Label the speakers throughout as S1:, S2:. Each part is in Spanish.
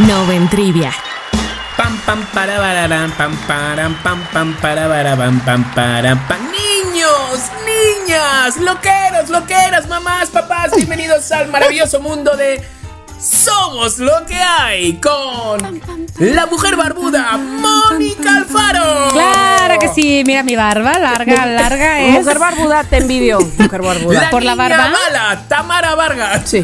S1: Noven Trivia.
S2: Pam pam para bararán, pam param, pam pam para barabam, pam param, pam. Niños, niñas, loqueros, loqueras, mamás, papás, bienvenidos al maravilloso mundo de Somos lo que hay con la mujer barbuda Mónica Alfaro.
S1: Claro
S2: Oh.
S1: que sí, mira mi barba, larga, larga es.
S3: Mujer barbuda, te envidio. Mujer barbuda.
S1: ¿Por la
S2: niña
S1: barba?
S2: Mala, Tamara Vargas.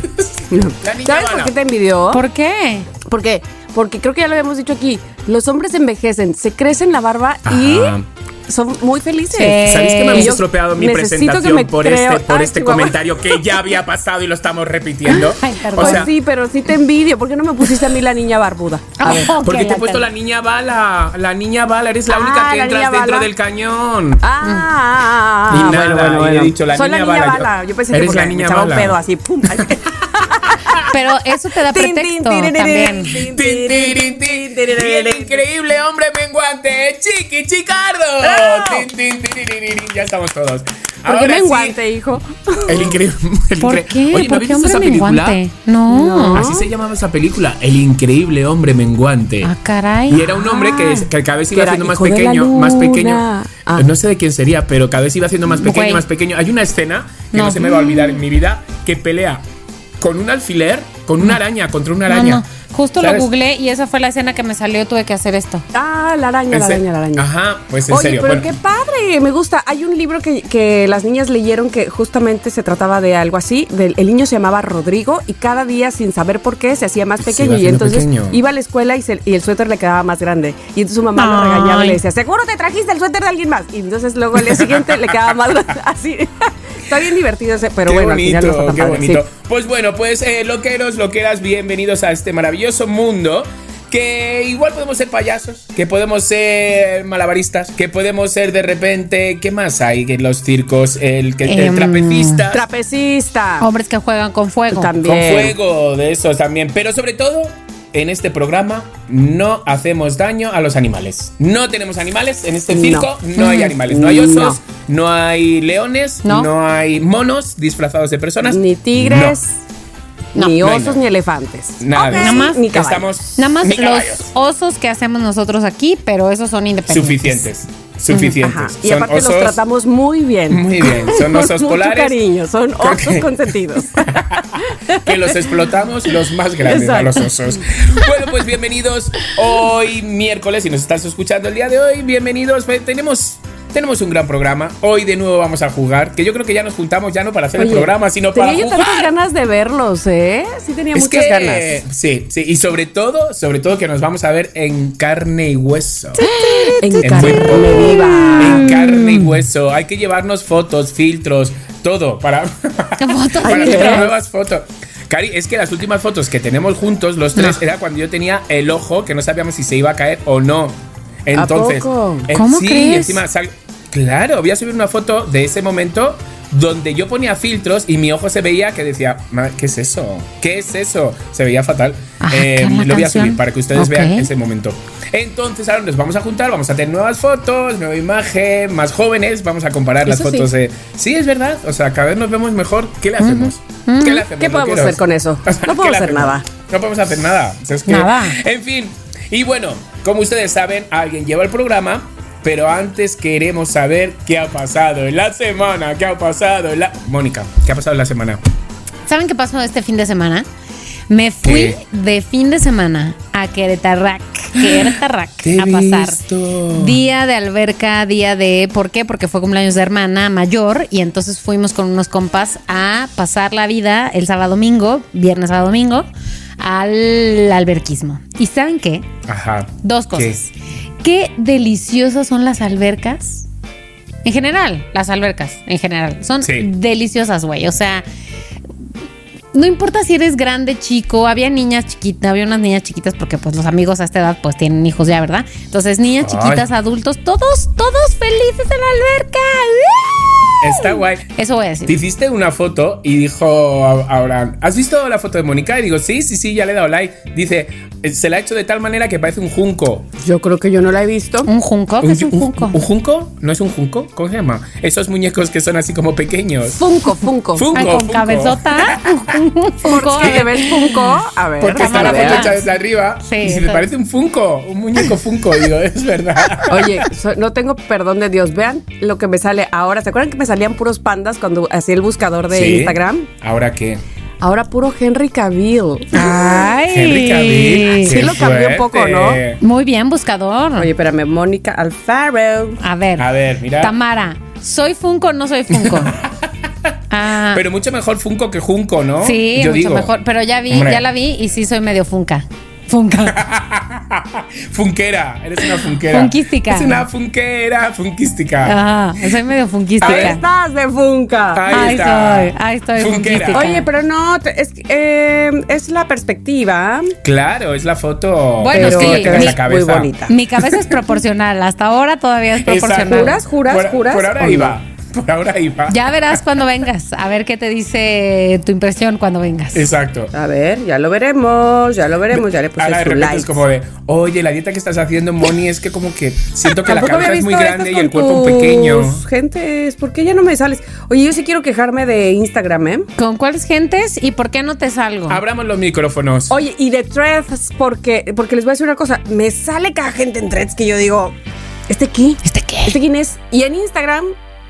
S3: Sí.
S2: La niña
S3: ¿Sabes
S2: mala.
S3: por qué te envidió?
S1: ¿Por qué?
S3: ¿Por qué? Porque creo que ya lo habíamos dicho aquí. Los hombres envejecen, se crecen la barba y
S2: Ajá.
S3: son muy felices.
S1: Sí.
S2: ¿Sabéis que me habéis
S3: Yo
S2: estropeado mi
S3: necesito que
S2: presentación
S3: me
S2: por
S3: creo-
S2: este, por
S3: Ay,
S2: este
S3: Chihuahua.
S2: comentario que ya había pasado y lo estamos repitiendo?
S1: Ay, perdón.
S2: O
S3: Pues
S2: sea,
S3: sí, pero sí te envidio. ¿Por qué no me pusiste a mí la niña barbuda? A ver.
S1: Ok,
S2: porque te he
S1: ya
S2: puesto
S1: está.
S2: la niña bala, la niña bala, eres la única
S3: Ah,
S2: que
S3: la
S2: entras
S3: niña
S2: dentro
S3: bala.
S2: del cañón.
S3: Ah,
S2: Y nada,
S3: bueno, bueno,
S2: y
S3: bueno.
S2: he dicho, la
S3: Soy
S2: niña
S3: la niña
S2: bala, yo-
S3: bala. Yo pensé que
S2: eres
S3: porque
S2: la
S3: me
S2: niña
S3: echaba un
S2: bala.
S3: pedo así. pum.
S1: Pero eso te da
S3: Tin, tin,
S1: pretexto
S3: tin, tin,
S1: también.
S3: tin,
S2: Tin,
S3: tin,
S2: tin, tin, tin, tin, el increíble hombre menguante, Chiqui Chicardo. Tin, tin, tin, tin, tin, tin, Ya estamos todos.
S3: ¿Por qué
S2: Ahora
S3: me
S2: sí,
S3: enguante, hijo?
S2: El increíble. el
S1: ¿Por
S2: incre-
S1: qué?
S2: Oye, ¿no
S1: ¿Por
S2: viste
S1: qué
S2: esa
S1: hombre
S2: película?
S1: menguante? No.
S2: Así se llamaba esa película, El increíble hombre menguante.
S1: Ah, caray.
S2: Y era un hombre que, que cada vez
S3: Que
S2: iba
S3: era
S2: haciendo más
S3: hijo de la
S2: pequeño, más pequeño.
S3: luna. Ah.
S2: No sé de quién sería, pero cada vez iba haciendo más pequeño,
S1: Güey.
S2: más pequeño. Hay una escena que no.
S1: No.
S2: se me va a olvidar en mi vida que pelea con un alfiler, con una araña, contra una
S1: No,
S2: araña.
S1: no. Justo
S2: ¿Sabes?
S1: lo googleé y esa fue la escena que me salió. Tuve que hacer esto.
S3: Ah, la araña,
S2: En
S3: la
S2: se-
S3: araña, la araña.
S2: Ajá, pues en
S3: Oye,
S2: serio.
S3: pero
S2: bueno.
S3: qué padre, me gusta. Hay un libro que, que las niñas leyeron que justamente se trataba de algo así. del- el niño se llamaba Rodrigo y cada día, sin saber por qué, se hacía más
S2: Se
S3: pequeño.
S2: iba
S3: y
S2: haciendo
S3: entonces
S2: pequeño.
S3: iba a la escuela y, se- y el suéter le quedaba más grande. Y entonces su mamá lo
S1: Ay.
S3: regañaba y le decía, seguro te trajiste el suéter de alguien más. Y entonces luego el día siguiente le quedaba más grande. Así. está bien divertido ese, pero
S2: qué
S3: bueno,
S2: bonito,
S3: al final no está tan
S2: qué
S3: padre,
S2: bonito.
S3: sí.
S2: Pues bueno, pues eh, loqueros, loqueras, bienvenidos a este maravilloso mundo. Que igual podemos ser payasos, que podemos ser malabaristas, que podemos ser de repente. ¿Qué más hay en los circos? El, que- el
S1: Em,
S2: trapecista.
S3: Trapecista.
S1: Hombres que juegan con fuego.
S3: Ah. También.
S2: Con fuego, de esos también. Pero sobre todo, en este programa no hacemos daño a los animales. No tenemos animales. En este
S3: No. Mm,
S2: circo no, hay animales. No hay osos, no, hay leones, no.
S1: No.
S2: hay monos disfrazados de personas.
S3: Ni tigres,
S1: No.
S3: ni
S2: No, no hay
S3: osos,
S2: nada.
S3: ni elefantes.
S2: Nada.
S3: Ok,
S2: de eso.
S1: Nada más
S3: ni caballos.
S2: estamos.
S1: Nada más
S2: ni
S1: los
S2: caballos.
S1: osos que hacemos nosotros aquí, pero esos son independientes.
S2: Suficientes. Suficientes.
S3: Ajá. Y
S2: Son
S3: aparte los
S2: osos-
S3: tratamos muy bien.
S2: Muy bien, son
S3: Con
S2: osos
S3: mucho
S2: polares.
S3: cariño, son
S2: Creo
S3: osos
S2: que-
S3: consentidos.
S2: que los explotamos los más grandes a los osos. Bueno, pues bienvenidos hoy miércoles, si nos estás escuchando el día de hoy, bienvenidos. Pues, Tenemos tenemos un gran programa. Hoy de nuevo vamos a jugar, que yo creo que ya nos juntamos ya no para hacer el
S3: Oye,
S2: programa, sino para
S3: tenía yo
S2: jugar.
S3: tantas ganas de verlos, ¿eh? Sí tenía
S2: Es
S3: muchas
S2: que-
S3: ganas.
S2: Sí, sí, y sobre todo, sobre todo que nos vamos a ver en carne y hueso.
S3: En
S2: En
S3: carne
S2: buen-
S3: viva.
S2: En carne y hueso. Hay que llevarnos fotos, filtros, todo para,
S1: fotos?
S2: para
S1: Ay,
S2: hacer
S1: Dios.
S2: nuevas fotos. Cari, es que las últimas fotos que tenemos juntos, los tres, era cuando yo tenía el ojo que no sabíamos si se iba a caer o no. Entonces,
S3: poco?
S2: eh,
S1: ¿Cómo
S2: sí,
S1: crees?
S2: y encima sal- claro, voy a subir una foto de ese momento donde yo ponía filtros y mi ojo se veía que decía, "Ma, ¿qué es eso? ¿Qué es eso? Se veía fatal.
S1: Ah,
S2: Eh,
S1: ¿qué era la
S2: lo voy a
S1: canción?
S2: subir para que ustedes
S1: Ok.
S2: vean ese momento. Entonces, ahora nos vamos a juntar, vamos a tener nuevas fotos, nueva imagen, más jóvenes, vamos a comparar las
S3: Eso sí.
S2: fotos. eh. Sí. es verdad, o sea, cada vez nos vemos mejor. ¿Qué le hacemos? ¿Qué le hacemos?
S3: ¿Qué podemos
S2: loqueros?
S3: hacer con eso?
S2: O sea,
S3: No
S2: ¿qué
S3: podemos
S2: le
S3: hacer
S2: hacemos?
S3: nada.
S2: No podemos hacer nada. O sea, es que-
S1: Nada.
S2: En fin, y bueno, como ustedes saben, alguien lleva el programa. Pero antes queremos saber qué ha pasado en la semana, qué ha pasado en la... Mónica, ¿qué ha pasado en la semana?
S1: ¿Saben qué pasó este fin de semana? Me fui
S2: ¿Qué?
S1: de fin de semana a Querétarac, Querétarac,
S2: Te he
S1: a pasar
S2: visto.
S1: día de alberca, día de ¿por qué? Porque fue cumpleaños de hermana mayor y entonces fuimos con unos compas a pasar la vida el sábado domingo, viernes sábado domingo al alberquismo. ¿Y saben qué?
S2: Ajá.
S1: Dos cosas. ¿Qué? deliciosas son las albercas. En general, las albercas, en general. Son
S2: Sí.
S1: deliciosas, güey. O sea, no importa si eres grande, chico, había niñas chiquitas, había unas niñas chiquitas porque pues los amigos a esta edad pues tienen hijos ya, ¿verdad? Entonces, niñas
S2: Ay.
S1: chiquitas, adultos, todos, todos felices en la alberca.
S2: Está guay.
S1: Eso voy a
S2: Te
S1: decir.
S2: hiciste una foto y dijo ahora, ¿has visto la foto de Mónica? Y digo, sí, sí, sí, ya le he dado like. Dice, eh, se la ha hecho de tal manera que parece un junco.
S3: Yo creo que yo no la he visto.
S1: Un junco, ¿qué Oh, es un junco?
S2: ¿Un junco? ¿No es un junco? ¿Cómo se llama? Esos muñecos que son así como pequeños.
S3: Funko, Funko.
S2: Funko,
S1: Ay, con
S2: funko.
S1: cabezota. Un Funko.
S3: ¿Qué te ves Funko? A ver.
S2: Porque está la
S3: para
S2: foto
S3: ver.
S2: hecha desde arriba.
S1: Sí,
S2: y se le
S1: entonces-
S2: parece un funco, un muñeco funco. digo, es verdad.
S3: Oye, so- no tengo perdón de Dios. Vean lo que me sale ahora. ¿Se acuerdan que me salían puros pandas cuando hacía el buscador de
S2: Sí.
S3: Instagram?
S2: ¿Ahora qué?
S3: Ahora puro Henry Cavill.
S2: Ah.
S1: Ay.
S2: Henry Cavill.
S3: Sí
S2: qué
S3: lo cambió un poco, ¿no?
S2: fuerte.
S1: Muy bien, buscador.
S3: Oye, espérame, Mónica Alfaro.
S1: a ver.
S2: A ver, mira.
S1: Tamara, ¿soy Funko o no soy Funko? ah,
S2: Pero mucho mejor funco que junco, ¿no?
S1: sí,
S2: Yo
S1: mucho
S2: digo.
S1: mejor. Pero ya vi,
S2: Hombre.
S1: ya la vi y sí soy medio Funka. Funka.
S2: Funquera, eres una funquera.
S1: Funkística.
S2: Es una funquera, funkística.
S1: Ah, soy medio
S3: Ahí
S1: funquística.
S3: estás de Funka.
S2: Ahí
S1: ahí
S2: está.
S1: estoy, ahí estoy,
S2: Funquera.
S1: funkística.
S3: Oye, pero no, te- es, que, eh, es la perspectiva.
S2: Claro, es la foto.
S1: Bueno,
S3: pero
S1: sí,
S3: te ves
S1: mi-
S3: muy bonita.
S1: Mi cabeza es proporcional. Hasta ahora todavía es proporcional.
S3: Juras, juras,
S2: por,
S3: juras,
S2: Por
S3: ¿o
S2: ahora
S3: no?
S2: iba. Por ahora iba.
S1: Ya verás cuando vengas. A ver qué te dice tu impresión cuando vengas.
S2: Exacto.
S3: A ver, ya lo veremos, ya lo veremos, ya le puse
S2: Ahora Ah, de
S3: su
S2: repente
S3: like.
S2: es como de, oye, la dieta que estás haciendo, Moni, es que como que siento que la
S3: Tampoco había
S2: cabeza es muy
S3: visto
S2: grande y
S3: estas
S2: el
S3: con
S2: cuerpo pequeño.
S3: tus Gentes, ¿por qué ya no me sales? Oye, yo sí quiero quejarme de Instagram, ¿eh?
S1: ¿Con cuáles gentes y por qué no te salgo?
S2: Abramos los micrófonos.
S3: Oye, y de threads, porque, porque les voy a decir una cosa, me sale cada gente en threads que yo digo, ¿este qué?
S1: ¿Este qué?
S3: ¿Este quién es? Y en Instagram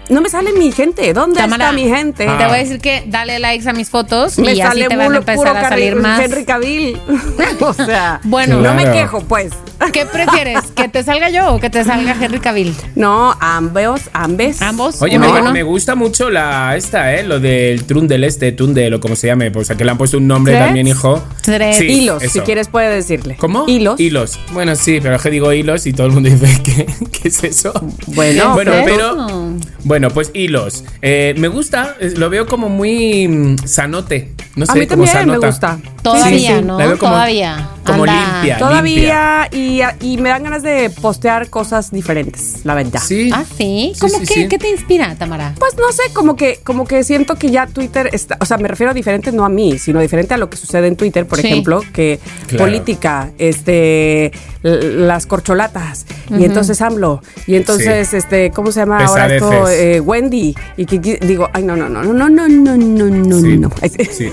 S3: no me sale mi gente. ¿Dónde
S1: Tamara,
S3: está mi gente?
S2: Ah.
S1: Te voy a decir que dale likes a mis fotos
S3: Me
S1: y así
S3: sale
S1: te van a
S3: puro- puro
S1: empezar a
S3: Carri-
S1: salir más.
S3: Henry Cavill. o sea,
S1: Bueno.
S3: no me
S2: Claro.
S3: quejo, pues.
S1: ¿Qué prefieres? ¿Que te salga yo o que te salga Henry Cavill?
S3: No, ambos, ambes.
S1: Ambos.
S2: Oye,
S1: uno
S2: me,
S1: y uno.
S2: me gusta mucho la esta, ¿eh? Lo del Trundel este, Tundel o como se llame. O sea, que le han puesto un nombre
S1: ¿Threads?
S2: también, hijo.
S1: Threads.
S2: Sí,
S3: Hilos, si
S2: eso.
S3: quieres puede decirle.
S2: ¿Cómo?
S3: Hilos.
S2: Hilos. Bueno, sí, pero es que digo hilos y todo el mundo dice, ¿qué, qué es eso?
S3: Bueno,
S2: bueno,
S3: ¿eh?
S2: pero. Bueno, pues hilos. Eh, me gusta, es- lo veo como muy mm, sanote. No sé,
S3: A mí
S2: como
S3: también me
S2: sanota.
S3: gusta.
S1: Todavía,
S2: Sí, sí,
S1: ¿no?
S2: la veo como-
S1: Todavía.
S2: como limpia.
S3: Todavía y, y me dan ganas de postear cosas diferentes, la verdad.
S2: Sí.
S1: ¿Ah, sí?
S2: Sí,
S1: ¿Cómo
S2: sí,
S1: qué?
S2: sí.
S1: ¿Qué te inspira, Tamara?
S3: Pues no sé, como que, como que siento que ya Twitter está, o sea, me refiero a diferente no a mí, sino diferente a lo que sucede en Twitter, por
S1: Sí.
S3: ejemplo, que
S2: Claro.
S3: política, este, l- las corcholatas, y entonces AMLO, y entonces, este, ¿cómo se llama ahora esto?
S2: Pesadeces.
S3: Eh, Wendy, y que que- digo, ay, no, no, no, no, no, no, no, no, no,
S2: Sí,
S3: no.
S2: sí.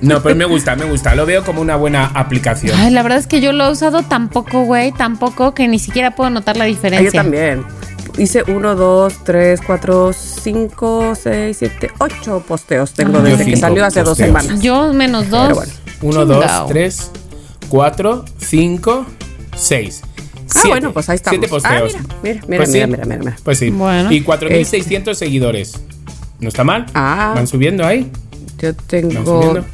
S2: No, pero me gusta, me gusta. Lo veo como una buena aplicación.
S1: Ay, la verdad es que yo lo he usado tampoco, güey, tampoco que ni siquiera puedo notar la
S3: Ay,
S1: diferencia.
S3: Ah, Yo también. Hice uno, dos, tres, cuatro, cinco, seis, siete, ocho posteos tengo
S2: Yo
S3: desde que
S2: cinco
S3: salió hace dos
S2: posteos.
S3: semanas.
S1: Yo menos dos.
S3: Pero bueno.
S2: Uno, dos,
S1: Chingao.
S2: tres, cuatro, cinco, seis.
S3: Ah,
S2: Siete.
S3: bueno, pues ahí estamos.
S2: Siete posteos.
S3: Ah, mira, mira, mira,
S2: Pues
S3: mira,
S2: sí.
S3: mira, mira, mira.
S2: Pues sí.
S1: Bueno.
S2: Y 4.600 seguidores. No está mal.
S3: Ah.
S2: Van subiendo ahí.
S3: Yo
S2: Vamos
S3: tengo
S2: subiendo.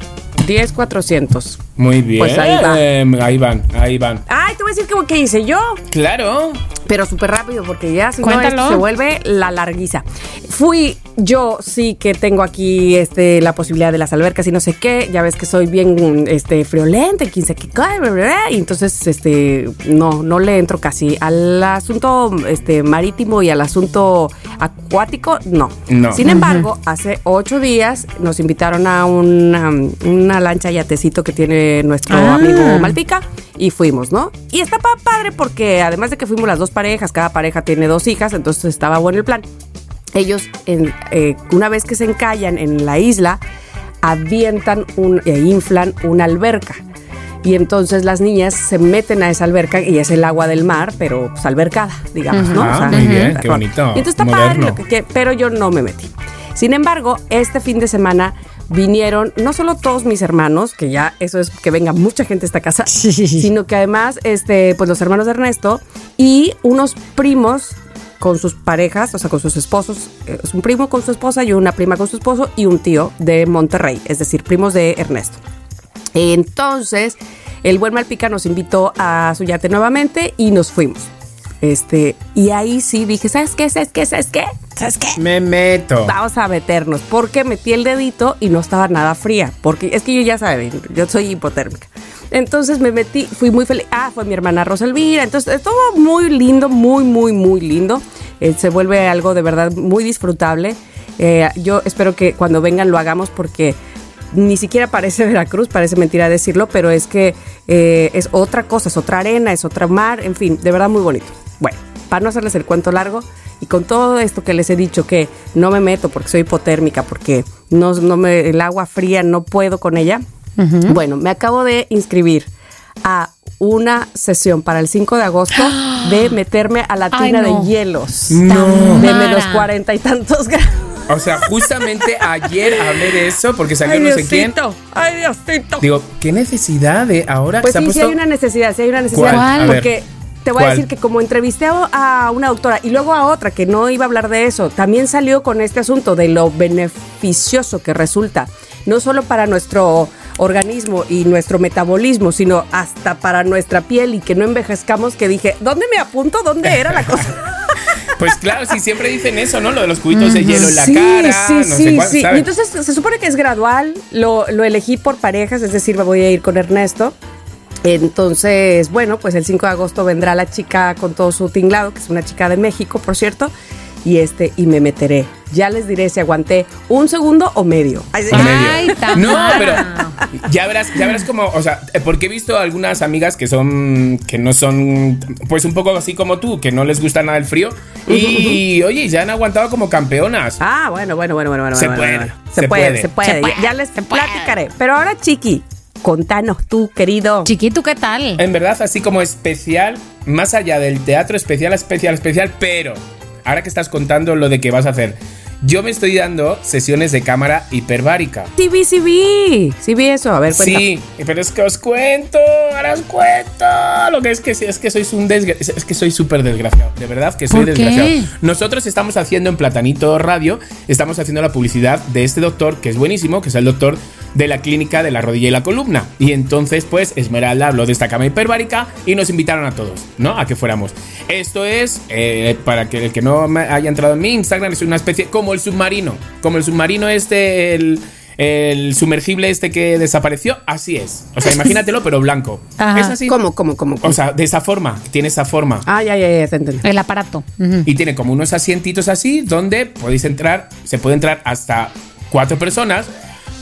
S3: 10, 400.
S2: Muy bien.
S3: Pues ahí va.
S2: ahí van, ahí van.
S3: Ay, te voy a decir que, que hice yo,
S2: Claro.
S3: pero súper rápido porque ya si no
S1: Cuéntalo.
S3: esto se vuelve la larguiza. Fui yo sí que tengo aquí este la posibilidad de las albercas y no sé qué, ya ves que soy bien este friolenta, quien se que cae, bla, bla, bla, y entonces este no no le entro casi al asunto este marítimo y al asunto acuático, no.
S2: No.
S3: Sin embargo, hace ocho días nos invitaron a una, una lancha yatecito que tiene nuestro
S1: Ah.
S3: amigo Malpica y fuimos, ¿no? Y está pa- padre porque además de que fuimos las dos parejas, cada pareja tiene dos hijas, entonces estaba bueno el plan. Ellos, en, eh, una vez que se encallan en la isla, avientan un, e inflan una alberca. Y entonces las niñas se meten a esa alberca y es el agua del mar, pero pues albercada, digamos, ¿no?
S2: Ah, muy bien, qué
S3: con-
S2: bonito,
S3: Y entonces está
S2: moderno.
S3: padre lo que que- pero yo no me metí. Sin embargo, este fin de semana vinieron no solo todos mis hermanos, que ya eso es que venga mucha gente a esta casa, sino que además este pues los hermanos de Ernesto y unos primos con sus parejas, o sea, con sus esposos, eh, es un primo con su esposa y una prima con su esposo y un tío de Monterrey, es decir, primos de Ernesto. Entonces, el buen Malpica nos invitó a su yate nuevamente y nos fuimos. Este, y ahí sí dije, ¿sabes qué? ¿Sabes qué? ¿Sabes qué? ¿sabes qué?
S2: Me meto.
S3: Vamos a meternos, porque metí el dedito y no estaba nada fría, porque es que yo ya saben, yo soy hipotérmica. Entonces me metí, fui muy feliz. Ah, fue mi hermana Rosalvira. Entonces, todo muy lindo, muy, muy, muy lindo. Eh, se vuelve algo de verdad muy disfrutable. Eh, yo espero que cuando vengan lo hagamos porque ni siquiera parece Veracruz, parece mentira decirlo, pero es que eh, es otra cosa, es otra arena, es otra mar, en fin, de verdad muy bonito. Bueno, para no hacerles el cuento largo y con todo esto que les he dicho que no me meto porque soy hipotérmica, porque no, no me, el agua fría no puedo con ella. Bueno, me acabo de inscribir a una sesión para el 5 de agosto de meterme a la
S1: Ay,
S3: tina
S1: no.
S3: de hielos
S2: No.
S3: de menos
S1: Mara.
S3: cuarenta y tantos grados.
S2: O sea, justamente ayer hablé de eso porque salió no sé quién.
S3: ay Diosito.
S2: Digo, ¿qué necesidad de ahora
S3: Pues
S2: que
S3: sí, sí hay una necesidad, sí hay una necesidad.
S2: ¿Cuál?
S1: A ver.
S3: Porque te voy
S2: ¿Cuál?
S3: a decir que como entrevisté a, a una doctora y luego a otra que no iba a hablar de eso, también salió con este asunto de lo beneficioso que resulta, no solo para nuestro organismo y nuestro metabolismo, sino hasta para nuestra piel y que no envejezcamos, que dije, ¿dónde me apunto? ¿Dónde era la cosa?
S2: Pues claro, sí, siempre dicen eso, ¿no? Lo de los cubitos de hielo en la
S3: sí,
S2: cara.
S3: Sí,
S2: no
S3: sí,
S2: sé cuál,
S3: sí.
S2: ¿saben?
S3: Y entonces se supone que es gradual, lo, lo elegí por parejas, es decir, me voy a ir con Ernesto. Entonces, bueno, pues el 5 de agosto vendrá la chica con todo su tinglado, que es una chica de México, por cierto, y este, y me meteré. Ya les diré si aguanté un segundo o medio. Ay, sí.
S2: En
S1: Ay,
S2: medio.
S1: Tamara.
S2: No, pero ya verás, ya verás como, o sea, eh, porque he visto algunas amigas que son, que no son, pues un poco así como tú, que no les gusta nada el frío y, oye, ya han aguantado como campeonas.
S3: Ah, bueno, bueno, bueno, bueno, bueno.
S2: Se
S3: bueno,
S2: puede,
S3: bueno.
S2: se
S3: Se, puede,
S2: puede.
S3: se puede.
S1: Se puede,
S3: Ya les
S1: se puede.
S3: platicaré. Pero ahora, Chiqui, contanos tú, querido.
S1: Chiquito, ¿qué tal?
S3: Eh.
S2: En verdad, así como especial, más allá del teatro especial, especial, especial, pero ahora que estás contando lo de que vas a hacer, yo me estoy dando sesiones de cámara hiperbárica.
S3: Sí vi, sí vi. Sí vi eso. A ver, cuenta.
S2: Sí, pero es que os cuento, ahora os cuento. Lo que es que sí, es que sois un desgra- es es que soy súper desgraciado, de verdad que soy
S1: ¿Por qué?
S2: desgraciado. Nosotros estamos haciendo en Platanito Radio, estamos haciendo la publicidad de este doctor que es buenísimo, que es el doctor de la clínica de la rodilla y la columna. Y entonces, pues, Esmeralda habló de esta cama hiperbárica y nos invitaron a todos, ¿no? A que fuéramos. Esto es, eh, para que el que no me haya entrado en mi Instagram, es una especie como el submarino, como el submarino este, el, el sumergible este que desapareció, así es. O sea, imagínatelo, pero blanco.
S1: Ajá.
S2: Es así.
S3: ¿Cómo, cómo, cómo? cómo?
S2: O sea, de esa forma, tiene esa forma.
S3: Ah, ya, ya, ya, te entendí.
S1: El aparato. Ujú.
S2: Y tiene como unos asientitos así donde podéis entrar, se puede entrar hasta cuatro personas,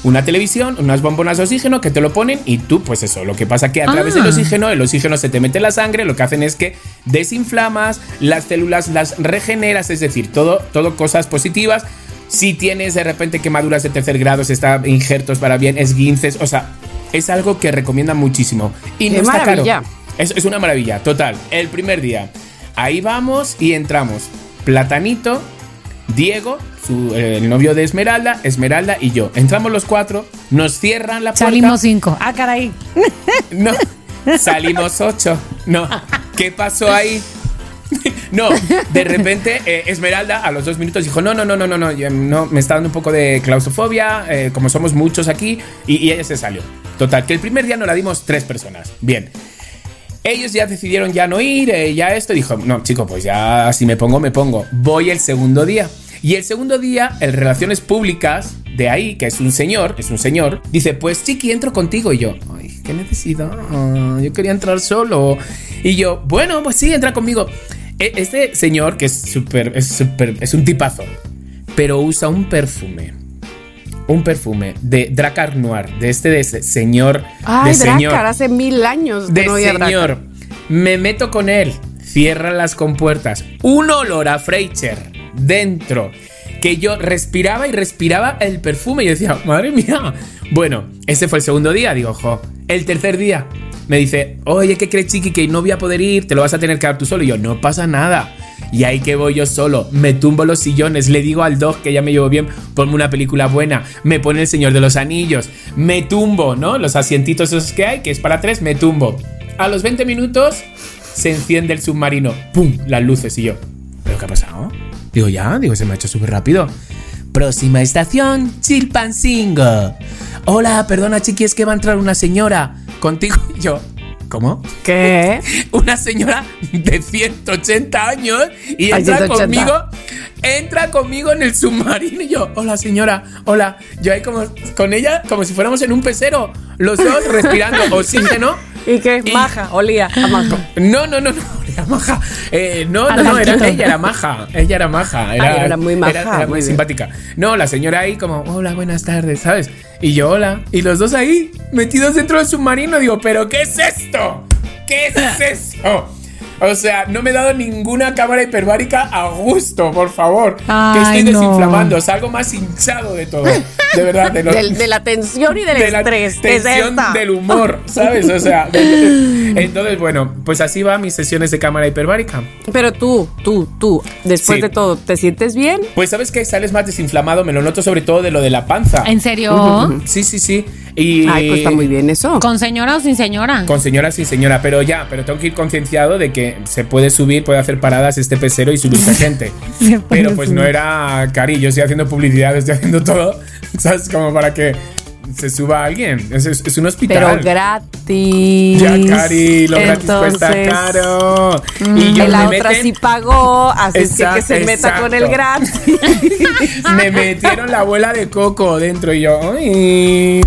S2: una televisión, unas bombonas de oxígeno que te lo ponen y tú, pues eso, lo que pasa que a través del oxígeno, el oxígeno se te mete en la sangre, lo que hacen es que desinflamas, las células las regeneras, es decir, todo, todo cosas positivas. Si tienes de repente quemaduras de tercer grado, si está injertos para bien, esguinces, o sea, es algo que recomienda muchísimo. Y no
S3: ¡Qué
S2: está caro.
S3: maravilla!
S2: Es, es una maravilla, total. El primer día. Ahí vamos y entramos. Platanito, Diego, su- eh, el novio de Esmeralda, Esmeralda y yo. Entramos los cuatro, nos cierran la puerta.
S1: Salimos cinco. Ah, caray.
S2: No, salimos ocho. No, ¿qué pasó ahí? No, de repente eh, Esmeralda a los dos minutos dijo, no, no, no, no, no, no, yo, no me está dando un poco de claustrofobia, eh, como somos muchos aquí, y, y ella se salió. Total, que el primer día nos la dimos tres personas. Bien. Ellos ya decidieron ya no ir, eh, ya esto. Dijo, no, chico, pues ya si me pongo, me pongo. Voy el segundo día. Y el segundo día, el Relaciones Públicas de ahí, que es un señor, es un señor, dice, pues chiqui, entro contigo. Y yo, ay, qué necesidad, ah, yo quería entrar solo. Y yo, bueno, pues sí, entra conmigo. E- Este señor, que es súper, es súper, es un tipazo, pero usa un perfume. Un perfume de Dracar Noir, de este de ese señor.
S3: Ay,
S2: de señor
S3: Dracar, hace mil años que
S2: de
S3: no había Dracar.
S2: señor. Me meto con él. Cierra las compuertas. Un olor a Freicher dentro. Que yo respiraba y respiraba el perfume. Y decía, madre mía. Bueno, ese fue el segundo día. Digo, ojo. El tercer día. Me dice, oye, ¿qué crees, chiqui? Que no voy a poder ir. Te lo vas a tener que dar tú solo. Y yo, no pasa nada. Y ahí que voy yo solo, me tumbo los sillones, le digo al dog que ya me llevo bien, ponme una película buena, me pone el Señor de los Anillos, me tumbo, ¿no? Los asientitos esos que hay, que es para tres, me tumbo. A los 20 minutos se enciende el submarino, ¡pum! Las luces y yo, ¿pero qué ha pasado? Digo, ya, digo, se me ha hecho súper rápido. Próxima estación, Chilpancingo. Hola, perdona chiqui, es que va a entrar una señora contigo y yo. ¿Cómo?
S3: ¿Qué?
S2: Una señora de 180 años y
S3: Ay,
S2: entra
S3: 180.
S2: conmigo, entra conmigo en el submarino y yo, hola señora, hola. Yo ahí como con ella, como si fuéramos en un pecero, los dos respirando oxígeno.
S3: ¿Y qué?
S2: Y-
S3: Maja, olía a majo.
S2: No, no, no, no, era maja. Eh, no,
S1: A
S2: no, no, era,
S1: Blanquito.
S2: ella era maja. Ella era maja. Era,
S3: era muy maja,
S2: Era, era
S3: muy
S2: muy
S3: bien.
S2: simpática. No, la señora ahí como, hola, buenas tardes, ¿sabes? Y yo, hola. Y los dos ahí, metidos dentro del submarino, digo, ¿pero qué es esto? ¿Qué es esto? O sea, no me he dado ninguna cámara hiperbárica a gusto, por favor. que
S1: Ay,
S2: estoy
S1: no.
S2: desinflamando, salgo más hinchado de todo. De verdad, de los,
S3: Del- de la tensión y del
S2: de la
S3: estrés. es
S2: tensión
S3: esta.
S2: del humor, ¿sabes? O sea, del- entonces, bueno, pues así va mis sesiones de cámara hiperbárica.
S3: Pero tú, tú, tú, después
S2: Sí.
S3: de todo, ¿te sientes bien?
S2: Pues sabes que sales más desinflamado, me lo noto sobre todo de lo de la panza.
S1: ¿En serio?
S2: Sí, sí, sí. Y
S3: Ay, pues está muy bien eso.
S1: ¿Con señora o sin señora?
S2: Con señora, sí, señora, pero ya, pero tengo que ir concienciado de que se puede subir, puede hacer paradas este pecero y subir gente.
S1: Se puede
S2: pero pues no
S1: subir.
S2: era cari, yo estoy haciendo publicidad, estoy haciendo todo, ¿sabes? Como para que se suba alguien. Es, es- es un hospital.
S3: Pero gratis.
S2: Ya, Cari, lo gratis cuesta
S3: Entonces,
S2: caro.
S1: mm,
S3: Y
S2: yo-
S3: la
S2: me
S3: otra
S2: meten-
S3: sí pagó, así es que
S2: Exacto,
S3: que se meta con el
S2: exacto.
S3: gratis.
S2: Me metieron la abuela de coco dentro y yo. "Ay".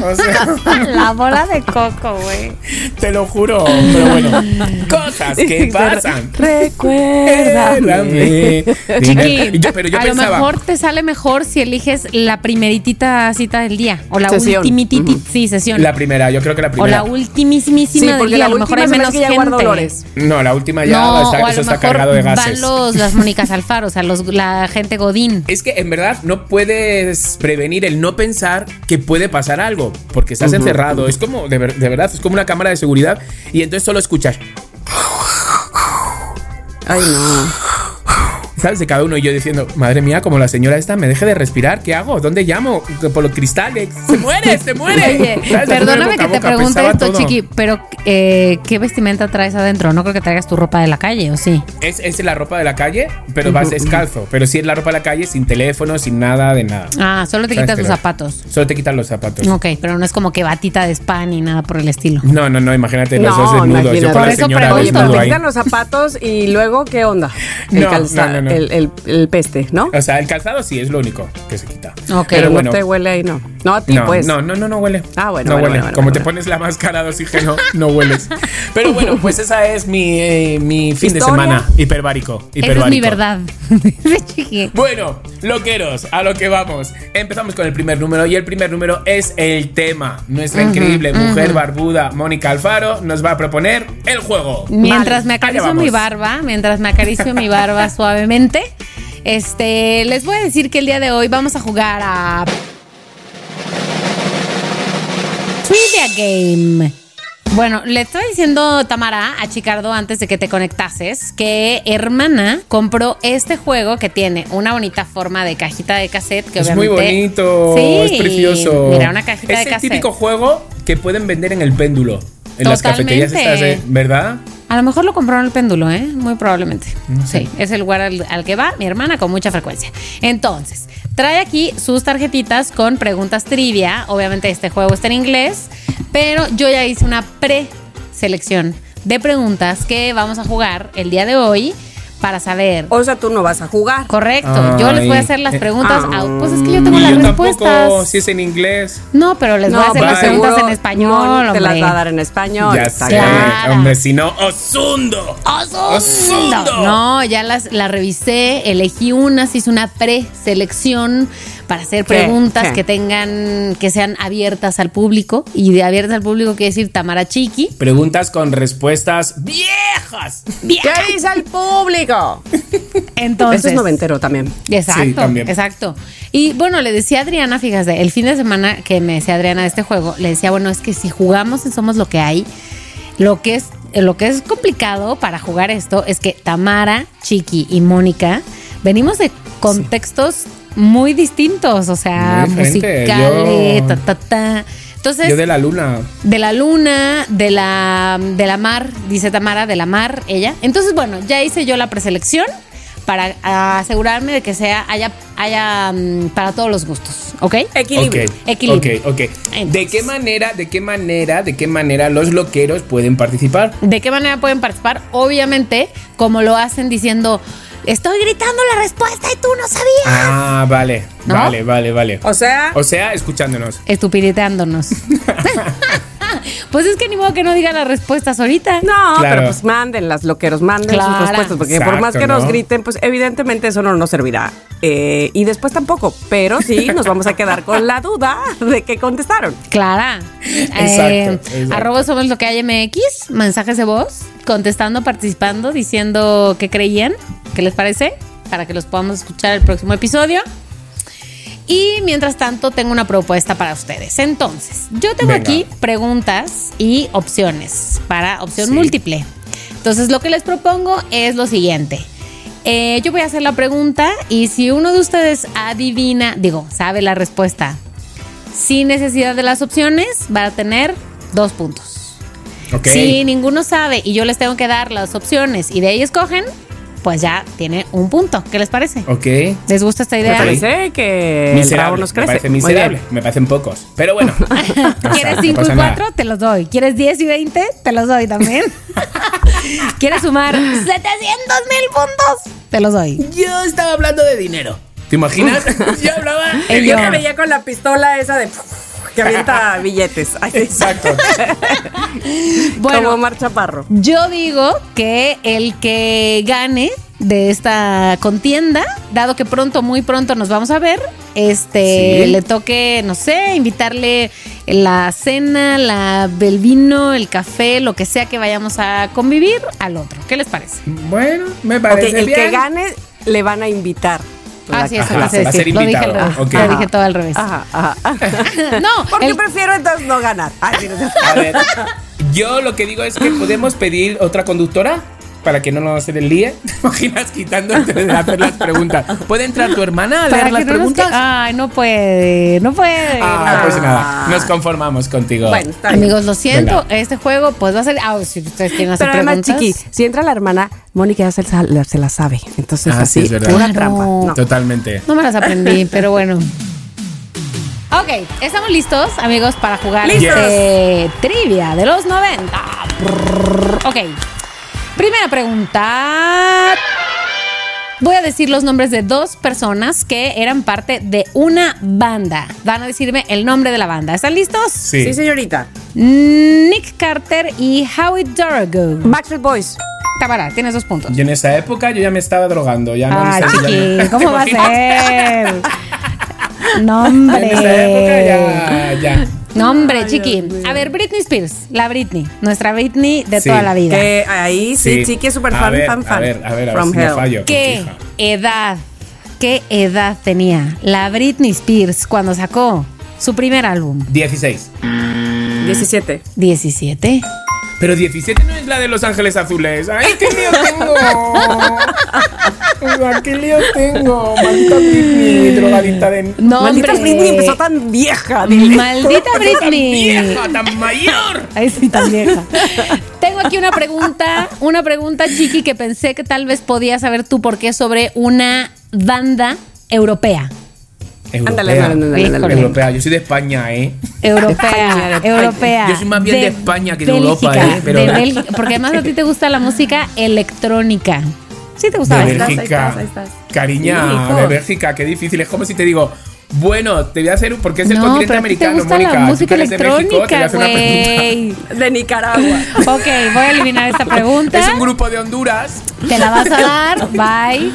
S2: O sea,
S1: La bola de coco, güey.
S2: te lo juro. Pero bueno, cosas que pasan.
S3: Recuérdame.
S1: Chiqui,
S2: Dinero. Eh, Yo- pero yo
S1: a
S2: pensaba,
S1: lo mejor te sale mejor si eliges la primeritita cita del día o la
S3: Sesión.
S1: ultimititi, sí, sesión.
S2: la primera, yo creo que la
S1: o
S2: primera.
S1: la ultimísimísima del
S3: porque
S1: día,
S3: la
S1: a lo mejor
S3: última
S1: hay
S3: se me
S1: menos
S3: hace que ya
S1: gente.
S3: guardó olores.
S2: no, la última ya
S1: no,
S2: está,
S1: o a
S2: eso
S1: lo
S2: está
S1: mejor
S2: cargado de
S1: van
S2: gases.
S1: los, las Mónicas Alfaro, o sea, los, la gente Godín.
S2: Es que en verdad no puedes prevenir el no pensar que puede pasar algo, porque estás encerrado. Es como, de, ver- de verdad, es como una cámara de seguridad y entonces solo escuchas.
S3: Ay, no.
S2: ¿Sabes? De cada uno y yo diciendo, madre mía, como la señora esta me deje de respirar, ¿qué hago? ¿Dónde llamo? Por los cristales. ¡Se muere! ¡Se muere!
S1: Oye,
S2: ¿Sabes? Haciendo
S1: perdóname
S2: boca a
S1: que te
S2: boca,
S1: pregunte
S2: pensaba
S1: esto,
S2: todo.
S1: Chiqui, pero eh, ¿qué vestimenta traes adentro? No creo que traigas tu ropa de la calle, ¿o sí?
S2: Es, es la ropa de la calle, pero vas descalzo. Pero sí es la ropa de la calle sin teléfono, sin nada de nada.
S1: Ah, solo te
S2: ¿Sabes?
S1: quitas los
S2: Pero
S1: zapatos.
S2: Solo te quitan los zapatos.
S1: Ok, pero no es como que batita de spa ni nada por el estilo.
S2: No, no, no, imagínate los
S3: No,
S2: dos desnudos. Yo con
S3: imagínate.
S1: Por
S2: la
S1: eso
S2: señora
S1: pregunto.
S3: Oye,
S2: desnudo
S3: pero te
S2: ahí.
S3: quitan los zapatos y luego, ¿qué onda? El
S2: No,
S3: calzado,
S2: no, no, no.
S3: El, el- el peste, ¿no?
S2: O sea, el calzado sí es lo único que se quita.
S1: Ok.
S3: Pero
S2: Pero bueno.
S3: no te huele ahí, no. No a ti,
S2: No,
S3: pues.
S2: no, no, no, no huele.
S3: Ah, bueno,
S2: No
S3: bueno,
S2: huele.
S3: bueno, bueno,
S2: Como te
S3: bueno.
S2: pones la máscara de oxígeno, no hueles. Pero bueno, pues esa es mi, eh, mi fin de
S3: Historia.
S2: semana hiperbárico.
S1: Esa es mi
S2: hiperbárico.
S1: verdad. Chiqui.
S2: Bueno, loqueros, a lo que vamos. Empezamos con el primer número y el primer número es el tema. Nuestra increíble mujer barbuda, Mónica Alfaro, nos va a proponer el juego.
S1: Mientras me acaricio
S2: Allá vamos.
S1: mi barba, mientras me acaricio mi barba suavemente, este, les voy a decir que el día de hoy vamos a jugar a Trivia Game. Bueno, le estaba diciendo Tamara a Chicardo antes de que te conectases que hermana compró este juego que tiene una bonita forma de cajita de cassette que
S2: Es muy
S1: obviamente
S2: bonito,
S1: Sí,
S2: es precioso.
S1: Mira, una cajita
S2: es
S1: de
S2: el
S1: cassette.
S2: típico juego que pueden vender en el péndulo. En las
S1: Totalmente.
S2: cafeterías estas, de- ¿verdad?
S1: A lo mejor lo compró en el péndulo, ¿eh? Muy probablemente. Sí, es el lugar al, al que va mi hermana con mucha frecuencia. Entonces, trae aquí sus tarjetitas con preguntas trivia. Obviamente este juego está en inglés, pero yo ya hice una preselección de preguntas que vamos a jugar el día de hoy para saber.
S3: O sea, tú no vas a jugar.
S1: Correcto, yo les voy a hacer las
S2: Ay.
S1: preguntas.
S3: Ah.
S1: a- pues es que yo tengo
S2: Y
S1: las
S2: yo
S1: respuestas.
S2: tampoco, si es en inglés.
S1: No, pero les voy a hacer
S3: pero
S1: las
S2: bye.
S1: preguntas en
S3: pues, seguro
S1: español.
S3: Mon Te las
S1: hombre.
S3: va a dar en español.
S2: ya
S3: Está
S2: sé,
S3: bien.
S1: clara.
S2: hombre, si no, Osundo.
S1: Osundo. No, ya las, las revisé, elegí unas, hice una preselección para hacer
S3: ¿Qué?
S1: preguntas
S3: ¿Qué?
S1: que tengan, que sean abiertas al público. Y de abiertas al público quiere decir Tamara Chiqui.
S2: Preguntas con respuestas viejas.
S3: ¿Qué dice el público?
S1: Entonces.
S3: Eso es noventero también.
S1: Exacto,
S2: Sí, también.
S1: exacto. Y bueno, le decía a Adriana, fíjate, el fin de semana que me decía Adriana de este juego, le decía, bueno, es que si jugamos y somos lo que hay, lo que es, lo que es complicado para jugar esto es que Tamara, Chiqui y Mónica venimos de contextos muy distintos, o sea,
S2: Muy diferente,
S1: musicales,
S2: yo-
S1: ta, ta, ta. Entonces,
S2: Yo de la luna.
S1: de la luna, de la, de la mar, dice Tamara, de la mar, ella. Entonces, bueno, ya hice yo la preselección para ah, asegurarme de que sea haya, haya mm, para todos los gustos, ¿ok?
S3: Equilibrio.
S2: Ok,
S1: Equilibrio.
S2: ok, ok. ¿De
S1: Entonces.
S2: qué manera, de qué manera, de qué manera los loqueros pueden participar?
S1: ¿De qué manera pueden participar? Obviamente, como lo hacen diciendo, estoy gritando la respuesta y tú no sabías.
S2: Ah, vale,
S1: ¿No?
S2: vale, vale, vale.
S3: O sea,
S2: O sea, escuchándonos.
S1: Estupideteándonos. pues es que ni modo que no digan las respuestas ahorita.
S3: no,
S2: Claro.
S3: pero pues manden las loqueros, manden sus
S1: Claro.
S3: respuestas, porque por
S2: Exacto,
S3: más que nos
S2: ¿no?
S3: griten, pues evidentemente eso no nos servirá. Eh, y después tampoco, pero sí nos vamos a quedar con la duda de que contestaron.
S1: Clara. Eh,
S2: Exacto, exacto.
S1: Arroba somos lo que hay MX, mensajes de voz, contestando, participando, diciendo qué creían, qué les parece, para que los podamos escuchar el próximo episodio. Y mientras tanto, tengo una propuesta para ustedes. Entonces, yo tengo
S2: Venga.
S1: aquí preguntas y opciones para opción
S2: Sí.
S1: múltiple. Entonces, lo que les propongo es lo siguiente. Eh, yo voy a hacer la pregunta y si uno de ustedes adivina, digo, sabe la respuesta, sin necesidad de las opciones, va a tener dos puntos.
S2: Ok.
S1: Si ninguno sabe y yo les tengo que dar las opciones y de ahí escogen, pues ya tiene un punto. ¿Qué les parece?
S2: Ok.
S1: ¿Les gusta esta
S3: Me
S1: idea?
S2: Ok.
S3: parece que el rabo
S2: Miserable.
S3: nos
S2: me
S3: crece.
S2: parece
S3: Muy bien.
S2: miserable. Me parecen pocos. Pero bueno.
S1: ¿Quieres
S2: No
S1: 5
S2: pasa
S1: y
S2: nada.
S1: 4? Te los doy. ¿Quieres 10 y 20? Te los doy también. ¿Quieres sumar 700 mil puntos? Te los doy.
S2: Yo estaba hablando de dinero. ¿Te imaginas? Yo hablaba.
S1: Ey,
S3: Yo
S1: Eh, yo.
S3: te veía con la pistola esa de que avienta billetes. Ay,
S2: Exacto.
S3: Como
S1: Bueno,
S3: Omar Chaparro.
S1: yo digo que el que gane de esta contienda, dado que pronto, muy pronto nos vamos a ver, este,
S2: Sí.
S1: le toque, no sé, invitarle la cena, la, el vino, el café, lo que sea que vayamos a convivir al otro. ¿Qué les parece?
S2: Bueno, me
S3: Ok,
S2: parece
S3: el
S2: bien.
S3: que gane le van a invitar.
S1: Ah, sí, eso
S2: Ajá,
S1: quise
S2: va a ser
S1: decir. Lo dije, al
S2: invitado.
S1: revés.
S2: Ok.
S1: Lo dije todo al revés.
S3: Ajá, ajá.
S1: No,
S3: Porque
S1: el-
S3: prefiero entonces no ganar. Ay, sí, no sé.
S2: A ver, yo lo que digo es que podemos pedir otra conductora para que no nos se desvíe. ¿Te imaginas quitándote de hacer las preguntas? ¿Puede entrar tu hermana a
S1: para
S2: leer las
S1: que no nos
S2: preguntas?
S1: que- Ay, no puede, no puede.
S2: Ah,
S3: Ah.
S2: pues nada, nos conformamos contigo.
S3: bueno, está bien.
S1: Amigos, lo siento, este juego pues va a ser. Ah, si ustedes quieren hacer
S3: Pero además,
S1: preguntas.
S3: Chiqui, si entra la hermana, Mónica ya se, la- se la sabe. Entonces,
S2: Ah, sí,
S3: así,
S2: es verdad.
S3: pura
S1: Claro.
S3: trampa. No.
S2: Totalmente.
S1: No me las aprendí, pero bueno. Ok, estamos listos, amigos, para jugar
S2: ¡Listos!
S1: este trivia de los 90. Brrr, Ok. Primera pregunta. Voy a decir los nombres de dos personas que eran parte de una banda. Van a decirme el nombre de la banda. ¿Están listos?
S2: Sí.
S3: Sí, señorita.
S1: Nick Carter y Howie Dorogo.
S3: Backstreet Boys.
S1: Cámara, tienes dos puntos.
S2: Y en esa época yo ya me estaba drogando. Ya no
S1: Ah,
S2: sé, ya
S1: chiqui,
S2: no-
S1: ¿cómo va a
S2: ¿Te imaginas?
S1: ser? No,
S2: En esa época
S1: hombre.
S2: ya. ya.
S1: No, hombre, chiqui. A ver, Britney Spears, la Britney, nuestra Britney de
S2: Sí.
S1: toda la vida.
S3: Que ahí
S2: Sí.
S3: sí, Chiqui es súper
S2: A
S3: fan,
S2: ver,
S3: fan, fan.
S2: A ver, a ver, a ver
S3: From
S2: si no
S3: Hell.
S2: fallo.
S1: ¿Qué
S2: hija.
S1: edad, qué edad tenía la Britney Spears cuando sacó su primer álbum?
S2: 16.
S3: 17.
S1: 17.
S2: Pero 17 no es la de Los Ángeles Azules. ¡Ay, qué lío tengo! Oiga, ¡Qué lío tengo! Maldita Britney, drogadita de...
S1: No,
S3: Maldita
S1: hombre.
S3: Britney empezó tan vieja. dile.
S1: Maldita
S2: ¡Tan
S1: Britney.
S2: vieja, tan mayor!
S1: Ay, sí, tan vieja. Tengo aquí una pregunta, una pregunta, Chiqui, que pensé que tal vez podías saber tú por qué sobre una banda europea.
S2: Europea.
S3: Ándale, ándale, ándale, ándale, ándale.
S2: Europea. Yo soy de España, ¿eh?
S1: Europea, europea.
S2: Yo soy más bien de España que de Europa, ¿eh? Pero-
S1: de Bélgica, porque además a ti te gusta la música electrónica. Sí te gusta
S2: De
S1: la
S3: estás, ahí
S2: Bélgica.
S3: estás, ahí estás. Sí,
S2: Cariña,
S3: hijo.
S2: de Bélgica, qué difícil. Es como si te digo, bueno, te voy a hacer un. Porque es el
S1: No,
S2: continente
S1: pero a ti te
S2: americano,
S1: gusta
S2: Mónica.
S1: la
S2: tú que
S1: música
S2: eres de México, te voy a
S1: electrónica,
S2: hacer una pregunta.
S1: güey.
S3: De Nicaragua.
S1: Ok, voy a eliminar esta pregunta.
S2: Es un grupo de Honduras.
S1: Te la vas a dar, bye.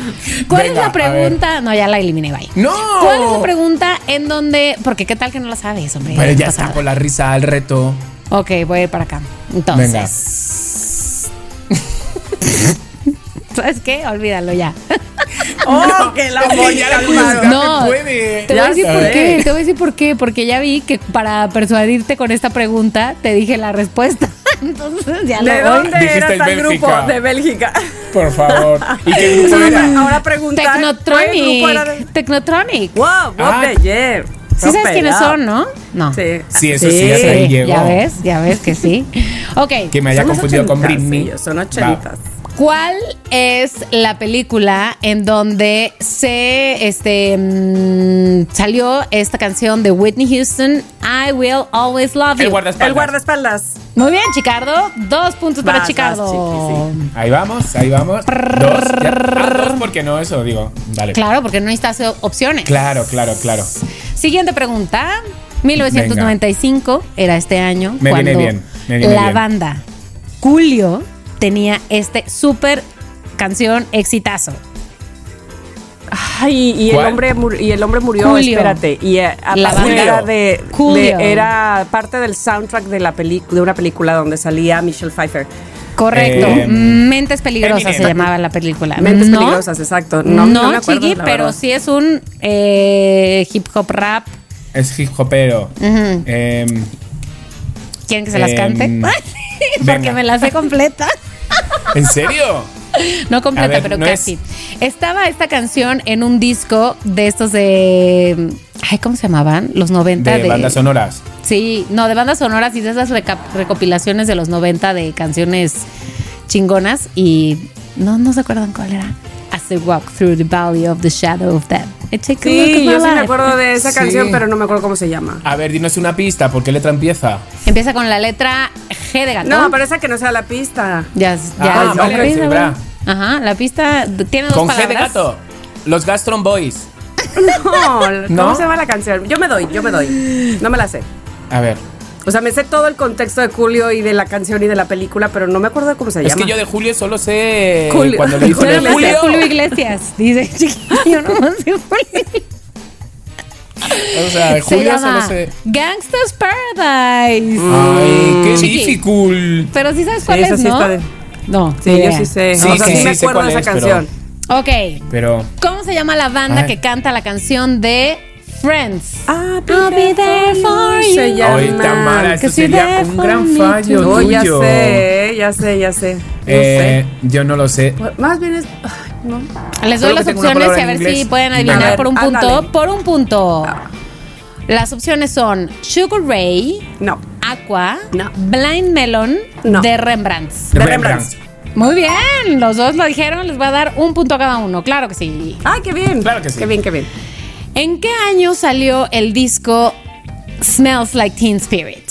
S1: ¿Cuál es
S2: Venga,
S1: la pregunta? No, ya la eliminé, bye.
S2: ¡No!
S1: ¿Cuál es la pregunta en donde.? Porque qué tal que no la sabes, hombre.
S2: Pero ya
S1: No
S2: está
S1: pasa
S2: con la risa al reto.
S1: nada. Ok, voy a ir para acá. Entonces. ¿Sabes qué? Olvídalo ya.
S3: ¡Oh, que la
S2: es que
S3: Mónica,
S2: ya la
S3: Alfaro.
S2: juzga. No se puede.
S1: Te voy a
S3: Ya
S1: decir por
S3: sé.
S1: qué. Te voy a decir por qué. Porque ya vi que para persuadirte con esta pregunta te dije la respuesta. Entonces ya
S3: ¿De
S1: lo voy.
S3: dónde era
S2: Dijiste
S3: tal
S2: Bélgica.
S3: grupo? De Bélgica.
S2: Por favor. ¿Y qué grupo era?
S3: Ahora, ahora pregunta. ¿cuál grupo era de-
S1: Technotronic. Technotronic.
S3: Wow, Bob
S2: Ah.
S3: de ayer.
S1: Sí sabes quiénes son, ¿no? No.
S3: Sí.
S2: Sí, eso sí, hasta ahí
S1: Sí,
S2: llegó.
S1: ya ves, ya ves que sí. Ok.
S2: Que me haya
S3: Son las
S2: confundido con
S3: ochenitas,
S2: Britney.
S3: ellos son
S2: Va.
S3: ochenitas.
S1: ¿Cuál es la película en donde se este, mm, salió esta canción de Whitney Houston, I Will Always Love You?
S2: El guardaespaldas.
S3: El guardaespaldas.
S1: Muy bien, Chicardo. Dos puntos para
S3: Vas,
S1: Chicardo.
S3: vas, chiqui,
S2: Ahí vamos, ahí vamos. Dos, ya. Ah, dos porque no, eso digo. Dale.
S1: Claro, porque no necesitas opciones.
S2: Claro, claro, claro.
S1: Siguiente pregunta. 1995 era este año
S2: Me
S1: cuando
S2: viene bien, me viene
S1: la
S2: bien.
S1: banda Julio tenía este súper canción exitazo.
S3: Ay, y el
S2: ¿Cuál?
S3: hombre mur- y el hombre murió,
S1: Julio.
S3: espérate. Y eh, a
S1: La
S3: partir
S2: banda.
S3: era de,
S1: Julio.
S3: de- era parte del soundtrack de la peli- de una película donde salía Michelle Pfeiffer.
S1: Correcto.
S2: Eh,
S1: Mentes peligrosas
S2: Eminem.
S1: se llamaba la película.
S3: Mentes
S1: Mm, No,
S3: peligrosas, exacto. No,
S1: No,
S3: no, me acuerdo,
S1: chiqui,
S3: la
S1: pero
S3: verdad.
S1: sí es un eh, hip hop rap.
S2: Es hip hopero.
S1: Ujú.
S2: Em,
S1: ¿Quieren Mm. que se las
S2: Em,
S1: cante? Porque
S2: venga.
S1: me las sé completa.
S2: ¿En serio?
S1: No completa,
S2: A ver,
S1: pero
S2: no
S1: casi. Estaba esta canción en un disco de estos de. Ay, ¿cómo se llamaban? Los 90
S2: De
S1: de.
S2: bandas sonoras.
S1: sí, no, de bandas sonoras y de esas recap- recopilaciones de los 90 de canciones chingonas. Y no, no se acuerdan cuál era. As I walk through the valley of the shadow of death. I take a
S3: Sí,
S1: look at
S3: yo
S1: my
S3: sí me
S1: life.
S3: acuerdo de esa
S2: Sí.
S3: canción, pero no me acuerdo cómo se llama.
S2: A ver, dinos una pista. ¿Por qué letra empieza?
S1: Empieza con la letra G de gato.
S3: No, pero esa que no sea la pista.
S1: Ya, ya,
S2: Ah,
S1: ya-
S2: vale,
S1: la pista,
S2: sí,
S1: bueno.
S2: bra.
S1: Ajá, la pista tiene dos
S2: Con
S1: palabras.
S2: G de gato. Los Gastron Boys.
S3: No, ¿cómo
S2: ¿No?
S3: se llama la canción? Yo me doy, yo me doy. No me la sé.
S2: A ver.
S3: O sea, me sé todo el contexto de Julio y de la canción y de la película, pero no me acuerdo de cómo se
S2: Es
S3: llama.
S2: que yo de Julio solo sé
S3: Julio.
S2: cuando le dicen
S3: Julio
S2: "Eh,
S3: Iglesias.
S2: Julio.
S1: Julio Iglesias. Dice, chiquillo, no más de Julio.
S2: O sea,
S1: Se
S2: Julio solo
S1: llama
S2: sé.
S1: Gangsters Paradise.
S2: Ay, qué
S1: Chiqui.
S2: difícil.
S1: Pero sí sabes
S3: Sí,
S1: cuál
S3: esa
S1: es,
S3: sí
S1: ¿no?
S3: está de-
S1: No.
S3: Sí,
S1: ni
S3: yo
S1: idea.
S3: sí sé.
S2: Sí,
S3: o sea,
S2: sí,
S3: sí,
S2: sí
S3: me
S2: sé
S3: acuerdo
S2: cuál
S3: de esa
S2: es, pero-
S3: canción.
S1: Ok.
S2: Pero.
S1: ¿Cómo se llama la banda
S2: Ay.
S1: que canta la canción de Friends?
S3: Ah,
S1: I'll be there for you.
S3: Se llama.
S2: Ay, Tamara,
S1: que
S2: esto
S1: sí,
S2: sería
S1: there
S2: un
S1: for
S2: gran
S1: me
S2: fallo
S3: Oh,
S2: tuyo.
S3: ya sé, ya sé, ya sé. No
S2: Eh, Yo no lo sé.
S3: sé. Pues, Más bien es. ay, no.
S1: Les doy
S2: Solo que
S1: las
S2: tengo
S1: opciones
S2: una
S1: y
S2: palabra
S1: a
S2: en
S1: ver si
S2: inglés.
S1: pueden
S3: A
S1: adivinar
S3: ver,
S1: por un punto.
S3: ándale.
S1: Por un punto. Las opciones son Sugar Ray,
S3: No.
S1: Aqua,
S3: No.
S1: Blind Melon,
S3: No.
S1: de Rembrandt.
S3: De
S2: Rembrandt.
S1: Muy bien, los dos lo dijeron, les va a dar un punto a cada uno, claro que sí.
S3: Ay, qué bien.
S2: Claro que sí.
S3: Qué bien, qué bien.
S1: ¿En qué año salió el disco Smells Like Teen Spirit?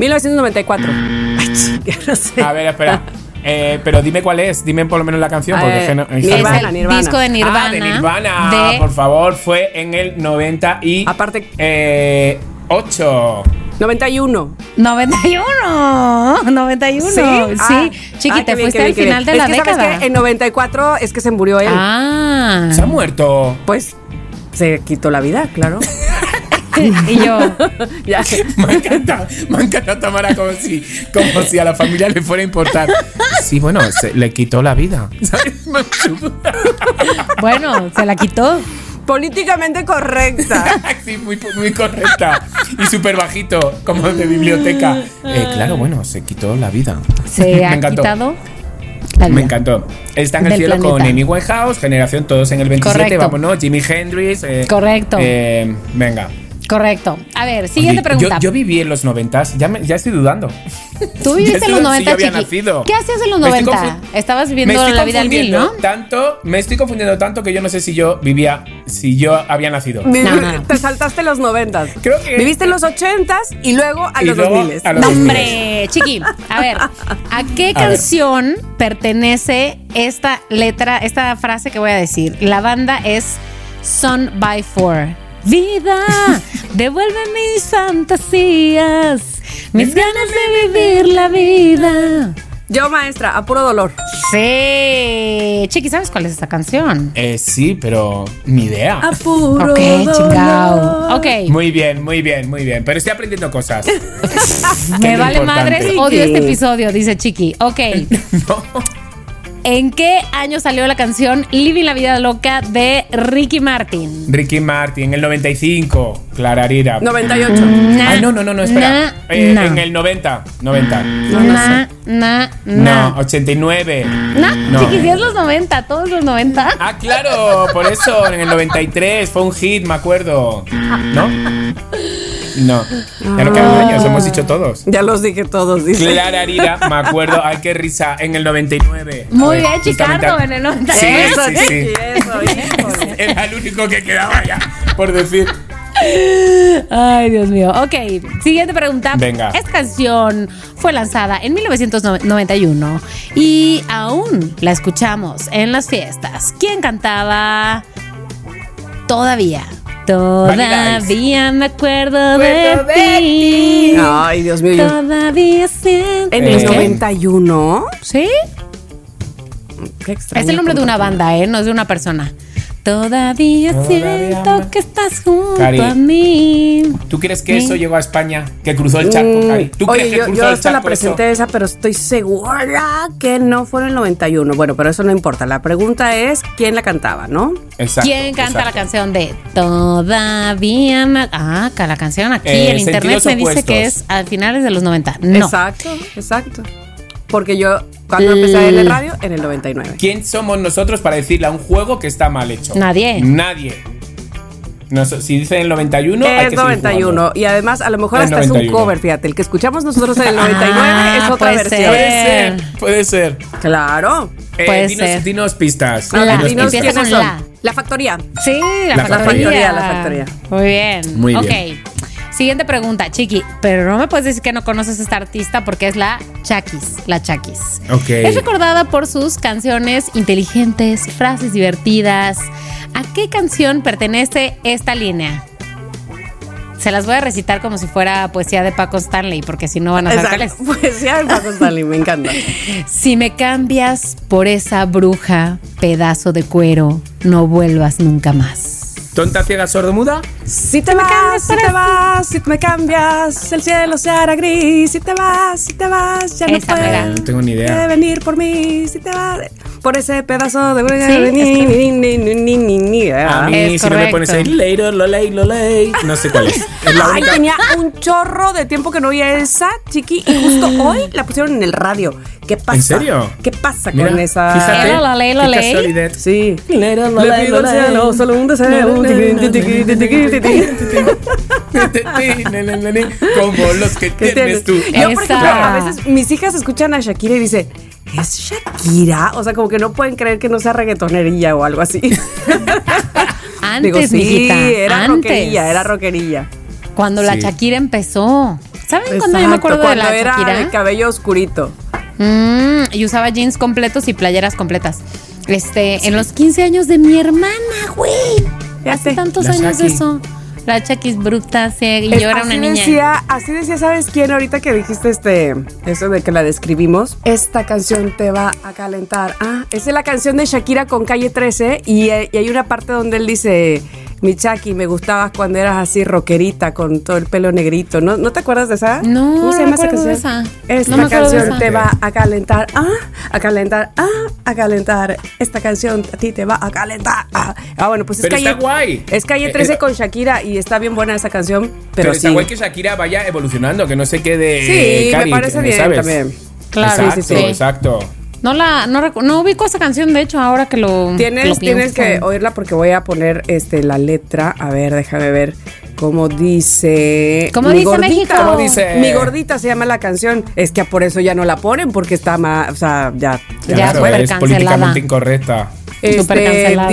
S3: 1994. Ay, chica, no sé.
S2: A ver, espera. Eh, pero dime cuál es, dime por lo menos la canción,
S3: A
S2: porque
S3: ver,
S2: es que no- en
S3: Nirvana,
S2: general-
S1: es el
S3: Nirvana.
S1: disco de Nirvana.
S2: Ah, de Nirvana,
S1: de-
S2: por favor, fue en el 90 y
S3: Aparte-
S2: eh, 8.
S3: 91.
S1: 91, 91. Sí,
S3: Ah,
S1: chiqui,
S3: ah, qué
S1: te
S3: bien,
S1: fuiste al
S3: qué bien, qué
S1: final
S3: bien.
S1: de la
S3: es que, ¿sabes
S1: década.
S3: qué? En 94 es que se murió él.
S1: Ah,
S2: Se ha muerto.
S3: Pues se quitó la vida, claro.
S1: y yo.
S3: ya.
S2: Me encanta, me encanta Tamara como si, como si a la familia le fuera a importar. Sí, bueno, se le quitó la vida. ¿sabes?
S1: Bueno, se la quitó.
S3: Políticamente correcta.
S2: Sí, muy, muy correcta. Y súper bajito, como de biblioteca. Eh, claro, bueno, se quitó la vida.
S1: Se
S2: Me
S1: ha
S2: encantó.
S1: quitado la vida.
S2: Me encantó. Está en el
S1: Del
S2: cielo con
S1: planeta.
S2: Amy Winehouse, generación todos en el 27,
S1: Correcto.
S2: vámonos, Jimi Hendrix. eh,
S1: Correcto.
S2: eh, venga.
S1: Correcto. A ver, siguiente
S2: Oye,
S1: pregunta.
S2: Yo, yo viví en los 90, ya, me- ya estoy dudando.
S1: Tú
S2: Ya
S1: viviste en
S2: estoy
S1: los
S2: dudando
S1: 90,
S2: si yo había
S1: chiqui.
S2: nacido.
S1: ¿Qué hacías en los
S2: Me estoy
S1: 90?
S2: confu-
S1: Estabas
S2: Me
S1: viviendo
S2: estoy
S1: la vida al mil,
S2: confundiendo
S1: ¿no?
S2: Tanto, me estoy confundiendo tanto que yo no sé si yo vivía, si yo había nacido.
S3: Me-
S1: No, no, no.
S3: Te saltaste los 90.
S2: Creo que-
S3: Viviste en los 80s y luego a
S2: Y
S3: los
S2: luego
S3: 2000.
S2: a los
S1: No,
S2: 2000.
S1: hombre, chiqui. A ver, ¿a qué
S2: A ver.
S1: canción pertenece esta letra, esta frase que voy a decir? La banda es Son by Four. Vida, devuelve mis fantasías, mis ganas de vivir la vida.
S3: Yo, maestra, a puro dolor.
S1: Sí, chiqui, ¿sabes cuál es esta canción?
S2: Eh, sí, pero ni idea.
S1: Ah,
S3: A puro
S1: Ok,
S3: dolor.
S1: chingao. Ok,
S2: Muy bien, muy bien, muy bien. Pero estoy aprendiendo cosas.
S1: me
S2: es lo
S1: vale
S2: importante.
S1: madres, odio este episodio, dice Chiqui. Ok.
S2: No.
S1: ¿En qué año salió la canción Living la Vida Loca de Ricky Martin?
S2: Ricky Martin, el 95. Clararira.
S3: 98.
S1: Na,
S2: Ay, Ah, no, no, no, no, espera.
S1: na,
S2: Eh,
S1: na.
S2: En el 90, 90.
S3: No, no
S1: Na, na,
S2: No,
S1: na.
S2: 89.
S1: Na,
S2: No.
S1: chiquis, es los 90, todos los 90.
S2: Ah, claro, por eso en el 93 fue un hit, me acuerdo. ¿No? No. Ya no quedan años, hemos dicho todos.
S3: Ya los dije todos, dice.
S2: Clara Arira, me acuerdo, ay, qué risa, en el 99.
S1: Muy
S2: Ay,
S1: bien,
S2: justamente
S1: Chicardo,
S2: a-
S1: en el 90.
S2: Sí,
S3: Eso,
S2: sí,
S3: Chiqui,
S2: sí.
S3: eso, híjole.
S2: Era el único que quedaba ya, por decir.
S1: Ay, Dios mío. Ok, siguiente pregunta.
S2: Venga.
S1: Esta canción fue lanzada en 1991 y aún la escuchamos en las fiestas. ¿Quién cantaba? Todavía. Todavía me acuerdo de,
S2: Acuerdo de
S1: ti.
S3: Ay, Dios mío. yo-
S1: Todavía siento.
S3: En
S2: Eh.
S3: el 91.
S1: ¿Sí?
S3: Qué
S1: Es el nombre de una banda, ¿eh? No es de una persona. Todavía,
S2: Todavía
S1: siento
S2: me-
S1: que estás junto
S2: Cari.
S1: a mí.
S2: ¿Tú crees que
S1: Sí.
S2: eso llegó a España? Que cruzó el charco, Cari. ¿Tú crees
S3: Uh, Mm, Oye,
S2: que
S3: yo,
S2: cruzó
S3: yo
S2: el
S3: hasta la
S2: charco
S3: presenté esa, pero estoy segura que no fue en el 91. Bueno, pero eso no importa. La pregunta es quién la cantaba, ¿no?
S2: eso? Exacto,
S1: ¿Quién canta la
S2: exacto.
S1: canción de Todavía me... Ah, ca- la canción aquí
S2: Eh,
S1: en internet
S2: sentidos
S1: me dice que es
S2: opuestos.
S1: al finales de los 90. No. Mm.
S3: Exacto, exacto. Porque yo, cuando empecé en el radio, en el 99.
S2: ¿Quién somos nosotros para decirle a un juego que está mal hecho?
S1: Nadie.
S2: Nadie. Nos- si dicen el 91, hay
S3: es
S2: que seguir jugando.
S3: 91. Y además, a lo mejor
S2: Es
S3: hasta es
S2: 91.
S3: un cover, fíjate. El que escuchamos nosotros en el 99
S1: Ah,
S3: es otra
S1: puede ser.
S3: versión.
S2: Puede ser, puede ser.
S3: Claro.
S2: Eh,
S1: Eh. Puede
S2: dinos,
S1: ser.
S2: dinos pistas.
S1: La-
S2: dinos
S1: dinos
S2: pistas.
S1: empieza con
S3: son?
S1: la.
S3: La factoría.
S1: Sí, la,
S2: La
S1: factoría.
S3: factoría, la factoría.
S1: Muy bien.
S2: Muy
S1: ok.
S2: bien.
S1: Siguiente pregunta, Chiqui. Pero no me puedes decir que no conoces a esta artista porque es la Chakis. La Chakis.
S2: Ok.
S1: Es recordada por sus canciones inteligentes, frases divertidas. ¿A qué canción pertenece esta línea? Se las voy a recitar como si fuera poesía de Paco Stanley, porque si no van a saber cuál es.
S3: Exacto. Pues ya, Paco Stanley, me encanta.
S1: Si me cambias por esa bruja, pedazo de cuero, no vuelvas nunca más.
S2: ¿Tonta, ciega, sordomuda?
S3: Si te vas, si te vas, si me cambias, el cielo se hará gris. Si te vas, si te vas, ya
S1: Esa,
S3: no
S1: mira.
S3: puedes
S2: Eh, No tengo ni idea.
S3: venir por mí. Si te vas, por ese pedazo de
S1: Sí, es
S3: ni, ni, ni, ni, ni, ni, ni,
S2: A
S3: ¿verdad?
S2: mí,
S1: Es
S2: si no me
S1: correcto.
S2: pones ahí, later, lo ley, lo ley. No sé cuál es. Es la
S3: Ay,
S2: única.
S3: tenía un chorro de tiempo que no oía esa, chiqui, y justo hoy la pusieron en el radio. ¿Qué pasa?
S2: ¿En serio?
S3: ¿Qué pasa
S2: Mira,
S3: con esa?
S2: Fíjate.
S1: Era la ley, la
S2: qué
S1: ley.
S2: casualidad.
S3: Sí.
S2: Le pido al cielo solo un deseo. Como los que tienes tú.
S3: Yo, por ejemplo,
S1: Esa.
S3: a veces mis hijas escuchan a Shakira y dicen, ¿es Shakira? O sea, como que no pueden creer que no sea reggaetonerilla o algo así.
S1: Antes,
S3: Digo, sí,
S1: mijita,
S3: era
S1: antes.
S3: rockerilla, era rockerilla.
S1: Cuando la
S2: Sí.
S1: Shakira empezó. ¿Saben cuándo yo me
S3: Exacto,
S1: acuerdo de
S3: cuando
S1: la
S3: era
S1: Shakira?
S3: de cabello oscurito.
S1: Mm, y usaba jeans completos y playeras completas. Este, en los 15 años de mi hermana, güey.
S3: Ya
S1: Hace
S3: sé.
S1: tantos
S2: La
S1: años de
S2: Shaki.
S1: eso. La chaquis bruta, ciega, y
S3: Es-
S1: yo era una
S3: así
S1: niña.
S3: Decía, así decía, ¿sabes quién? Ahorita que dijiste este, eso de que la describimos, esta canción te va a calentar. Ah, esa es la canción de Shakira con Calle 13 y, eh, y hay una parte donde él dice, mi Chaki, me gustabas cuando eras así rockerita con todo el pelo negrito. ¿No, ¿no te acuerdas de esa?
S1: No,
S3: ¿Cómo se
S1: no
S3: llama esa
S1: me acuerdo
S3: canción?
S1: de esa.
S3: Esta
S1: No me acuerdo de
S3: canción
S1: esa.
S3: te va a calentar, ah, a calentar, ah, a calentar. Esta canción a ti te va a calentar. Ah, Ah, bueno, pues es
S2: Pero
S3: Calle
S2: está guay.
S3: Es Calle
S2: Eh,
S3: 13
S2: eh,
S3: con Shakira y está bien buena esa canción, pero,
S2: Pero
S3: sí.
S2: está guay que Shakira vaya evolucionando, que no se quede. eh,
S3: Sí, me
S2: Cari,
S3: parece bien también.
S1: Claro, sí,
S2: exacto,
S1: sí, sí.
S2: exacto.
S1: No la, no, recu- no ubico esa canción, de hecho, ahora que lo. lo
S3: Tienes, tienes que
S1: pienso.
S3: oírla porque voy a poner este la letra. A ver, déjame ver cómo dice.
S1: ¿Cómo
S3: Mi
S1: dice
S3: gordita.
S1: México? ¿Cómo
S2: dice?
S3: Mi gordita se llama la canción. Es que por eso ya no la ponen porque está más, o sea, ya.
S1: Ya,
S3: la
S2: Claro,
S3: ponen.
S1: súper
S2: es
S1: cancelada.
S2: políticamente incorrecta.
S1: Súper
S3: Este,
S1: cancelada.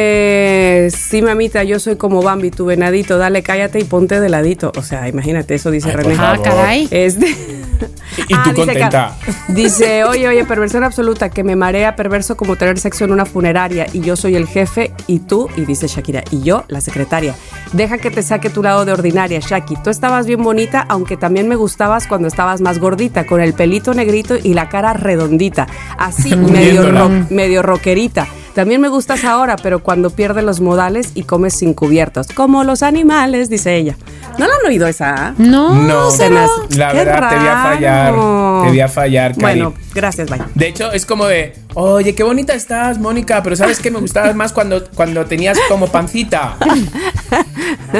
S3: dice, sí mamita, yo soy como Bambi, tu venadito, dale, cállate y ponte de ladito. O sea, imagínate, eso dice
S2: Ay,
S3: René.
S2: por
S1: Ah,
S2: favor.
S1: caray.
S3: Este.
S2: Y tú
S3: Ah, dice
S2: contenta.
S3: acá, Dice, oye, oye, perversión absoluta, que me marea perverso como tener sexo en una funeraria y yo soy el jefe y tú, y dice Shakira, y yo, la secretaria. Deja que te saque tu lado de ordinaria, Shaki. Tú estabas bien bonita, aunque también me gustabas cuando estabas más gordita, con el pelito negrito y la cara redondita. Así, medio,
S2: Viéndola.
S3: rock- medio rockerita. También me gustas ahora, pero cuando pierdes los modales y comes sin cubiertos, como los animales, dice ella. ¿No la han oído esa? ah?
S1: No,
S2: No,
S3: se me hace-
S2: la
S3: Qué
S2: verdad, te voy a fallar.
S3: raro.
S2: Te voy a fallar, Cari.
S3: Bueno, gracias, bye.
S2: De hecho, es como de, oye, qué bonita estás, Mónica, pero ¿sabes qué? Me gustabas más cuando, cuando tenías como pancita.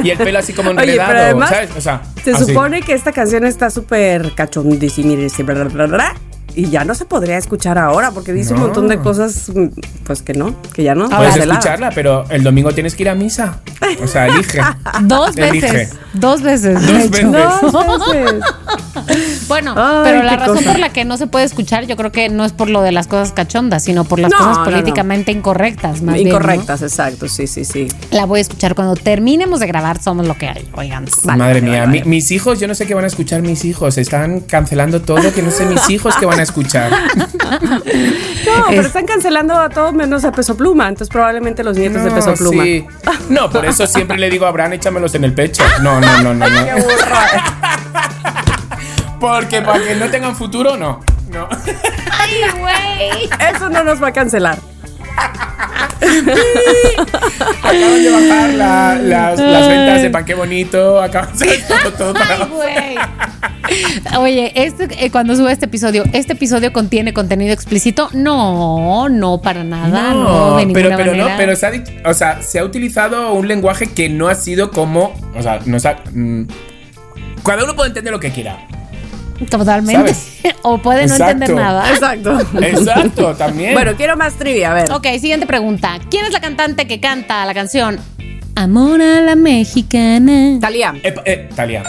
S2: Y el pelo así como
S3: Oye,
S2: enredado,
S3: pero además,
S2: ¿sabes? O sea,
S3: se
S2: así.
S3: supone que esta canción está súper cachondísima y bla, bla, bla, bla, Y ya no se podría escuchar ahora porque dice un
S2: No.
S3: montón de cosas, mm, pues que no, que ya no.
S2: Puedes
S3: Canceladas.
S2: escucharla, pero el domingo tienes que ir a misa. O sea, elige.
S1: Dos
S2: Elige.
S1: veces. Dos veces.
S2: Dos
S1: de hecho.
S2: veces.
S3: Dos veces.
S1: Bueno,
S3: Ay,
S1: pero la
S3: qué
S1: razón
S3: cosa.
S1: por la que no se puede escuchar, yo creo que no es por lo de las cosas cachondas, sino por las
S3: No,
S1: cosas
S3: no, no.
S1: políticamente incorrectas, más bien, ¿no?
S3: Incorrectas, exacto, sí, sí, sí.
S1: La voy a escuchar cuando terminemos de grabar Somos lo que hay, oigan.
S3: Vale,
S2: Madre
S3: vale,
S2: mía,
S3: vale,
S2: mi-
S3: vale.
S2: mis hijos, yo no sé qué van a escuchar mis hijos. Están cancelando todo que no sé mis hijos qué van a escuchar.
S3: No, pero
S1: Es-
S3: están cancelando a todo menos a Peso Pluma, entonces probablemente los nietos de
S2: No,
S3: Peso Pluma.
S2: sí. No, por eso siempre le digo a Bran, échamelos en el pecho. No, no, no, no. no. Porque para que no tengan futuro, no. No.
S3: Eso no nos va a cancelar.
S2: Acaban de bajar la- las, las ventas de pan qué bonito. Acaban de todo, todo para abajo.
S1: Oye, este, eh, cuando suba este episodio, ¿este episodio contiene contenido explícito? No, no, para nada, no, de ninguna
S2: pero, pero
S1: manera.
S2: no, pero se ha, dicho- o sea, se ha utilizado un lenguaje que no ha sido como, o sea, no se ha- mm, cada uno puede entender lo que quiera.
S1: Totalmente.
S2: ¿Sabes?
S1: o puede no
S2: Exacto.
S1: entender nada.
S3: Exacto.
S2: Ah. Exacto, también.
S3: Bueno, quiero más trivia, a ver.
S1: Ok, siguiente pregunta. ¿Quién es la cantante que canta la canción Amor a la mexicana?
S3: Talía.
S2: Eh, eh, Talia.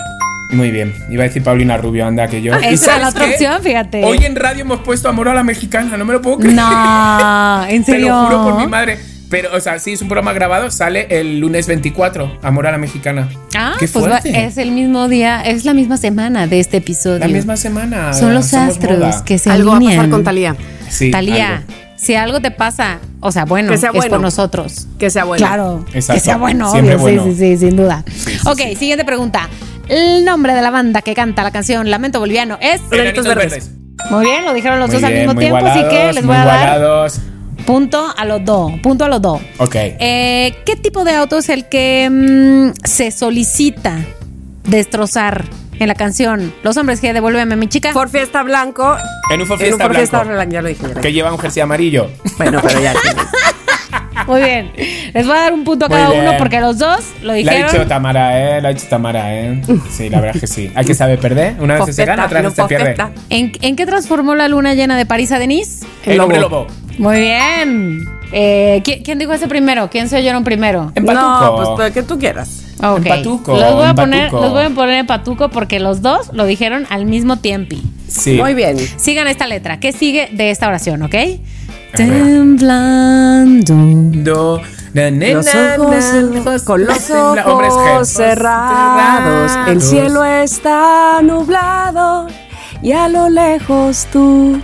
S2: Muy bien. Iba a decir Paulina Rubio, anda que yo. ¿Y
S1: Ah, Esa era la
S2: sabes
S1: otra
S2: qué?
S1: opción, fíjate.
S2: Hoy en radio hemos puesto amor a la mexicana, no me lo puedo creer.
S1: No, en
S2: Te
S1: serio.
S2: lo juro por mi madre. Pero, o sea, sí, es un programa grabado, sale el lunes 24, Amor a la Mexicana.
S1: Ah,
S2: Qué
S1: pues va-
S2: fuerte.
S1: es el mismo día, es la misma semana de este episodio.
S2: la misma semana.
S1: Son los
S2: somos
S1: astros
S2: moda.
S1: que se
S3: Algo va a
S1: alinean.
S3: pasar con Talía.
S2: Sí,
S1: Talía,
S2: algo.
S1: si algo te pasa, o sea, bueno,
S3: Que sea
S1: es
S3: bueno.
S1: por nosotros.
S3: Que sea bueno.
S1: Claro,
S2: Exacto.
S1: que sea bueno,
S2: Siempre
S1: obvio.
S2: bueno.
S1: Sí, sí, sí, sin duda.
S2: sí,
S1: ok, siguiente pregunta. El nombre de la banda que canta la canción Lamento Boliviano es.
S2: Enanitos
S3: verdes.
S2: verdes.
S1: Muy bien, lo dijeron los
S2: Muy
S1: dos al
S2: bien,
S1: mismo
S2: muy
S1: tiempo, así que
S2: igualados,
S1: les voy a
S2: muy
S1: dar
S2: igualados.
S1: punto a los dos. Punto a los dos.
S2: Ok.
S1: Eh, ¿Qué tipo de auto es el que mm, se solicita destrozar en la canción? Los hombres que devuélveme a mi chica.
S3: For Fiesta Blanco.
S2: En un for
S3: en un
S2: fiesta
S3: For Fiesta
S2: blanco.
S3: Blanco. Ya lo dije. ya lo
S2: Que
S3: dije.
S2: lleva un jersey amarillo.
S3: Bueno, pero ya.
S1: Muy bien. Les voy a dar un punto a
S2: Muy
S1: cada
S2: bien.
S1: uno porque los dos lo
S2: La ha dicho
S1: dijeron.
S2: Tamara, ¿eh? La ha dicho Tamara, ¿eh? Sí, la verdad es que sí. Hay que saber perder. Una vez se
S3: Fofeta,
S2: gana, otra
S3: no
S2: vez se pierde.
S3: fofeta.
S1: ¿En, en qué transformó la luna llena de París a Denise?
S2: El hombre
S3: pues,
S2: lobo.
S1: Muy bien. Eh, ¿quién, quién dijo ese primero? ¿Quién se oyeron primero?
S2: En
S3: No,
S2: Patuco.
S3: pues pero que tú quieras.
S1: Ok.
S2: En Patuco,
S1: Los voy, a
S2: en
S1: poner,
S2: Patuco.
S1: los voy a poner en patuco porque los dos lo dijeron al mismo tiempo.
S2: Sí.
S3: pues, Muy bien.
S1: Sigan esta letra. ¿Qué sigue de esta oración, ok?
S2: A ver.
S1: Temblando.
S2: Do, na, na,
S3: Los
S2: na, na,
S3: ojos, con los
S2: na, hombre, es
S3: ojos
S2: G.
S3: cerrados, el cielo está nublado y a lo lejos tú.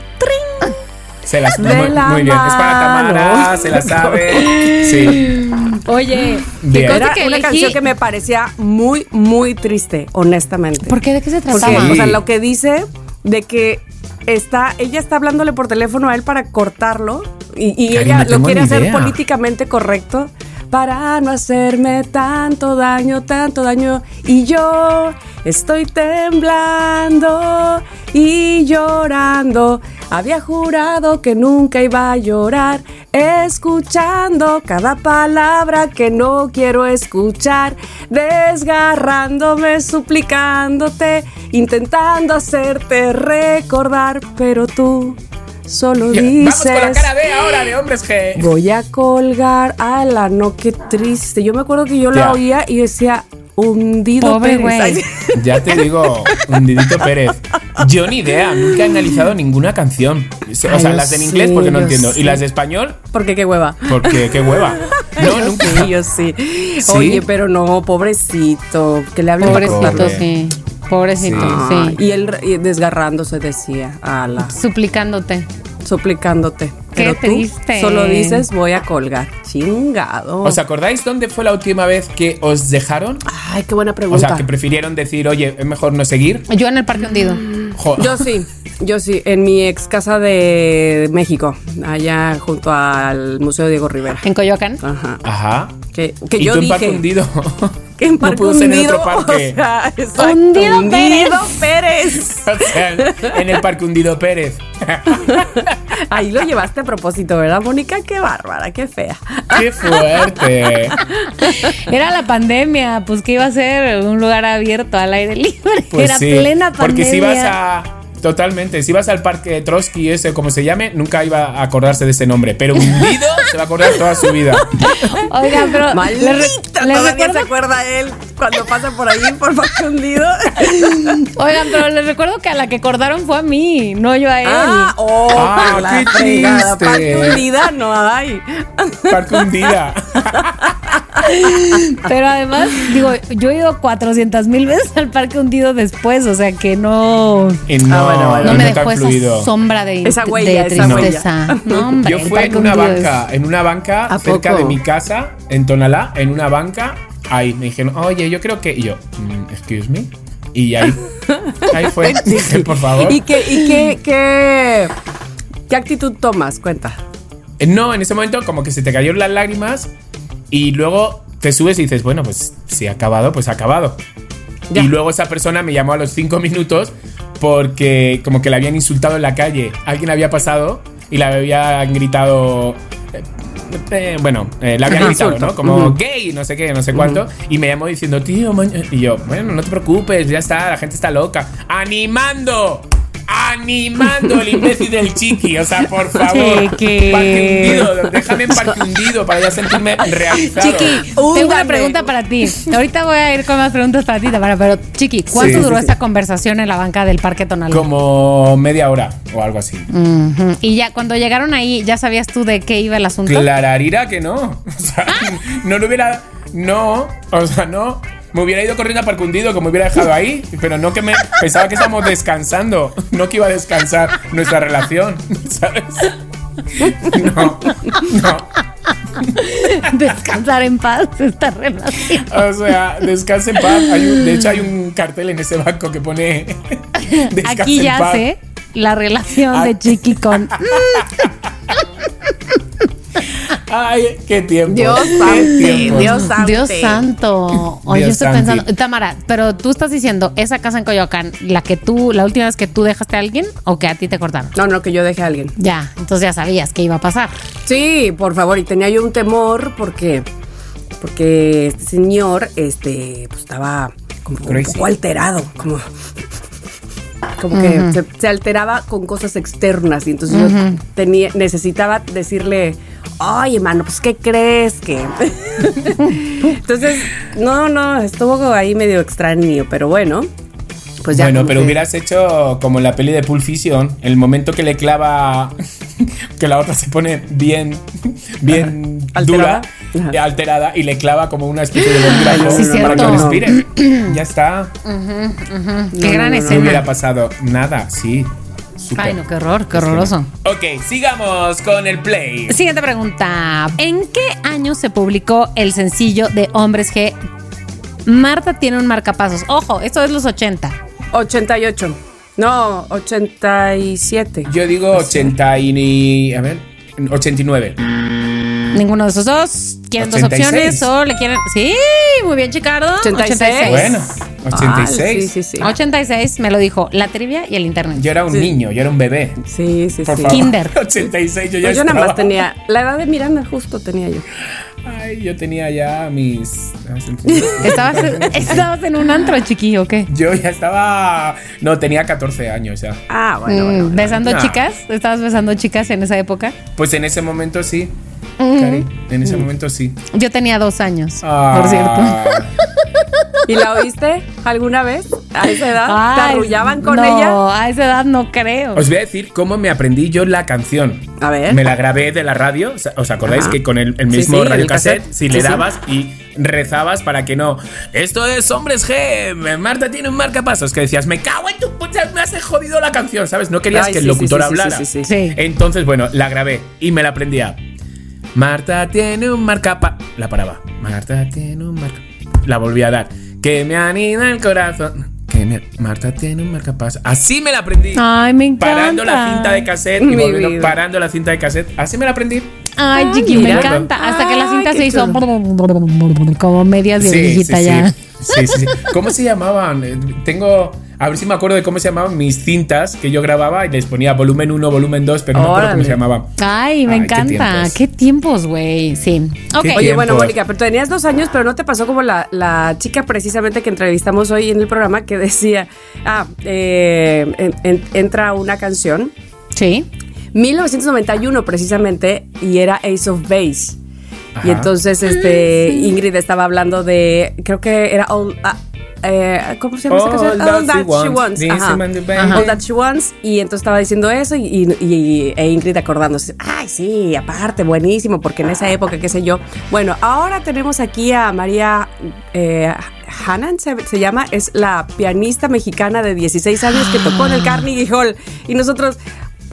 S2: Se las
S3: de
S2: muy,
S3: la
S2: muy bien. Es para Tamara,
S3: mano.
S2: se la sabe. Sí.
S1: Oye,
S2: Bien.
S1: ¿qué cosa
S3: Ah. Era
S1: que
S3: una
S1: elegí?
S3: canción que me parecía muy, muy triste, honestamente.
S1: ¿Por qué? ¿De qué se trataba?
S3: Porque,
S2: Sí.
S3: o sea, lo que dice de que está, ella está hablándole por teléfono a él para cortarlo y, y
S2: Karim,
S3: ella
S2: no
S3: lo
S2: tengo
S3: quiere
S2: ni
S3: hacer
S2: idea.
S3: políticamente correcto para no hacerme tanto daño, tanto daño. Y yo estoy temblando y llorando. Había jurado que nunca iba a llorar, escuchando cada palabra que no quiero escuchar, desgarrándome, suplicándote, intentando hacerte recordar, pero tú solo
S2: Vamos con la
S3: dices...
S2: cara B ahora de hombres G.
S3: Voy a colgar a la no, qué triste. Yo me acuerdo que yo
S2: Ya.
S3: la oía y yo decía, hundido
S1: Pobre
S3: Pérez".
S1: güey.
S3: Ay,
S2: Ya te digo, hundidito Pérez. Yo ni idea, nunca he analizado ninguna canción. O sea,
S3: Ay,
S2: las
S3: yo
S2: en inglés
S3: sí,
S2: porque no
S3: yo
S2: entiendo. Y
S3: sí.
S2: las de español
S3: Porque qué hueva.
S2: porque qué hueva. No,
S3: Yo
S2: nunca.
S3: sí, yo sí. Oye, pero no, pobrecito. Que le hable
S1: Pobrecito,
S2: Pobre.
S1: sí. Pobrecito, sí.
S3: Y él y desgarrándose decía, ala,
S1: Suplicándote.
S3: suplicándote. Pero tú
S1: triste.
S3: solo dices, voy a colgar. Chingado.
S2: ¿Os acordáis dónde fue la última vez que os dejaron?
S3: Ay, qué buena
S2: O
S3: pregunta.
S2: sea, que prefirieron decir, oye, es mejor no seguir.
S1: Yo en el parque hundido.
S2: Jo-
S3: Yo sí, yo sí, en mi ex casa de México, allá junto al Museo Diego Rivera.
S1: En Coyoacán.
S3: Ajá.
S2: Ajá.
S3: Que, que
S2: y
S3: yo
S2: tú en
S3: dije.
S2: parque hundido.
S3: Que en
S2: no
S3: parque
S2: pudo ser en
S3: hundido.
S2: otro parque.
S3: O sea, exacto,
S1: Hundido
S3: hundido Pérez.
S2: O sea, en el parque hundido Pérez.
S3: Ahí lo llevaste a propósito, ¿verdad, Mónica? Qué bárbara, qué fea.
S2: ¡Qué fuerte!
S1: Era la pandemia, pues que iba a ser un lugar abierto al aire libre.
S2: Pues
S1: Era
S2: sí,
S1: plena pandemia.
S2: Porque si vas a. Totalmente. Si vas al parque de Trotsky, ese como se llame, nunca iba a acordarse de ese nombre. Pero hundido se va a acordar toda su vida.
S1: Oigan, pero.
S3: Maldita,
S1: les
S3: todavía se
S1: recuerdo-
S3: acuerda él cuando pasa por ahí por más hundido.
S1: Oigan, pero les recuerdo que a la que acordaron fue a mí, no yo a él.
S3: Ah, oh,
S2: Ah,
S3: la
S2: qué
S3: fregada,
S2: triste.
S3: parte hundida, no hay.
S2: Parque hundida.
S1: Pero además, digo, yo he ido 400 mil veces al parque hundido después, o sea que no.
S2: Y no,
S3: Ah, bueno, bueno.
S1: No
S2: no
S1: me
S2: tan
S1: dejó esa
S2: fluido.
S1: sombra de,
S3: Esa
S1: de
S3: huella, esa
S1: tristeza.
S3: huella.
S1: No, hombre,
S2: Yo
S1: el
S2: fui
S1: parque
S2: en una
S1: hundido es-
S2: banca, en una banca
S3: ¿A
S2: cerca
S3: poco?
S2: de mi casa, en Tonalá, en una banca. Ahí me dijeron, oye, yo creo que. Y yo, "Mm, excuse me. Y ahí, ahí fue. Dije, por favor.
S3: ¿Y qué, y qué, qué, qué actitud tomas? Cuenta.
S2: Eh, No, en ese momento como que se te cayeron las lágrimas y luego te subes y dices, bueno, pues si ha acabado, pues ha acabado.
S3: Ya.
S2: Y luego esa persona me llamó a los cinco minutos porque como que la habían insultado en la calle. Alguien había pasado y la habían gritado... eh, eh, bueno, eh, la habían
S3: Ajá.
S2: gritado,
S3: Insulto.
S2: ¿no? Como
S3: Ujú.
S2: gay, no sé qué, no sé cuánto. Y me llamó diciendo, tío, maña-". Y yo, bueno, no te preocupes, ya está, la gente está loca. ¡Animando! ¡Animando el imbécil del chiqui! O sea, por favor.
S1: Chiqui.
S2: Parque hundido, déjame en parque hundido para ya sentirme realizado.
S1: Chiqui, tengo una
S3: Húndame.
S1: pregunta para ti. Ahorita voy a ir con más preguntas para ti, Tamara, pero Chiqui, ¿cuánto
S2: Sí, sí,
S1: duró
S2: sí.
S1: esta conversación en la banca del Parque Tonalá?
S2: Como media hora o algo así.
S1: Ujú. Y ya cuando llegaron ahí, ¿ya sabías tú de qué iba el asunto?
S2: Clararira que no. O sea, no lo hubiera. No, o sea, no. Me hubiera ido corriendo a parque hundido, que me hubiera dejado ahí, pero no que me. Pensaba que estábamos descansando, no que iba a descansar nuestra relación, ¿sabes? No, no.
S1: Descansar en paz esta relación.
S2: O sea, descansa en paz. Hay un- de hecho, hay un cartel en ese banco que pone. "Descansa
S1: Aquí
S2: en
S1: ya
S2: paz".
S1: sé la relación
S2: Ah.
S1: de Chiqui con.
S2: Ay, qué tiempo.
S3: Dios
S2: qué
S3: santi,
S2: tiempos.
S3: Dios santi.
S1: Dios santo. Oye, yo
S2: Dios
S1: estoy
S2: santi.
S1: pensando. Tamara, pero tú estás diciendo, esa casa en Coyoacán, la que tú, la última vez que tú dejaste a alguien o que a ti te cortaron.
S3: No, no, que yo dejé a alguien.
S1: Ya, entonces ya sabías que iba a pasar.
S3: Sí, por favor, y tenía yo un temor porque porque este señor este pues, estaba como un
S2: Crazy.
S3: poco alterado, como como que se, se alteraba con cosas externas y entonces yo tenía necesitaba decirle Oye, mano, pues ¿qué crees que? Entonces, no, no, estuvo ahí medio extraño, pero bueno, pues ya.
S2: bueno,
S3: como
S2: pero
S3: que-
S2: hubieras hecho como en la peli de Pulp Fiction, el momento que le clava que la otra se pone bien bien
S3: Ajá.
S2: dura, eh,
S3: Alterada. Ajá.
S2: alterada y le clava como una especie de bolígrafo
S1: Sí,
S2: para que
S1: cierto.
S2: respire. ya está.
S1: qué
S3: no,
S1: gran
S3: no, no,
S2: No
S1: escena.
S2: hubiera pasado nada, sí. Súper.
S1: Ay, no, qué horror, qué horroroso.
S2: Ok, sigamos con el play.
S1: Siguiente pregunta. ¿En qué año se publicó el sencillo de Hombres G? Marta tiene un marcapasos. Ojo, esto es los 80.
S3: 88. No, 87.
S2: Yo digo 80 y a ver, 89.
S1: Ninguno de esos dos. ¿Quieren dos
S2: 86.
S1: opciones o le quieren...? Sí, muy bien, Chicardo.
S3: 86.
S2: Bueno,
S3: Ah,
S2: 86.
S3: sí, sí, sí.
S1: 86 me lo dijo la trivia y el internet.
S2: Yo era un
S3: Sí.
S2: niño, yo era un bebé.
S3: Sí, sí,
S2: Por
S3: sí.
S2: favor.
S1: Kinder.
S2: 86, yo ya
S3: Pues yo nada
S2: estaba.
S3: más tenía. La edad de Miranda, justo tenía yo.
S2: Ay, yo tenía ya mis. ah,
S1: ¿Estabas, estabas en un antro, chiquillo, ¿o qué?
S2: Yo ya estaba. No, tenía 14 años ya.
S3: Ah, bueno,
S1: Mm,
S3: bueno. bueno.
S1: ¿Besando
S2: no.
S1: chicas? ¿Estabas besando chicas en esa época?
S2: Pues en ese momento sí. Cari, en ese momento sí.
S1: Yo tenía dos años, por
S2: Ah,
S1: cierto.
S3: ¿Y la oíste alguna vez? A esa edad.
S2: Ah,
S3: ¿Te
S1: Ay,
S3: arrullaban con
S1: no,
S3: ella?
S1: a esa edad no creo.
S2: Os voy a decir cómo me aprendí yo la canción.
S3: A ver.
S2: Me la grabé de la radio. o sea, ¿Os acordáis
S3: Ajá.
S2: que con el, el mismo
S3: Sí, sí,
S2: radio
S3: el
S2: cassette,
S3: cassette.
S2: si
S3: Sí,
S2: le
S3: sí.
S2: dabas y rezabas para que no. Esto es Hombres G. Marta tiene un marcapasos que decías, me cago en tu puta, me has jodido la canción, ¿sabes? No querías
S3: Ay,
S2: que el
S3: sí, sí,
S2: locutor
S3: sí, sí,
S2: hablara.
S3: sí, sí,
S1: sí. Sí.
S2: Entonces, bueno, la grabé y me la aprendía. Marta tiene un marcapa. La paraba. Marta tiene un marca. La volví a dar. Que me anida el corazón. Que me... Marta tiene un marcapasos. Así me la aprendí.
S1: Ay, me encanta.
S2: Parando la cinta de cassette y
S3: Mi
S2: volviendo,
S3: vida.
S2: parando la cinta de cassette. Así me la aprendí.
S1: Ay,
S3: Ah,
S1: chiqui, me
S2: mira.
S1: encanta. Hasta que la
S3: Ay,
S1: cinta
S3: qué
S1: se hizo como medias de
S2: Sí, sí,
S1: orejita
S2: sí.
S1: ya.
S2: Sí, sí, sí. ¿Cómo se llamaban? Eh, Tengo. A ver si me acuerdo de cómo se llamaban mis cintas que yo grababa y les ponía volumen 1, volumen 2, pero no me acuerdo cómo
S3: Órale. Ah,
S2: se llamaba.
S1: Ay, me
S2: Ay, qué
S1: encanta.
S2: tiempos.
S1: Qué tiempos, güey. Sí. Ok.
S2: Qué
S3: Oye,
S2: tiempos.
S3: bueno, Mónica, pero tenías dos años, pero no te pasó como la, la chica precisamente que entrevistamos hoy en el programa que decía, ah, eh, en- en- entra una canción,
S1: Sí.
S3: 1991 precisamente, y era Ace of Base. Y
S2: Ajá.
S3: entonces este Ingrid estaba hablando de, creo que era All, ah, eh, ¿cómo se llama esa
S2: All
S3: canción?
S2: That She Wants. This
S3: ajá.
S2: man the band.
S3: All That She Wants. Y entonces estaba diciendo eso y, y- y- e Ingrid acordándose, ay sí, aparte, buenísimo, porque en esa época, qué sé yo. Bueno, ahora tenemos aquí a María eh, Hanan, se, se llama, es la pianista mexicana de 16 años que tocó en el Carnegie Hall. Y nosotros...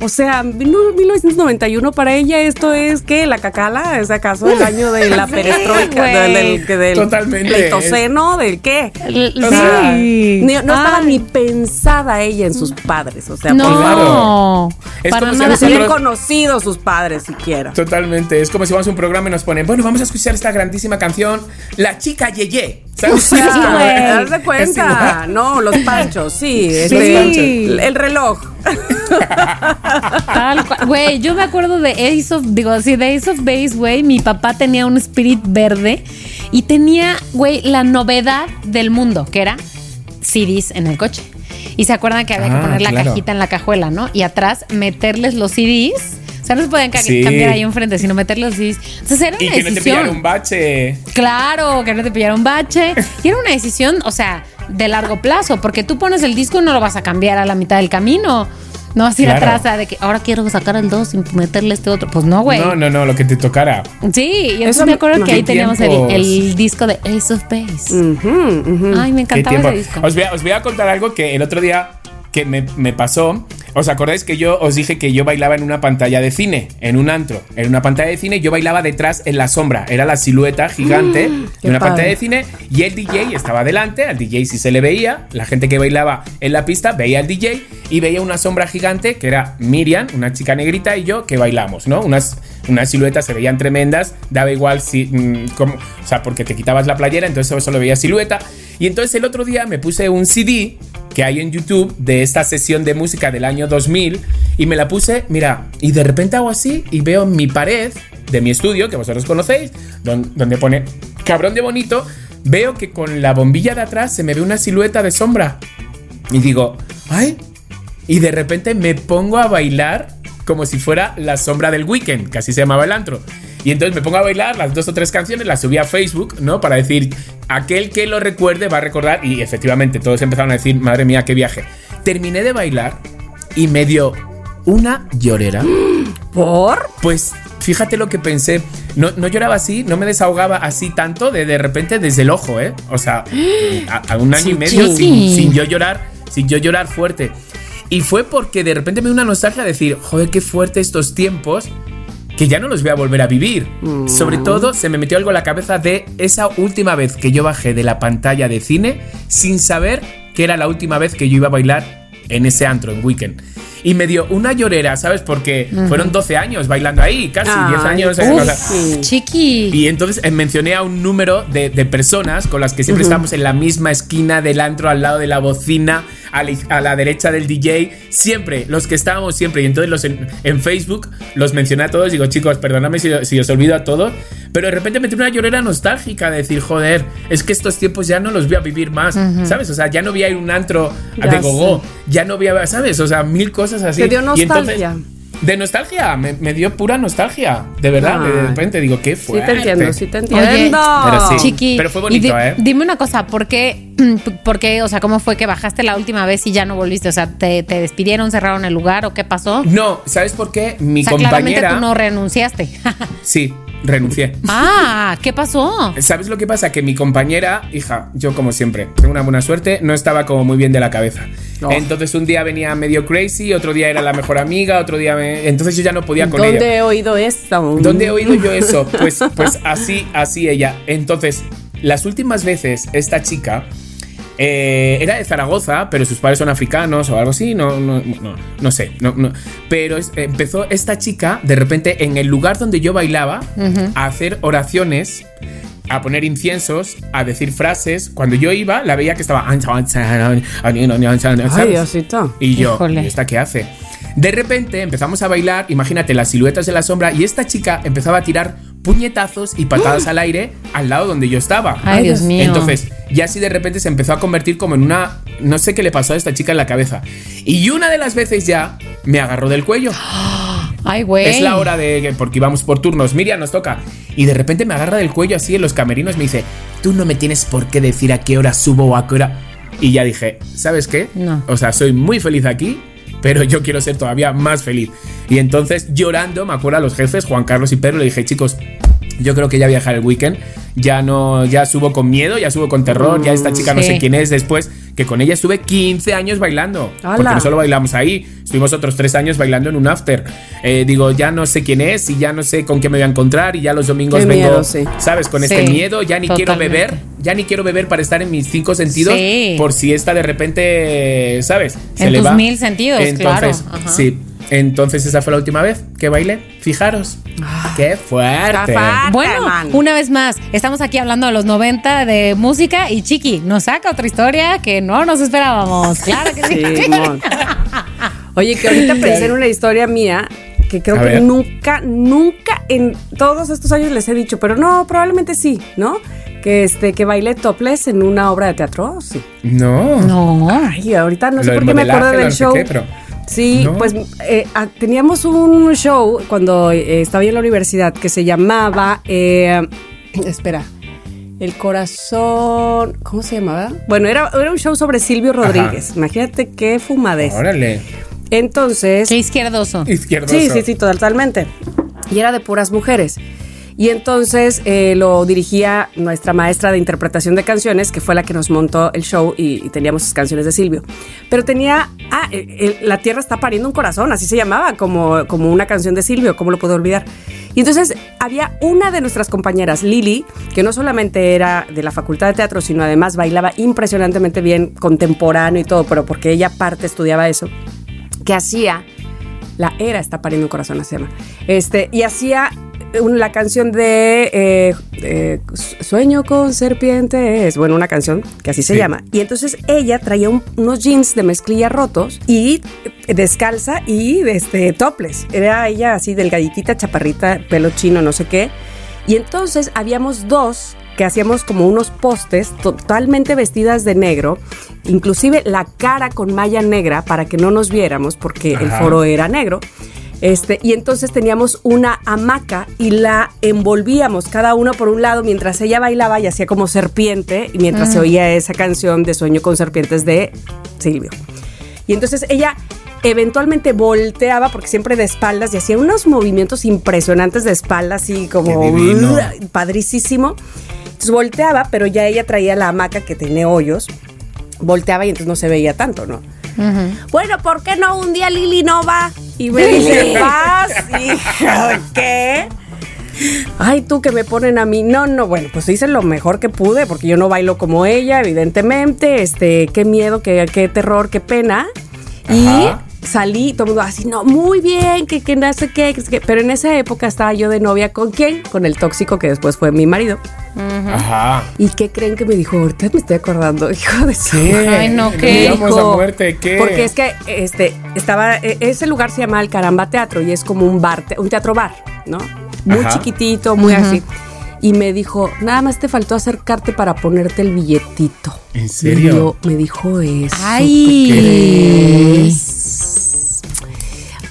S3: O sea, mil- 1991 para ella esto es que la cacala es acaso el año de la
S1: Sí,
S3: perestroika,
S1: güey.
S3: del, del, que del
S2: Totalmente.
S3: pleitoceno, del qué.
S1: L-
S2: O
S1: sí.
S2: sea,
S3: Ni- no estaba
S1: Ay,
S3: ni pensada ella en sus padres, o sea, por favor.
S1: No.
S2: Claro. Es
S1: Para
S2: como si
S1: nada.
S3: ni
S2: nosotros-
S3: han conocido sus padres siquiera.
S2: Totalmente. Es como si vamos a un programa y nos ponen, bueno, vamos a escuchar esta grandísima canción, La Chica Yeye. ¿Sabes?
S1: sea,
S2: Es como-
S1: güey.
S3: ¿Te das de cuenta?
S2: igual.
S3: No, los panchos, sí.
S1: Los
S3: este,
S1: panchos.
S3: el- El reloj.
S1: Tal cual. Güey, yo me acuerdo de Ace of, digo, sí, de Ace of Base, güey. Mi papá tenía un Spirit verde y tenía, güey, la novedad del mundo, que era CDs en el coche. Y se acuerdan que había que
S2: Ah,
S1: poner la
S2: claro.
S1: cajita en la cajuela, ¿no? Y atrás meterles los CDs. O sea, no se podían ca-
S2: Sí.
S1: cambiar ahí enfrente, sino meterles los CDs. Entonces era
S2: Y
S1: una
S2: que no te pillara
S1: decisión.
S2: un bache.
S1: Claro, que no te pillara un bache. Y era una decisión, o sea, de largo plazo, porque tú pones el disco y no lo vas a cambiar a la mitad del camino. No vas a ir
S2: Claro.
S1: atrás a de que ahora quiero sacar el 2 y meterle este otro. Pues no, güey.
S2: No, no, no, lo que te tocara.
S1: Sí, y entonces
S3: Eso
S1: me
S3: me-
S1: acuerdo que
S3: qué
S1: ahí teníamos el,
S2: tiempos.
S1: el disco de Ace of Base.
S3: Ujú, ujú.
S1: Ay, me
S2: Qué
S1: encantaba
S2: tiempo.
S1: ese disco.
S2: Os voy, a, os voy a contar algo que el otro día que me, me pasó. ¿Os acordáis que yo os dije que yo bailaba en una pantalla de cine, en un antro? En una pantalla de cine yo bailaba detrás en la sombra. Era la silueta gigante
S1: Mm,
S3: qué
S2: de una
S3: padre.
S2: pantalla de cine y el DJ estaba delante. Al DJ sí se le veía. La gente que bailaba en la pista veía al DJ y veía una sombra gigante que era Miriam, una chica negrita y yo que bailamos, ¿no? Unas, unas siluetas se veían tremendas. Daba igual si. mm, cómo- o sea, porque te quitabas la playera, entonces solo veías silueta. Y entonces el otro día me puse un CD que hay en YouTube de esta sesión de música del año 2000 y me la puse, mira, y de repente hago así y veo en mi pared de mi estudio, que vosotros conocéis, don- donde pone cabrón de bonito, veo que con la bombilla de atrás se me ve una silueta de sombra. Y digo, ay, y de repente me pongo a bailar como si fuera la sombra del weekend, que así se llamaba el antro. Y entonces me pongo a bailar las dos o tres canciones, las subí a Facebook, ¿no? Para decir, aquel que lo recuerde va a recordar. Y efectivamente, todos empezaron a decir, madre mía, qué viaje. Terminé de bailar y me dio una llorera.
S3: ¿Por?
S2: Pues fíjate lo que pensé. No, no lloraba así, no me desahogaba así tanto de de repente desde el ojo, ¿eh? O sea, a, a un año y medio
S1: sí.
S2: sin, sin yo llorar, sin yo llorar fuerte. Y fue porque de repente me dio una nostalgia de decir, joder, qué fuerte estos tiempos que ya no los voy a volver a vivir.
S3: Mm.
S2: Sobre todo se me metió algo en la cabeza de esa última vez que yo bajé de la pantalla de cine sin saber que era la última vez que yo iba a bailar en ese antro, en Weekend. Y me dio una llorera, ¿sabes? Porque fueron 12 años bailando ahí, casi
S3: Ay,
S2: 10 años.
S3: uf.
S2: o sea,
S3: Sí.
S1: Chiqui.
S2: y entonces eh, mencioné a un número de, de personas con las que siempre estábamos en la misma esquina del antro, al lado de la bocina, a la, iz- a la derecha del DJ, siempre, los que estábamos siempre. Y entonces los en, en Facebook los mencioné a todos, digo, chicos, perdonadme si, si os olvido a todos, pero de repente me tiene una llorera nostálgica de decir, joder, es que estos tiempos ya no los voy a vivir más, ¿sabes? O sea, ya no voy a ir a un antro
S3: Ya
S2: de gogo, ya no voy a, ¿sabes? O sea, mil cosas así.
S3: Te dio
S2: Y entonces-
S3: nostalgia.
S2: de nostalgia, me, me dio pura nostalgia, de verdad,
S3: Ay.
S2: de repente digo, qué
S3: Sí
S2: fuerte.
S3: te entiendo, sí te entiendo.
S1: Oye,
S2: pero sí.
S1: Chiqui.
S2: Pero fue
S1: Y
S2: bonito,
S1: di-
S2: ¿eh?
S1: Dime una cosa, ¿por qué, por qué, o sea, cómo fue que bajaste la última vez y ya no volviste? O sea, ¿te, te despidieron, cerraron el lugar o qué pasó?
S2: No, ¿sabes por qué? Mi
S1: o sea, claramente
S2: compañera...
S1: tú no renunciaste.
S2: Sí, renuncié.
S1: ah, ¿qué pasó?
S2: ¿Sabes lo que pasa? Que mi compañera, hija, yo como siempre, tengo una buena suerte, no estaba como muy bien de la cabeza.
S3: Oh.
S2: Entonces un día venía medio crazy, otro día era la mejor amiga, otro día... me- Entonces yo ya no podía con ella.
S3: ¿Dónde he oído esto?
S2: ¿Dónde he oído yo eso? Pues, pues así, así ella. Entonces, las últimas veces esta chica eh, era de Zaragoza, pero sus padres son africanos o algo así, no, no, no, no sé. No, no. Pero es- empezó esta chica de repente en el lugar donde yo bailaba a hacer oraciones a poner inciensos, a decir frases. Cuando yo iba, la veía que estaba.
S3: Ay, Diosito.
S2: Y yo,
S1: Híjole.
S2: ¿y esta qué hace? De repente empezamos a bailar, imagínate las siluetas en la sombra, y esta chica empezaba a tirar puñetazos y patadas al aire al lado donde yo estaba.
S1: ¡Ah! Ay, Dios mío.
S2: Entonces, y así de repente se empezó a convertir como en una. No sé qué le pasó a esta chica en la cabeza. Y una de las veces ya me agarró del cuello.
S1: Ay, güey.
S2: Es la hora de. Porque íbamos por turnos. Miriam nos toca. Y de repente me agarra del cuello así en los camerinos. Me dice: Tú no me tienes por qué decir a qué hora subo o a qué hora. Y ya dije: ¿Sabes qué?
S1: No.
S2: O sea, soy muy feliz aquí. Pero yo quiero ser todavía más feliz. Y entonces, llorando, me acuerdo a los jefes, Juan Carlos y Pedro, le dije: Chicos, yo creo que ya voy a dejar el weekend. Ya no. Ya subo con miedo, ya subo con terror. ya esta chica no
S1: sí.
S2: sé quién es después. Que con ella estuve 15 años bailando. Porque
S3: ¡Hala!
S2: no solo bailamos ahí, estuvimos otros tres años bailando en un after. Eh, digo, ya no sé quién es y ya no sé con qué me voy a encontrar y ya los domingos
S3: Qué
S2: vengo,
S3: miedo, sí.
S2: ¿sabes? Con
S1: Sí,
S2: este miedo, ya ni quiero
S1: totalmente.
S2: beber, ya ni quiero beber para estar en mis cinco sentidos,
S1: Sí.
S2: por si esta de repente, ¿sabes?
S1: En tus mil sentidos,
S2: entonces,
S1: claro, ajá.
S2: Sí, entonces esa fue la última vez que bailé, fijaros. ¡Qué fuerte!
S3: Rafa.
S1: Bueno,
S3: man.
S1: una vez más, estamos aquí hablando de los 90 de música y Chiqui nos saca otra historia que no nos esperábamos. Claro que sí.
S3: Simón. Oye, que ahorita pensé en una historia mía que creo
S2: A
S3: que
S2: ver.
S3: nunca, nunca en todos estos años les he dicho, pero no, probablemente sí, ¿no? Que este, que bailé topless en una obra de teatro, sí.
S2: No.
S1: No.
S3: Ay, ahorita no
S2: Lo
S3: sé
S2: del
S3: por qué me acuerdo
S2: modelaje,
S3: del
S2: lo no sé
S3: show.
S2: qué, pero-
S3: Sí,
S2: No.
S3: pues eh, ah, teníamos un show cuando eh, estaba yo en la universidad que se llamaba. eh, espera. El corazón. ¿Cómo se llamaba? Bueno, era, era un show sobre Silvio Rodríguez. Imagínate qué fumadez.
S2: Órale.
S3: Entonces.
S1: Qué izquierdoso.
S2: Izquierdoso.
S3: Sí, sí, sí, totalmente. Y era de puras mujeres. Y entonces eh, lo dirigía nuestra maestra de interpretación de canciones, que fue la que nos montó el show y, y teníamos sus canciones de Silvio. Pero tenía, ah, eh, eh, La Tierra está pariendo un corazón, así se llamaba, como, como una canción de Silvio, ¿cómo lo puedo olvidar? Y entonces había una de nuestras compañeras, Lili, que no solamente era de la Facultad de Teatro, sino además bailaba impresionantemente bien, contemporáneo y todo, pero porque ella parte estudiaba eso, que hacía la era está pariendo un corazón, así se llama. Este, y hacía un- la canción de eh, eh, Sueño con serpientes. Bueno, una canción que así se
S2: Sí.
S3: llama. Y entonces ella traía un- unos jeans de mezclilla rotos y eh, descalza y este, topless. Era ella así delgaditita, chaparrita, pelo chino, no sé qué. Y entonces habíamos dos que hacíamos como unos postes totalmente vestidas de negro, inclusive la cara con malla negra para que no nos viéramos porque el
S2: Ajá.
S3: foro era negro. Este, y entonces teníamos una hamaca y la envolvíamos cada uno por un lado mientras ella bailaba y hacía como serpiente y mientras se oía esa canción de Sueño con Serpientes de Silvio. Y entonces ella eventualmente volteaba, porque siempre de espaldas, y hacía unos movimientos impresionantes de espaldas, y como
S2: Qué divino.
S3: ¡Ugh! padricísimo. Entonces volteaba, pero ya ella traía la hamaca que tenía hoyos. Volteaba y entonces no se veía tanto, ¿no? Bueno, ¿por qué no un día Lili no va? Y me dice, vas, hija, ¿qué? Ay, tú que me ponen a mí. No, no, bueno, pues hice lo mejor que pude, porque yo no bailo como ella, evidentemente. Este, qué miedo, qué, qué terror, qué pena.
S2: Ajá.
S3: Y salí, todo el mundo así, no, muy bien, que, que no sé qué, que, sé qué. Pero en esa época estaba yo de novia con quién? Con el tóxico que después fue mi marido.
S2: Ajá.
S3: ¿Y qué creen que me dijo? Ahorita me estoy acordando, hijo de su
S1: Ay, no,
S2: Nos
S1: qué
S2: llevamos
S3: Hijo,
S2: a muerte, ¿qué?
S3: Porque es que este estaba e- ese lugar se llama el Caramba Teatro y es como un bar, te- un teatro bar, ¿no? Muy
S2: Ajá.
S3: chiquitito, muy así. Y me dijo, "Nada más te faltó acercarte para ponerte el billetito."
S2: ¿En serio?
S3: Y yo- me dijo eso.
S1: Ay.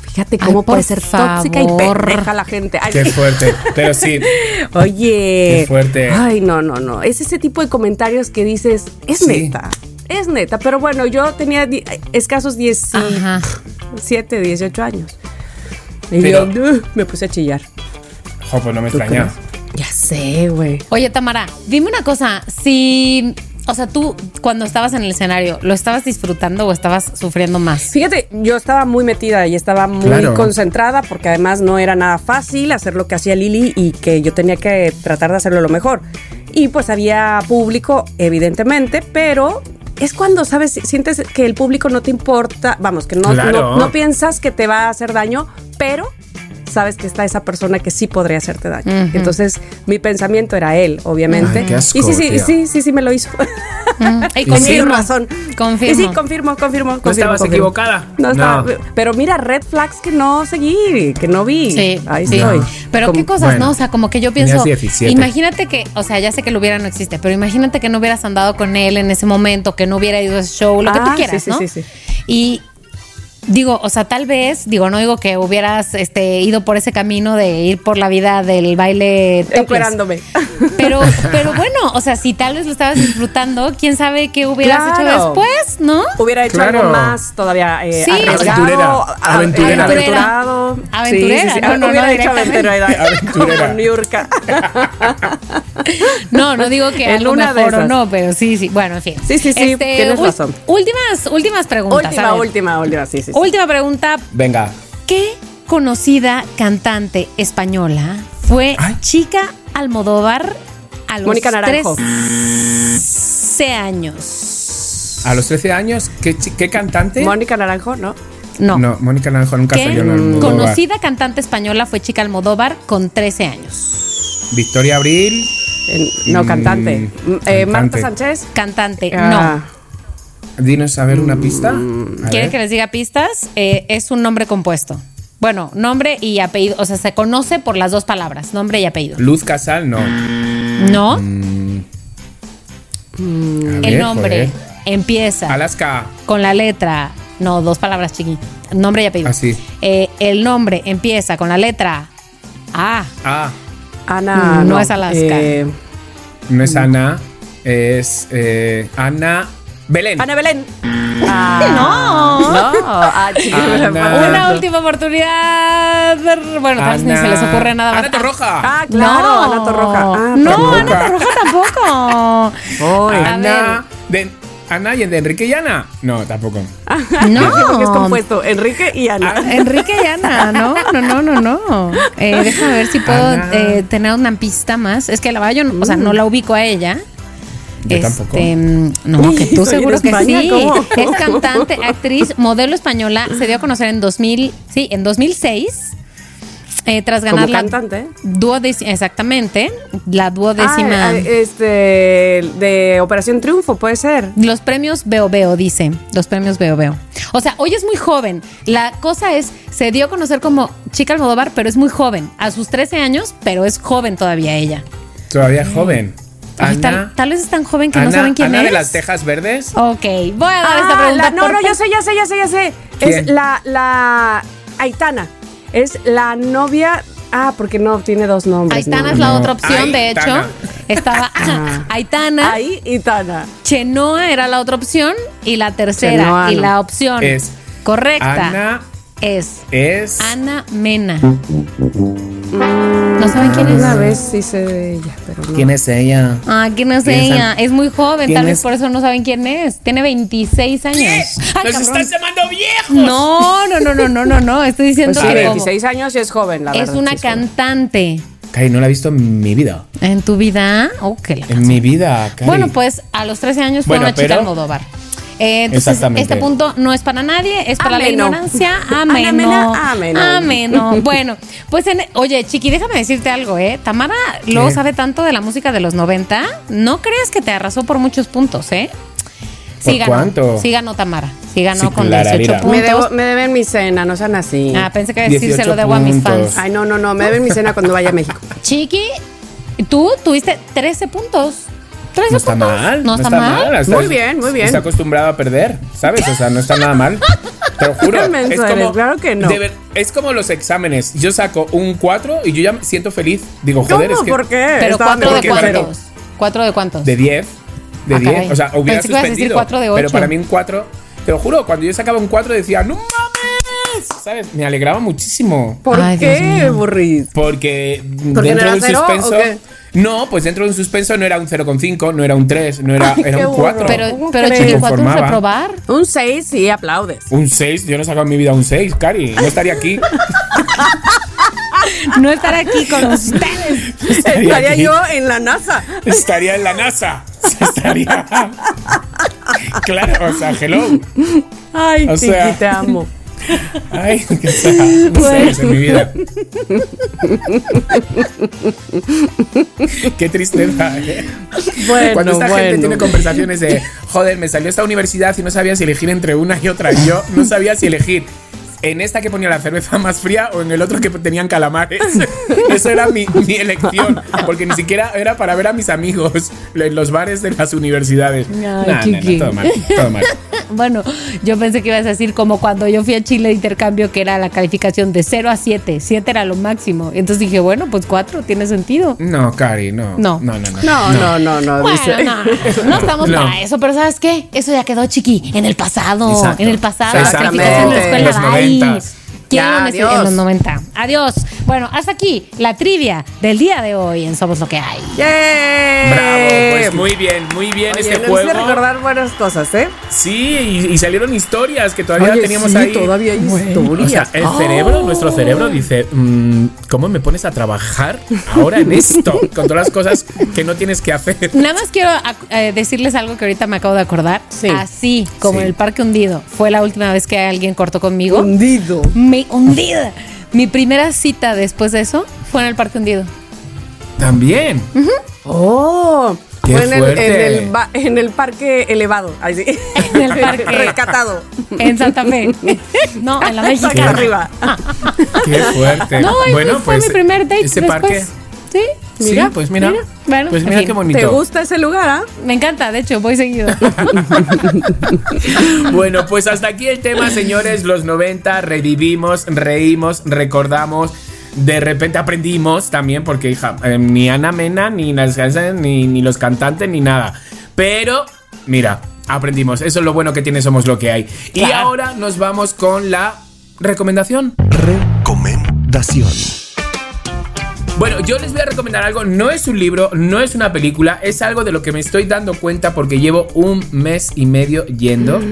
S3: Fíjate
S1: Ay,
S3: cómo
S1: por
S3: puede ser tóxica y
S1: favor.
S3: pendeja la gente. Ay,
S2: Qué fuerte. Pero sí.
S3: Oye.
S2: Qué fuerte.
S3: Ay, no, no, no. Es ese tipo de comentarios que dices, es
S2: Sí.
S3: neta. Es neta. Pero bueno, yo tenía di- escasos 17,
S1: Ajá.
S3: 18 años. Y
S2: Pero-
S3: yo "Ugh", me puse a chillar.
S2: Jo, pues no me
S3: ¿Tú
S2: extraña.
S3: crees? Ya sé, güey.
S1: Oye, Tamara, dime una cosa. Si, o sea, tú cuando estabas en el escenario, ¿lo estabas disfrutando o estabas sufriendo más?
S3: Fíjate, yo estaba muy metida y estaba muy
S2: Claro.
S3: concentrada porque además no era nada fácil hacer lo que hacía Lili y que yo tenía que tratar de hacerlo lo mejor. Y pues había público, evidentemente, pero es cuando, ¿sabes? Sientes que el público no te importa, vamos, que no,
S2: Claro.
S3: no, no piensas que te va a hacer daño, pero sabes que está esa persona que sí podría hacerte daño. Entonces, mi pensamiento era él, obviamente.
S2: Ay, qué asco,
S3: y sí, sí,
S2: tía.
S3: y sí, sí, sí me lo hizo.
S1: Mm, y
S3: Y
S1: confirmo.
S3: sí, razón.
S1: Confirmo.
S3: Y sí, confirmo, confirmo. confirmo,
S2: estabas
S3: confirmo.
S2: equivocada.
S3: No estaba.
S2: No.
S3: Pero mira, red flags que no seguí, que no vi.
S1: Sí,
S3: Ahí
S1: sí.
S3: estoy.
S1: Pero
S3: Como-
S1: qué cosas,
S2: bueno,
S1: ¿no? O sea, como que yo
S2: tenías
S1: pienso,
S2: 17.
S1: imagínate que, o sea, ya sé que lo hubiera no existe, pero imagínate que no hubieras andado con él en ese momento, que no hubiera ido a ese show, lo que
S3: Ah,
S1: tú
S3: sí,
S1: quieras,
S3: sí,
S1: ¿no?
S3: sí, sí.
S1: Y digo, o sea, tal vez, digo, no digo que hubieras este ido por ese camino de ir por la vida del baile topless.
S3: Encuerándome.
S1: Pero pero bueno, o sea, si tal vez lo estabas disfrutando, quién sabe qué hubieras hecho
S3: Claro.
S1: después, ¿no?
S3: Hubiera hecho
S2: Claro.
S3: algo más todavía eh,
S1: Sí.
S3: arriesgado,
S2: Aventurera,
S3: a-
S2: aventurera.
S3: aventurado.
S1: Aventurera, no, no,
S3: hubiera
S1: no,
S3: hecho
S1: directamente.
S3: aventurera.
S2: Aventurera.
S3: Como Niurka.
S1: No, no digo que
S3: En
S1: algo
S3: una de
S1: mejor o
S3: esas.
S1: no, pero sí, sí. Bueno, en fin. Este,
S3: Sí, sí, sí, tienes
S1: ul-
S3: razón.
S1: Últimas, últimas preguntas.
S3: última,
S1: a ver.
S3: última, última, sí, sí. sí.
S1: Última pregunta.
S2: Venga.
S1: ¿Qué conocida cantante española fue
S2: Ay.
S1: chica Almodóvar a los
S3: Mónica Naranjo.
S1: 13 años?
S2: A los 13 años, ¿qué, chi- qué cantante?
S3: Mónica Naranjo, ¿no?
S1: No.
S2: No, Mónica Naranjo nunca
S1: ¿Qué mm,
S2: salió en Almodóvar.
S1: conocida cantante española fue chica Almodóvar con 13 años?
S2: Victoria Abril.
S3: En- no,
S2: Mm,
S3: cantante. M- eh,
S2: cantante.
S3: Marta Sánchez.
S1: Cantante,
S3: Ah,
S2: Dinos a ver una pista.
S1: no.
S2: A
S1: ¿Quiere
S2: ver.
S1: Mm, que les diga pistas? Eh, es un nombre compuesto. Bueno, nombre y apellido. O sea, se conoce por las dos palabras, nombre y apellido.
S2: Luz Casal, no.
S1: Mm,
S2: A
S1: ¿No?
S2: ver,
S1: El nombre
S2: joder.
S1: empieza
S2: Alaska.
S1: con la letra. No, dos palabras chiquitas. Nombre y apellido.
S2: Ah, sí.
S1: Eh, el nombre empieza con la letra A.
S2: Ah,
S3: Ana.
S1: No, no es Alaska.
S3: eh,
S2: no
S1: Mm.
S2: es Ana. Es eh, Ana Belén.
S3: Ana Belén. Ah,
S1: No.
S3: No. Ah, chica,
S2: Ana.
S3: me
S2: Ah,
S3: acuerdo.
S1: Una
S2: no.
S1: última oportunidad. Bueno, tal vez ni se les ocurre nada más.
S2: Ana Torroja.
S3: Ah, claro,
S1: no.
S3: Ana Torroja. Ah,
S1: no,
S3: tampoco.
S1: Ana Torroja tampoco.
S3: Ay.
S1: a
S2: Ana. De, Ana y el de Enrique y Ana. No, tampoco.
S1: Ah.
S3: Sí, porque es
S1: No.
S3: compuesto. Enrique y
S1: Ah,
S3: Ana.
S1: Enrique y Ana, no, no, no, no, no. Eh, déjame ver si puedo
S2: Ana.
S1: eh, tener una pista más. Es que la verdad yo, no- o sea, no la ubico a ella.
S2: Yo tampoco.
S1: Este, mm, No, que tú
S3: Estoy en
S1: seguro que
S3: España,
S1: sí.
S3: ¿cómo?
S1: Es cantante, actriz, modelo española. Se dio a conocer en 2000, sí, en 2006. eh, tras
S3: Como
S1: ganar la
S3: cantante.
S1: duodécima, exactamente, la duodécima.
S3: Ah, ah, este, de Operación Triunfo, puede ser.
S1: Los premios Veo Veo, dice. Los premios Veo Veo. O sea, hoy es muy joven. La cosa es, se dio a conocer como chica Almodóvar, pero es muy joven. A sus 13 años, pero es joven todavía ella.
S2: Todavía es joven.
S1: Ay,
S2: Ana.
S1: tal, tal vez es tan joven que
S2: Ana,
S1: no saben quién
S2: Ana
S1: es.
S2: de las Tejas Verdes.
S1: Ok, voy a dar esta
S3: Ah,
S1: pregunta.
S3: la- no, no,
S1: porque-
S3: yo sé, ya sé, ya sé, ya sé. Es
S2: ¿Quién?
S3: la, la Aitana. Es la novia. Ah, porque no tiene dos nombres.
S1: Aitana
S3: no.
S1: es la
S2: no.
S1: otra opción, de hecho.
S2: Aitana.
S1: Estaba Aitana.
S3: Ahí y Tana.
S1: Chenoa era la otra opción. Y la tercera.
S3: Chenoa,
S1: y
S3: no.
S1: la opción
S2: Es
S1: correcta
S2: Ana
S1: es
S2: es.
S1: Ana Mena.
S3: Mm.
S1: ¿No saben quién es?
S3: Una vez hice de ella, pero no.
S2: ¿Quién es ella?
S1: Ah, ¿quién es
S2: ¿Quién es
S1: ella?
S2: Ana?
S1: Es muy joven,
S2: ¿Quién
S1: tal vez
S2: es?
S1: por eso no saben quién es. Tiene 26 años. Ay,
S2: ¡Nos
S1: cabrón.
S2: estás llamando viejos!
S1: No, no, no, no, no, no, no. Estoy diciendo
S3: Pues sí,
S2: A
S1: que
S2: ver.
S3: 26 años y es joven, la
S1: es
S3: verdad.
S1: una
S3: sí es joven.
S1: cantante.
S2: Cari, no la he visto en mi vida.
S1: ¿En tu vida? Oh, qué la
S2: En mi vida, Cari.
S1: Bueno, pues a los 13 años fue
S2: Bueno,
S1: una chica
S2: pero-
S1: Almodóvar. Eh, entonces,
S2: Exactamente.
S1: este punto no es para nadie, es para
S3: Ameno.
S1: la ignorancia.
S3: Ana
S1: Ameno.
S3: Mena, ameno.
S1: Ameno. Bueno, pues, en- oye, Chiqui, déjame decirte algo, ¿eh? Tamara luego
S2: ¿Qué?
S1: sabe tanto de la música de los 90. No creas que te arrasó por muchos puntos, ¿eh?
S2: ¿Por
S1: ganó.
S2: cuánto?
S1: Sí ganó Tamara. Sí ganó
S2: Sí,
S1: con
S2: clararira.
S1: 18
S3: Me,
S1: puntos.
S3: debo- me deben mi cena, no sean así.
S1: Ah, pensé que iba a decir, se lo
S2: 18
S1: debo a mis
S2: puntos.
S1: fans.
S3: Ay, no, no, no, me deben mi cena cuando vaya a México.
S1: Chiqui, tú tuviste 13 puntos. 13
S2: no está
S1: puntos.
S2: mal.
S1: No, está, mal.
S2: está-
S3: Muy bien, muy bien.
S2: Está acostumbrado a perder, ¿sabes? O sea, no está nada mal. Te lo juro.
S3: Qué menso eres, claro que no.
S2: de ver- es como los exámenes. Yo saco un 4 y yo ya me siento feliz. Digo, joder,
S3: ¿Cómo?
S2: es que.
S3: ¿Por qué?
S1: Pero
S3: Estaba
S1: cuatro
S3: mejor
S1: de
S3: que
S1: cuántos.
S3: cero.
S1: Cuatro de cuántos.
S2: De 10. De
S1: Ah,
S2: 10.
S1: caray.
S2: o sea,
S1: Pensé que
S2: hubiera
S1: ibas a decir
S2: suspendido.
S1: cuatro de
S2: Pero
S1: ocho.
S2: para mí un 4. Te lo juro, cuando yo sacaba un 4 decía, ¡No mames! ¿Sabes? Me alegraba muchísimo.
S3: ¿Por
S1: Ay, Dios
S3: qué,
S1: mío.
S3: burrito?
S2: Porque
S3: ¿Porque
S2: dentro
S3: no era
S2: de un
S3: cero,
S2: suspenso.
S3: o qué?
S2: No, pues dentro de un suspenso no era un 0,5, no era un 3, no era,
S3: Ay,
S2: era
S3: qué
S2: un 4.
S3: burro.
S1: Pero,
S3: ¿Cómo
S1: pero
S3: crees?
S1: Chiqui,
S2: Se
S1: ¿cuánto es
S2: conformaba.
S1: reprobar?
S3: Un 6 y aplaudes.
S2: Un 6, yo no he sacado en mi vida un 6, Cari. No estaría aquí.
S1: No estar aquí con ustedes.
S3: Estaría yo en la NASA.
S2: Estaría en la NASA. Estaría. Claro, o sea, hello.
S3: Ay,
S2: O
S3: Chiqui,
S2: sea.
S3: te amo.
S2: Ay, qué sad. No sabes en mi vida. Qué tristeza. ¿eh?
S3: Bueno,
S2: Cuando esta gente
S3: bueno.
S2: tiene conversaciones de, joder, me salió esta universidad y no sabía si elegir entre una y otra. Yo no sabía si elegir en esta que ponía la cerveza más fría o en el otro que tenían calamares. Eso era mi, mi elección, porque ni siquiera era para ver a mis amigos en los bares de las universidades.
S1: Ay,
S2: No, no,
S1: Kiki.
S2: no, todo mal, todo mal.
S1: Bueno, yo pensé que ibas a decir como cuando yo fui a Chile de intercambio, que era la calificación de 0 a 7. 7 era lo máximo. Entonces dije, bueno, pues 4 tiene sentido.
S2: No, Cari, no.
S1: No.
S2: no, no.
S3: No, no, no, no. dice.
S1: Bueno, no, no estamos
S2: No.
S1: para eso, pero ¿sabes qué? Eso ya quedó chiqui en el pasado,
S2: Exacto.
S1: en el pasado, la
S2: Exactamente.
S1: calificación de la escuela
S2: En los
S1: bye.
S2: 90s.
S1: ¿Quién
S3: Ya,
S1: lo necesita?
S3: adiós.
S1: en los 90? Adiós. Bueno, hasta aquí la trivia del día de hoy en Somos lo que hay.
S3: ¡Yay!
S2: Bravo, pues muy bien, muy bien
S3: Oye,
S2: este
S3: nos
S2: juego.
S3: hizo recordar buenas cosas, ¿eh?
S2: Sí, y, y salieron historias que todavía
S3: Oye,
S2: teníamos
S3: sí,
S2: ahí.
S3: todavía hay
S2: O sea,
S3: historias.
S2: el
S1: ¡oh!
S2: cerebro, nuestro cerebro dice, "Mm, ¿cómo me pones a trabajar ahora en esto? Con todas las cosas que no tienes que hacer.
S1: Nada más quiero ac- eh, decirles algo que ahorita me acabo de acordar.
S3: Sí.
S1: Así como
S2: Sí.
S1: en el parque hundido fue la última vez que alguien cortó conmigo.
S3: Hundido.
S1: Me hundida. Mi primera cita después de eso fue en el parque hundido.
S2: También.
S3: Oh,
S2: Qué
S3: fue en el,
S2: fuerte.
S3: en, el ba- en el parque elevado. Ahí sí.
S1: En el parque.
S3: Rescatado.
S1: En Santa Fe. No, en la
S3: Hasta acá
S1: mexicana.
S3: arriba.
S2: Qué fuerte.
S1: No, ese
S2: bueno, pues,
S1: fue mi primer date
S2: Ese
S1: después.
S2: parque.
S1: Sí, mira.
S2: sí, pues mira.
S1: Bueno,
S2: pues
S1: en
S2: mira
S1: fin.
S2: qué bonito.
S3: ¿Te gusta ese lugar, ah?
S1: Me encanta, de hecho, voy seguido.
S2: Bueno, pues hasta aquí el tema, señores. Los 90 revivimos, reímos, recordamos. De repente aprendimos también, porque hija, eh, ni Ana Mena, ni, las- ni, ni los cantantes, ni nada. Pero, mira, aprendimos. Eso es lo bueno que tiene Somos lo que hay. Y ahora nos vamos con la recomendación.
S4: Recomendación.
S2: Bueno, yo les voy a recomendar algo. No es un libro, no es una película, es algo de lo que me estoy dando cuenta porque llevo un mes y medio yendo
S1: Mm.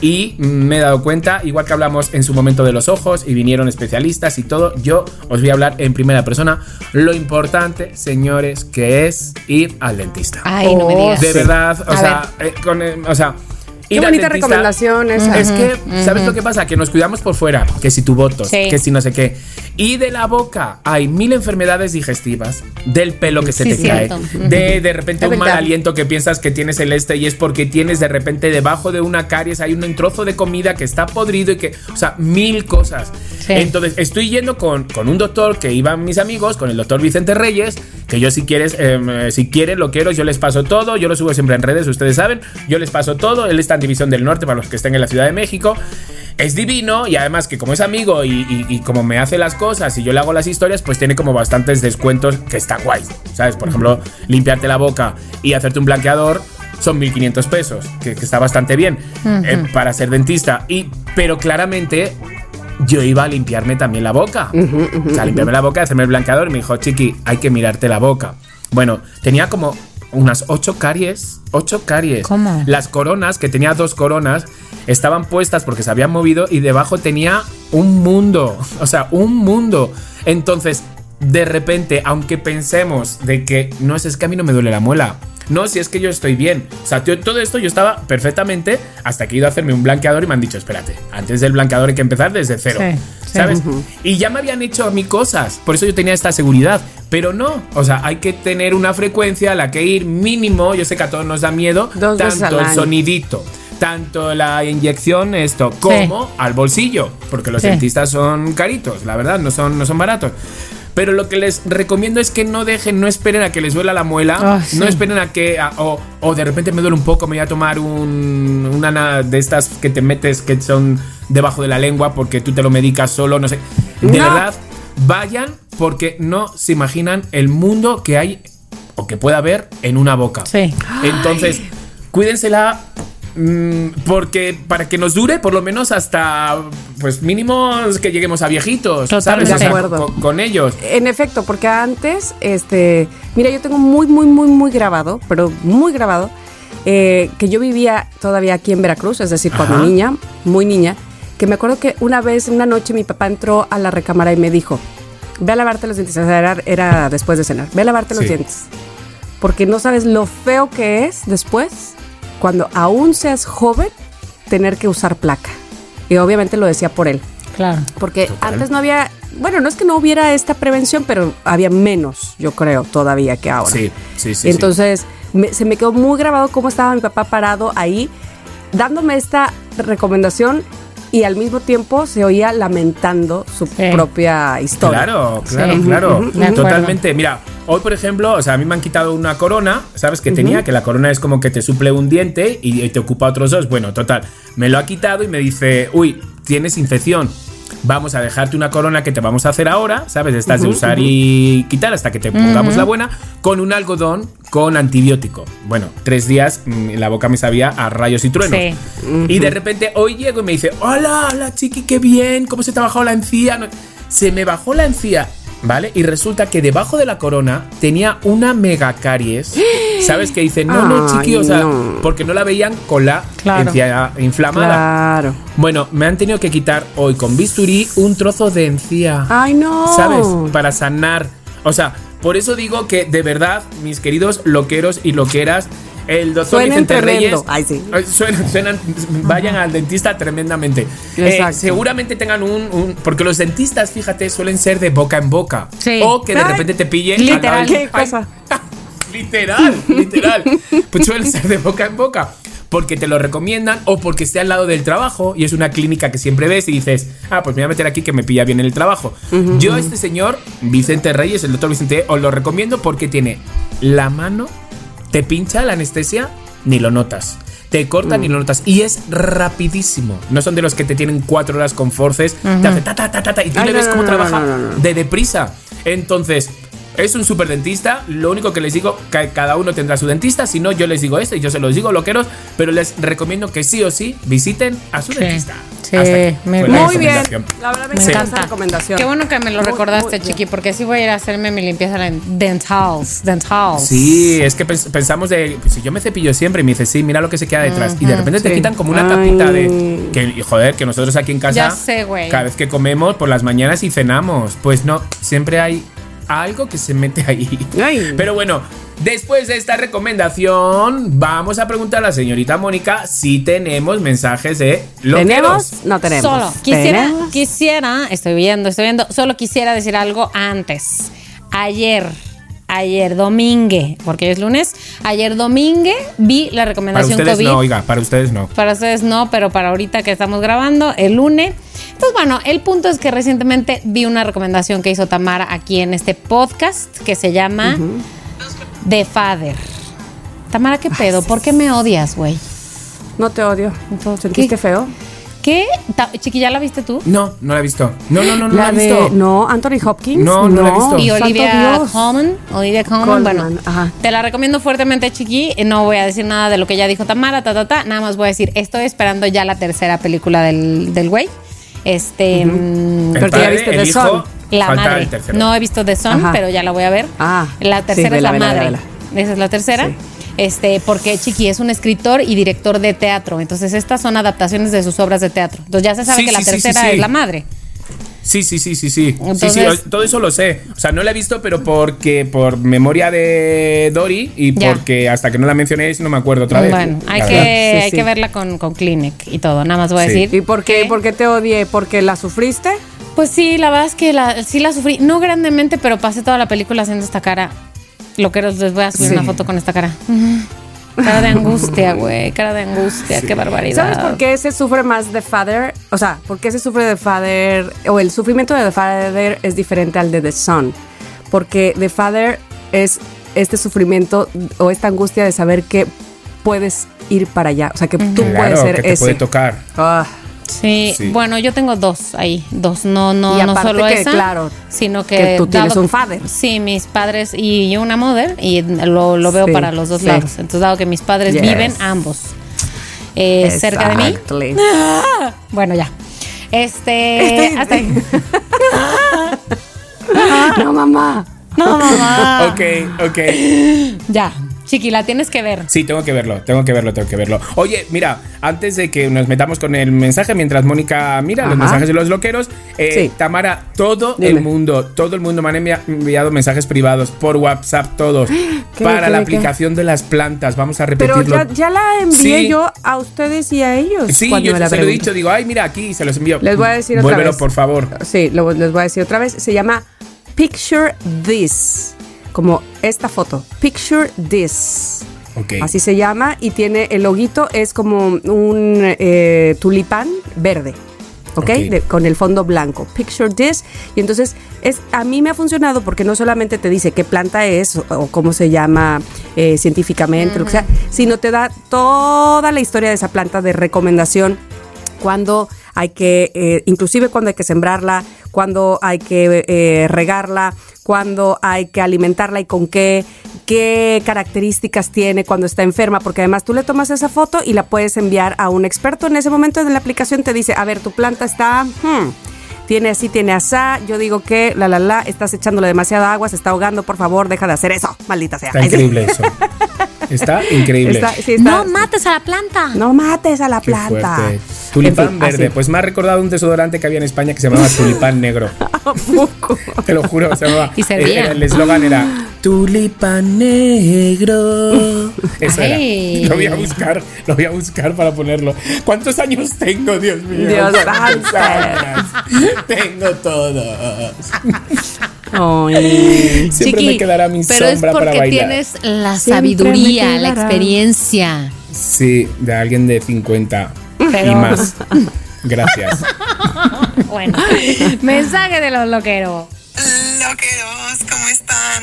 S2: y me he dado cuenta, igual que hablamos en su momento de los ojos y vinieron especialistas y todo, yo os voy a hablar en primera persona lo importante, señores, que es ir al dentista. Oh,
S1: Ay, no me digas.
S2: De verdad, o
S1: A
S2: sea, eh, con, eh, o sea,
S3: Qué
S2: ir al dentista-
S3: bonita recomendación esa.
S2: Es que, ¿sabes lo que pasa? Que nos cuidamos por fuera, que si tu votos,
S1: Sí.
S2: que si no sé qué. Y de la boca hay mil enfermedades digestivas, del pelo que se
S1: Sí,
S2: te
S1: cierto.
S2: cae, de de repente
S3: Es
S2: un mal
S3: verdad.
S2: aliento que piensas que tienes el este y es porque tienes de repente debajo de una caries hay un trozo de comida que está podrido y que, o sea, mil cosas.
S1: Sí.
S2: Entonces, estoy yendo con, con un doctor que iban mis amigos, con el doctor Vicente Reyes, que yo si quieres, em, eh, si quieres, lo quiero, yo les paso todo, yo lo subo siempre en redes, ustedes saben, yo les paso todo, él está en División del Norte para los que estén en la Ciudad de México. Es divino y además que como es amigo y, y- y como me hace las cosas y yo le hago las historias, pues tiene como bastantes descuentos que está guay. ¿Sabes? Por ejemplo, limpiarte la boca y hacerte un blanqueador son 1500 pesos, que, que está bastante bien eh, para ser dentista. Y, pero claramente yo iba a limpiarme también la boca. o sea, limpiarme la boca, hacerme el blanqueador. Y me dijo, chiqui, hay que mirarte la boca. Bueno, tenía como unas 8 caries. 8 caries.
S1: ¿Cómo?
S2: Las coronas, que tenía dos coronas, estaban puestas porque se habían movido y debajo tenía un mundo. O sea, un mundo. Entonces, de repente, aunque pensemos de que no es, es que a mí no me duele la muela. No, si es que yo estoy bien. O sea, tío, todo esto yo estaba perfectamente hasta que he ido a hacerme un blanqueador y me han dicho, espérate, antes del blanqueador hay que empezar desde cero.
S1: Sí, sí.
S2: ¿Sabes? Y ya me habían hecho a mí cosas, por eso yo tenía esta seguridad. Pero no, o sea, hay que tener una frecuencia a la que ir mínimo. Yo sé que a todos nos da miedo,
S3: Dos veces
S2: tanto
S3: al
S2: el
S3: año.
S2: sonidito, tanto la inyección, esto, como al bolsillo, porque los
S1: Sí.
S2: dentistas son caritos, la verdad, no son, no son baratos. Pero lo que les recomiendo es que no dejen, no esperen a que les duela la muela,
S1: Ah, sí.
S2: no esperen a que, a- o, o de repente me duele un poco, me voy a tomar un, una na- de estas que te metes que son debajo de la lengua porque tú te lo medicas solo, no sé. De
S3: No.
S2: verdad, vayan porque no se imaginan el mundo que hay o que pueda haber en una boca.
S1: Sí.
S2: Entonces, cuídensela mm, porque para que nos dure por lo menos hasta pues mínimo que lleguemos a viejitos,
S1: Totalmente.
S2: ¿sabes? O sea,
S3: De acuerdo. Eh,
S2: con, con ellos.
S3: En efecto, porque antes, este, mira, yo tengo muy, muy, muy, muy grabado, pero muy grabado, eh, que yo vivía todavía aquí en Veracruz, es decir, cuando
S2: Ajá.
S3: niña, muy niña, que me acuerdo que una vez, una noche, mi papá entró a la recámara y me dijo, ve a lavarte los dientes, o sea, era, era después de cenar, ve a lavarte los
S2: Sí.
S3: dientes, porque no sabes lo feo que es después, cuando aún seas joven, tener que usar placa. Y obviamente lo decía por él.
S1: Claro.
S3: Porque antes no había, bueno, no es que no hubiera esta prevención, pero había menos, yo creo, todavía que ahora.
S2: Sí, sí, sí,
S3: Entonces, me- se me quedó muy grabado cómo estaba mi papá parado ahí, dándome esta recomendación y al mismo tiempo se oía lamentando su
S1: Sí.
S3: propia historia.
S2: Claro,
S1: Sí.
S2: claro,
S1: Ujú,
S2: claro.
S1: ujú, de acuerdo.
S2: Totalmente. Mira, hoy, por ejemplo, o sea, a mí me han quitado una corona, ¿sabes que tenía? Que la corona es como que te suple un diente y te ocupa otros dos. Bueno, total. Me lo ha quitado y me dice, uy, tienes infección. Vamos a dejarte una corona que te vamos a hacer ahora, ¿sabes? Estás de usar y quitar hasta que te pongamos la buena, con un algodón con antibiótico. Bueno, tres días mm, la boca me sabía a rayos y truenos.
S1: Sí.
S2: Y de repente hoy llego y me dice, hola, hola chiqui, qué bien, ¿cómo se te ha bajado la encía? No- Se me bajó la encía, ¿vale? Y resulta que debajo de la corona tenía una mega caries. ¿Sabes? Que dice, no, no, chiqui, o
S3: Ay,
S2: sea,
S3: no.
S2: porque no la veían con la
S1: Claro.
S2: encía inflamada.
S3: Claro.
S2: Bueno, me han tenido que quitar hoy con bisturí un trozo de encía.
S3: Ay, no.
S2: ¿sabes? Para sanar. O sea, por eso digo que de verdad, mis queridos loqueros y loqueras, el doctor
S3: Suenan
S2: Vicente
S3: tremendo.
S2: Reyes.
S3: Ay, sí.
S2: eh, suenan, suenan- vayan al dentista tremendamente. Eh,
S3: Exacto.
S2: seguramente tengan un, un- Porque los dentistas, fíjate, suelen ser de boca en boca.
S1: Sí.
S2: O que de
S3: Ay,
S2: repente te pille.
S1: literal.
S2: Ay,
S3: ¿Qué cosa?
S2: Literal, literal. Pues suelen ser de boca en boca. Porque te lo recomiendan o porque esté al lado del trabajo y es una clínica que siempre ves y dices, ah, pues me voy a meter aquí que me pilla bien el trabajo. Yo, este señor, Vicente Reyes, el doctor Vicente, os lo recomiendo porque tiene la mano, te pincha la anestesia, ni lo notas. Te cortan
S3: Mm.
S2: ni lo notas. Y es rapidísimo. No son de los que te tienen cuatro horas con forces, te hace ta, ta, ta, ta, ta, y tú
S3: Ay,
S2: le
S3: no,
S2: ves
S3: no,
S2: cómo
S3: no,
S2: trabaja
S3: no, no, no.
S2: de deprisa. Entonces, es un super dentista. Lo único que les digo, que cada uno tendrá su dentista. Si no, yo les digo esto y yo se los digo, loqueros. Pero les recomiendo que sí o sí visiten a su
S1: Sí.
S2: dentista.
S1: Sí,
S2: Hasta aquí
S1: me
S2: fue la
S1: parece.
S3: Muy bien.
S2: recomendación.
S3: La verdad me,
S1: Me
S2: Sí.
S3: encanta esa
S1: encanta.
S3: recomendación.
S1: Qué bueno que me lo
S3: Muy,
S1: recordaste,
S3: muy bien.
S1: Chiqui, porque así voy a ir a hacerme mi limpieza dent- dentals. Dentals.
S2: Sí, es que pens- pensamos de. pues, si yo me cepillo siempre y me dice, sí, mira lo que se queda detrás. Y de repente te
S3: sí.
S2: quitan como una
S3: Ay.
S2: tapita de. Que, y joder, que nosotros aquí en casa.
S1: Ya sé, güey.
S2: Cada vez que comemos por las mañanas y cenamos. Pues no, siempre hay algo que se mete ahí.
S3: Ay.
S2: Pero bueno. Después de esta recomendación, vamos a preguntar a la señorita Mónica si tenemos mensajes de loqueros.
S3: ¿Tenemos? No tenemos.
S1: Solo quisiera,
S3: ¿Tenemos?
S1: quisiera, estoy viendo, estoy viendo, solo quisiera decir algo antes. Ayer, ayer domingue, porque hoy es lunes, ayer domingue vi la
S2: Para
S1: recomendación
S2: ustedes
S1: COVID.
S2: no, oiga, para ustedes no.
S1: Para ustedes no, pero para ahorita que estamos grabando, el lunes. Entonces, bueno, el punto es que recientemente vi una recomendación que hizo Tamara aquí en este podcast que se llama The Father. Tamara, ¿qué pedo? ¿Por qué me odias, güey?
S3: No te odio.
S1: Entonces, ¿qué?
S3: ¿Sentiste feo?
S1: ¿Qué? Ta- Chiqui, ¿ya la viste tú?
S2: No, no la he visto. No, no, no, no la, he visto.
S3: No, Anthony Hopkins.
S2: No, no la he visto.
S1: Y
S3: santo
S1: Olivia
S3: Dios.
S1: Colman. Olivia Colman,
S3: Colman,
S1: bueno.
S3: ajá.
S1: Te la recomiendo fuertemente, Chiqui. Eh, No voy a decir nada de lo que ya dijo Tamara, ta, ta, ta. Nada más voy a decir, estoy esperando ya la tercera película del, del güey. Este. mm,
S3: Pero tú ya
S2: padre,
S3: viste
S2: el
S3: The
S2: hijo,
S3: Son.
S1: la
S2: Eh, falta
S1: madre.
S2: el tercero.
S1: No he visto The Son,
S3: Ajá.
S1: pero ya la voy a ver.
S3: Ah,
S1: la
S3: sí,
S1: tercera es la
S3: vela, vela,
S1: madre.
S3: vela,
S1: Esa es la tercera.
S3: Sí.
S1: Este, porque Chiqui es un escritor y director de teatro. Entonces, estas son adaptaciones de sus obras de teatro. Entonces, ya se sabe
S2: Sí,
S1: que la
S2: sí, sí, sí,
S1: tercera
S2: sí.
S1: es la madre.
S2: Sí, sí, sí, sí, sí. sí, sí.
S1: Entonces-
S2: o- Todo eso lo sé. O sea, no la he visto, pero porque por memoria de Dory y
S1: Ya.
S2: porque hasta que no la mencionéis no me acuerdo otra vez.
S1: Bueno, hay,
S2: La
S1: que,
S2: verdad.
S3: Sí,
S1: hay
S3: sí.
S1: que verla con, con Clinic y todo. Nada más voy a
S2: Sí.
S1: decir.
S3: ¿Y por qué, por qué te odié? ¿Porque la sufriste?
S1: Pues sí, la verdad es que la, sí la sufrí. No grandemente, pero pasé toda la película haciendo esta cara. Lo que les voy a subir
S3: Sí.
S1: una foto con esta cara. Cara de angustia, güey. Cara de angustia. Qué barbaridad.
S3: ¿Sabes por qué se sufre más de Father? O sea, ¿por qué se sufre de Father? O el sufrimiento de The Father es diferente al de The Son. Porque The Father es este sufrimiento o esta angustia de saber que puedes ir para allá. O sea, que tú
S2: Claro,
S3: puedes ser
S2: que te
S3: ese.
S2: puede tocar.
S3: Ah,
S1: Sí,
S2: Sí.
S1: bueno, yo tengo dos ahí, dos, no, no,
S3: Y
S1: no
S3: aparte
S1: solo
S3: que,
S1: esa,
S3: claro,
S1: sino que,
S3: que tú
S1: dado-
S3: tienes un father.
S1: Sí, mis padres y yo una mother y lo, lo veo
S3: Sí,
S1: para los dos
S3: sí.
S1: lados. Entonces, dado que mis padres
S3: Yes.
S1: viven ambos eh, cerca de mí,
S3: exactly.
S1: bueno ya, este,
S3: Estoy-
S1: hasta ahí.
S3: no, mamá.
S1: no mamá,
S3: Ah.
S2: Ok, ok.
S1: ya. Chiqui, la tienes que ver.
S2: Sí, tengo que verlo, tengo que verlo, tengo que verlo. Oye, mira, antes de que nos metamos con el mensaje, mientras Mónica mira los
S3: Ajá.
S2: mensajes de los loqueros, eh,
S3: Sí.
S2: Tamara, todo
S3: Dime.
S2: el mundo, todo el mundo me han envia- enviado mensajes privados por WhatsApp, todos, para la
S3: qué, qué?
S2: aplicación de las plantas. Vamos a
S3: Pero
S2: repetirlo.
S3: ya, ya la envié
S2: Sí.
S3: yo a ustedes y a ellos.
S2: Sí,
S3: cuando
S2: yo
S3: me la
S2: se lo he
S3: preguntan.
S2: dicho, digo, ay, mira aquí, se los envío.
S3: Les voy a decir otra
S2: Vuélvelo,
S3: vez.
S2: por favor.
S3: Sí, lo- les voy a decir otra vez. Se llama Picture This. Como esta foto. Picture This.
S2: Ok.
S3: Así se llama y tiene el loguito, es como un eh, tulipán verde. ¿Ok?
S2: Ok.
S3: De- con el fondo blanco. Picture this. Y entonces es, a mí me ha funcionado porque no solamente te dice qué planta es o, o cómo se llama eh, científicamente, lo que sea, sino te da toda la historia de esa planta de recomendación cuando hay que, eh, inclusive cuando hay que sembrarla, cuando hay que eh, regarla, cuando hay que alimentarla y con qué, qué características tiene cuando está enferma, porque además tú le tomas esa foto y la puedes enviar a un experto. En ese momento en la aplicación te dice, a ver, tu planta está... hmm, tiene así, tiene asá. Yo digo que, la, la, la, estás echándole demasiada agua, se está ahogando, por favor, deja de hacer eso, maldita sea.
S2: Está increíble eso. Está increíble.
S3: Está- sí, está-
S1: no mates a la planta.
S3: no mates a la
S2: Qué
S3: planta.
S2: fuerte.
S3: En
S2: Tulipán
S3: fin,
S2: verde.
S3: así.
S2: Pues me ha recordado un desodorante que había en España que se llamaba tulipán negro.
S3: ¿A poco?
S2: Te lo juro, se llamaba.
S1: Y servía.
S2: era- El eslogan era tulipán negro. Eso era.
S1: Ay.
S2: Lo voy a buscar, lo voy a buscar para ponerlo. ¿Cuántos años tengo, Dios mío?
S3: Dios
S2: ¿Cuántos
S3: santo.
S2: años? tengo todos.
S3: Ay.
S2: Siempre
S1: Chiqui,
S2: me quedará mi
S1: pero
S2: sombra
S1: es porque
S2: para bailar.
S1: tienes la
S3: Siempre
S1: sabiduría,
S3: me
S1: la
S3: quedará.
S1: experiencia.
S2: Sí, de alguien de 50 y
S1: Pero-
S2: más. Gracias.
S1: Bueno, mensaje de los loqueros.
S5: Loqueros, ¿cómo están?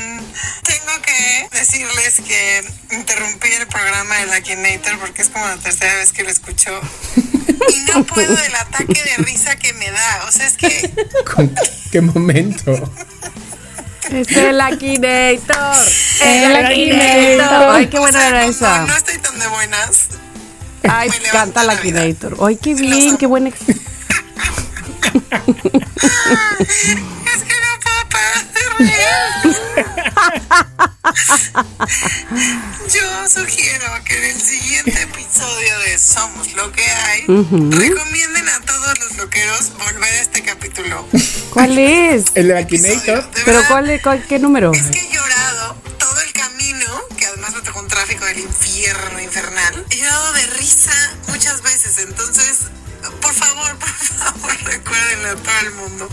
S5: Tengo que decirles que interrumpí el programa de la Kinator porque es como la tercera vez que lo escucho. Y no puedo del ataque de risa que me da. O sea, es que
S2: ¿Con qué momento?
S3: Es el Akinator.
S1: El Akinator.
S3: Ay, qué buena era
S5: no,
S3: esa.
S5: No estoy tan de buenas.
S3: Ay, canta el Akinator. Ay, qué bien, qué buena.
S5: Es que no puedo parar de reír. Yo sugiero que en el siguiente episodio de Somos lo que hay, recomienden a todos los loqueros volver a este capítulo.
S3: ¿Cuál es?
S2: El
S5: episodio.
S2: Akinator.
S5: De
S3: Pero
S5: verdad,
S3: ¿cuál, es- cuál qué número?
S5: Es que he llorado todo el camino, que además me tocó un tráfico del infierno infernal. He llorado de risa muchas veces, entonces, por favor, por favor, recuérdenlo a todo el mundo.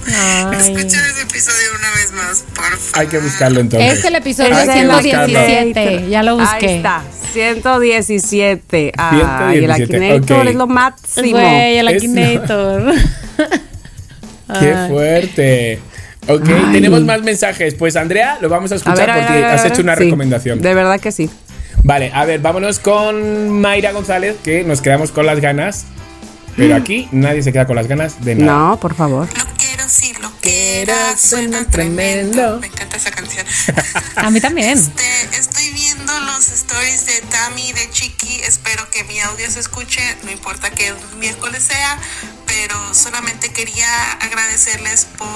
S5: Escuchen ese episodio una vez más, por favor.
S2: Hay que buscarlo entonces.
S1: Es el episodio
S2: Ay, qué
S3: el
S1: 117.
S3: Akinator.
S1: Ya lo busqué.
S3: Ahí está, 117. Ay, el
S2: 117,
S3: Akinator
S2: ok.
S3: es lo máximo.
S1: Güey, el
S2: Es-
S1: Akinator.
S2: Qué fuerte. Ok,
S3: Ay.
S2: tenemos más mensajes. Pues Andrea, lo vamos a
S3: A
S2: escuchar
S3: ver, a ver,
S2: porque
S3: a ver, a
S2: has
S3: ver.
S2: hecho una
S3: Sí,
S2: recomendación.
S3: De verdad que sí.
S2: Vale, a ver, vámonos con Mayra González, que nos quedamos con las ganas. Pero aquí nadie se queda con las ganas de nada.
S3: No, por favor.
S5: Loqueros sí,
S2: Loqueras suenan
S5: loqueras suenan
S2: tremendo.
S5: tremendo. Me encanta esa canción.
S1: A mí también.
S5: Este, estoy viendo los stories de Tami y de Chiqui. Espero que mi audio se escuche. No importa que miércoles sea, pero solamente quería agradecerles por